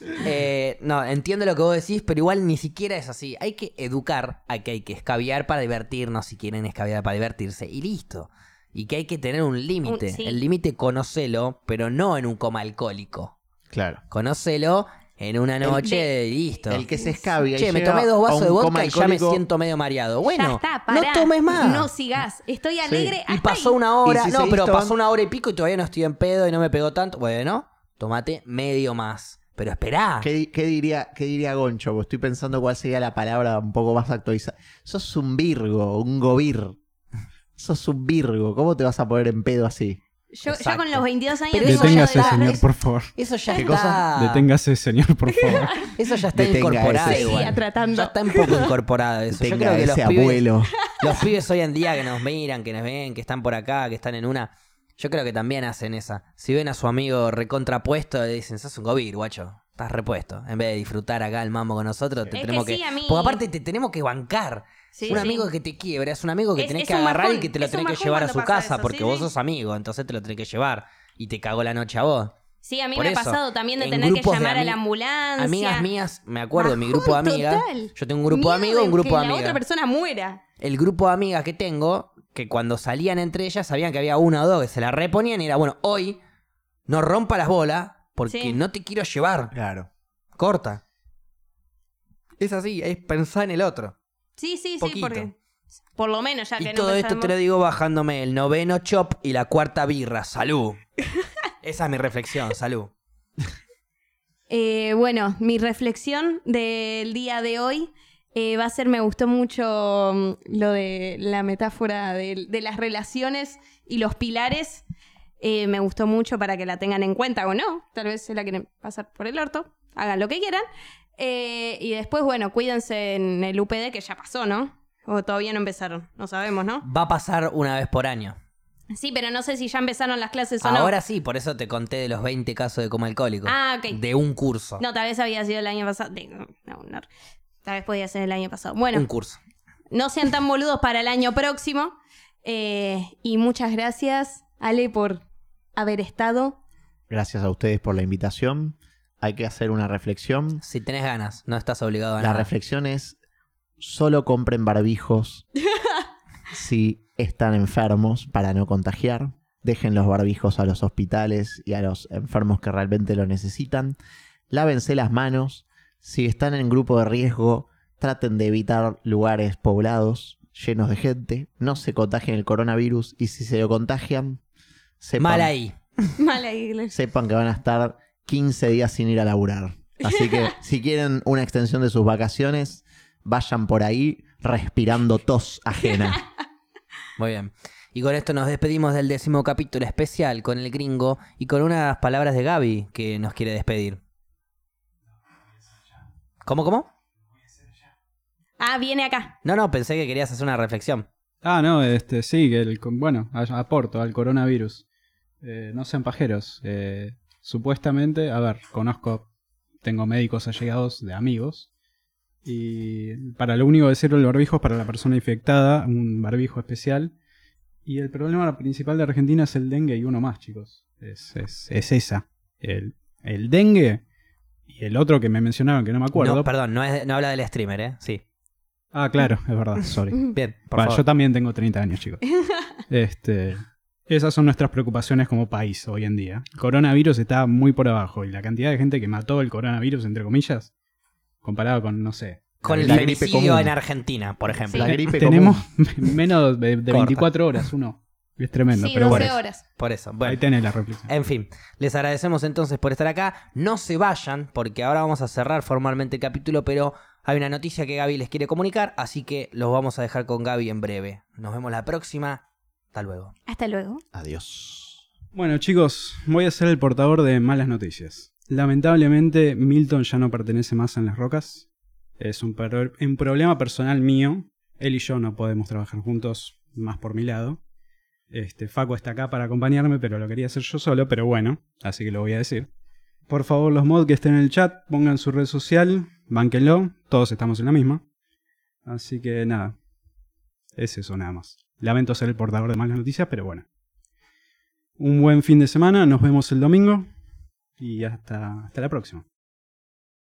S3: eh, no, entiendo lo que vos decís, pero igual ni siquiera es así. Hay que educar a que hay que escabiar para divertirnos, si quieren escabiar para divertirse, y listo. Y que hay que tener un límite.
S1: Un- sí.
S3: El límite conocelo, pero no en un coma alcohólico.
S2: Claro.
S3: Conocelo en una noche, listo.
S2: El que se escabia. y
S3: Che, me
S2: llega
S3: tomé dos
S2: a
S3: vasos
S2: un
S3: de
S2: coma
S3: vodka y ya me
S2: alcohólico
S3: siento medio mareado. Bueno,
S1: ya está,
S3: no
S1: pará.
S3: tomes más.
S1: No sigas. Estoy alegre
S3: y
S1: hasta
S3: pasó
S1: ahí.
S3: una hora,
S2: Y si
S3: no,
S2: seguís
S3: pero
S2: tomando-
S3: pasó una hora y pico y todavía no estoy en pedo y no me pegó tanto. Bueno, tomate medio más. Pero esperá.
S2: ¿Qué, di- qué diría, ¿Qué diría Goncho? Porque estoy pensando cuál sería la palabra un poco más actualizada. Sos un virgo, un gobir. Sos un virgo. ¿Cómo te vas a poner en pedo así?
S1: Yo, yo
S3: Exacto.
S1: con los 22 años
S3: Pero
S1: tengo
S4: Deténgase,
S1: ya-
S4: señor, por favor.
S3: Eso ya
S2: ¿Qué
S3: está.
S2: cosa?
S4: Deténgase, señor, por favor.
S3: Eso ya está
S2: Detenga
S3: incorporado.
S2: ese-
S3: igual.
S1: Siga tratando.
S3: Ya está un poco incorporado eso. Yo
S2: Tenga
S3: creo que los
S2: ese
S3: pibes,
S2: abuelo.
S3: los pibes hoy en día que nos miran, que nos ven, que están por acá, que están en una. Yo creo que también hacen esa. Si ven a su amigo recontrapuesto, le dicen, sos un gobir, guacho. Estás repuesto. En vez de disfrutar acá el mambo con nosotros, te
S1: Es
S3: tenemos
S1: que
S3: que.
S1: sí, a mí-
S3: Porque aparte te tenemos que bancar.
S1: Sí,
S3: un
S1: sí.
S3: amigo que te quiebra, es un amigo que
S1: Es-
S3: tenés
S1: es
S3: que
S1: un
S3: agarrar y
S1: bajón,
S3: que te lo
S1: es un
S3: tenés que
S1: bajón
S3: llevar a
S1: cuando
S3: su
S1: pasa
S3: casa,
S1: eso,
S3: porque
S1: sí,
S3: vos
S1: sí.
S3: sos amigo, entonces te lo tenés que llevar. Y te cagó la noche a vos.
S1: Sí, a mí
S3: Por
S1: me ha
S3: eso,
S1: pasado también de
S3: en
S1: tener que
S3: grupos de
S1: llamar a
S3: ami-
S1: la ambulancia.
S3: Amigas mías, me acuerdo, mi
S1: Bajón
S3: grupo de amigas.
S1: total.
S3: Yo tengo un grupo de
S1: Miedo
S3: amigos, un
S1: que
S3: grupo de
S1: la otra
S3: amigas.
S1: persona muera.
S3: El grupo de amigas que tengo, que cuando salían entre ellas, sabían que había una o dos que se la reponían y era, bueno, hoy no rompa las bolas porque
S1: Sí.
S3: no te quiero llevar.
S2: Claro.
S3: Corta. Es así, es pensar en el otro.
S1: Sí, sí, sí,
S3: Poquito.
S1: porque por lo menos ya que
S3: Y
S1: no
S3: todo esto te lo
S1: pensamos-
S3: digo bajándome el noveno chop y la cuarta birra. Salud. Esa es mi reflexión, salud.
S1: Eh, bueno, mi reflexión del día de hoy eh, va a ser, me gustó mucho mm, lo de la metáfora de, de las relaciones y los pilares. Eh, me gustó mucho para que la tengan en cuenta o no. Tal vez se la quieren pasar por el orto. Hagan lo que quieran. Eh, y después, bueno, cuídense en el UPD que ya pasó, ¿no? O todavía no empezaron. No sabemos, ¿no?
S3: Va a pasar una vez por año.
S1: Sí, pero no sé si ya empezaron las clases o no.
S3: Ahora sí, por eso te conté de los 20 casos de coma alcohólico.
S1: Ah, ok.
S3: De un curso.
S1: No, tal vez había sido el año pasado. Digo, No, no. Tal vez podía ser el año pasado. Bueno.
S3: Un curso.
S1: no sean tan boludos para el año próximo. Eh, y muchas gracias, Ale, por haber estado.
S2: Gracias a ustedes por la invitación. Hay que hacer una reflexión.
S3: Si tenés ganas, no estás obligado a
S2: La
S3: nada.
S2: reflexión es: solo compren barbijos si están enfermos para no contagiar. Dejen los barbijos a los hospitales y a los enfermos que realmente lo necesitan. Lávense las manos. Si están en grupo de riesgo, traten de evitar lugares poblados, llenos de gente. No se contagien el coronavirus y si se lo contagian, sepan,
S3: Mal ahí.
S1: Mala iglesia.
S2: sepan que van a estar 15 días sin ir a laburar. Así que si quieren una extensión de sus vacaciones, vayan por ahí respirando tos ajena.
S3: Muy bien. Y con esto nos despedimos del décimo capítulo especial con el gringo y con unas palabras de Gaby que nos quiere despedir. ¿Cómo, cómo?
S1: Ah, viene acá.
S3: No, no, pensé que querías hacer una reflexión.
S4: Ah, no, este, sí, que el, con- bueno, a- aporto al coronavirus. Eh, no sean pajeros. eh, supuestamente, a ver, conozco, tengo médicos allegados de amigos. Y para lo único que sirve el barbijo es para la persona infectada, un barbijo especial. Y el problema principal de Argentina es el dengue y uno más, chicos. Es, es- es esa. El, el dengue y el otro que me mencionaron, que no me acuerdo.
S3: No, perdón, no, es- no habla del streamer, ¿eh? Sí.
S4: ah, claro, es verdad, sorry.
S3: Bien, por
S4: Bueno,
S3: favor.
S4: yo también tengo 30 años, chicos. Este, esas son nuestras preocupaciones como país hoy en día. El coronavirus está muy por abajo y la cantidad de gente que mató el coronavirus, entre comillas, comparado con, no sé.
S3: Con el
S2: La gripe
S3: femicidio
S2: común.
S3: en Argentina, por ejemplo.
S2: La gripe
S4: Tenemos
S2: común.
S4: menos de, de
S3: Corta.
S4: 24 holas, uno. Es tremendo,
S1: sí,
S4: pero
S1: 12
S4: bueno.
S1: horas.
S3: Por eso.
S4: Ahí
S3: Bueno,
S4: tenés la reflexión.
S3: en fin, les agradecemos entonces por estar acá. No se vayan, porque ahora vamos a cerrar formalmente el capítulo, pero hay una noticia que Gaby les quiere comunicar, así que los vamos a dejar con Gaby en breve. Nos vemos la próxima. Hasta luego.
S1: Hasta luego.
S2: Adiós.
S4: Bueno, chicos, voy a ser el portador de malas noticias. Lamentablemente, Milton ya no pertenece más a En las Rocas. Es un, pro- un problema personal mío. Él y yo no podemos trabajar juntos, más por mi lado. Este, Facu está acá para acompañarme, pero lo quería hacer yo solo, pero bueno, así que lo voy a decir. Por favor, los mods que estén en el chat, pongan su red social, bánquenlo, todos estamos en la misma. Así que nada, es eso nada más. Lamento ser el portador de malas noticias, pero bueno un buen fin de semana, nos vemos el domingo y hasta, hasta la próxima.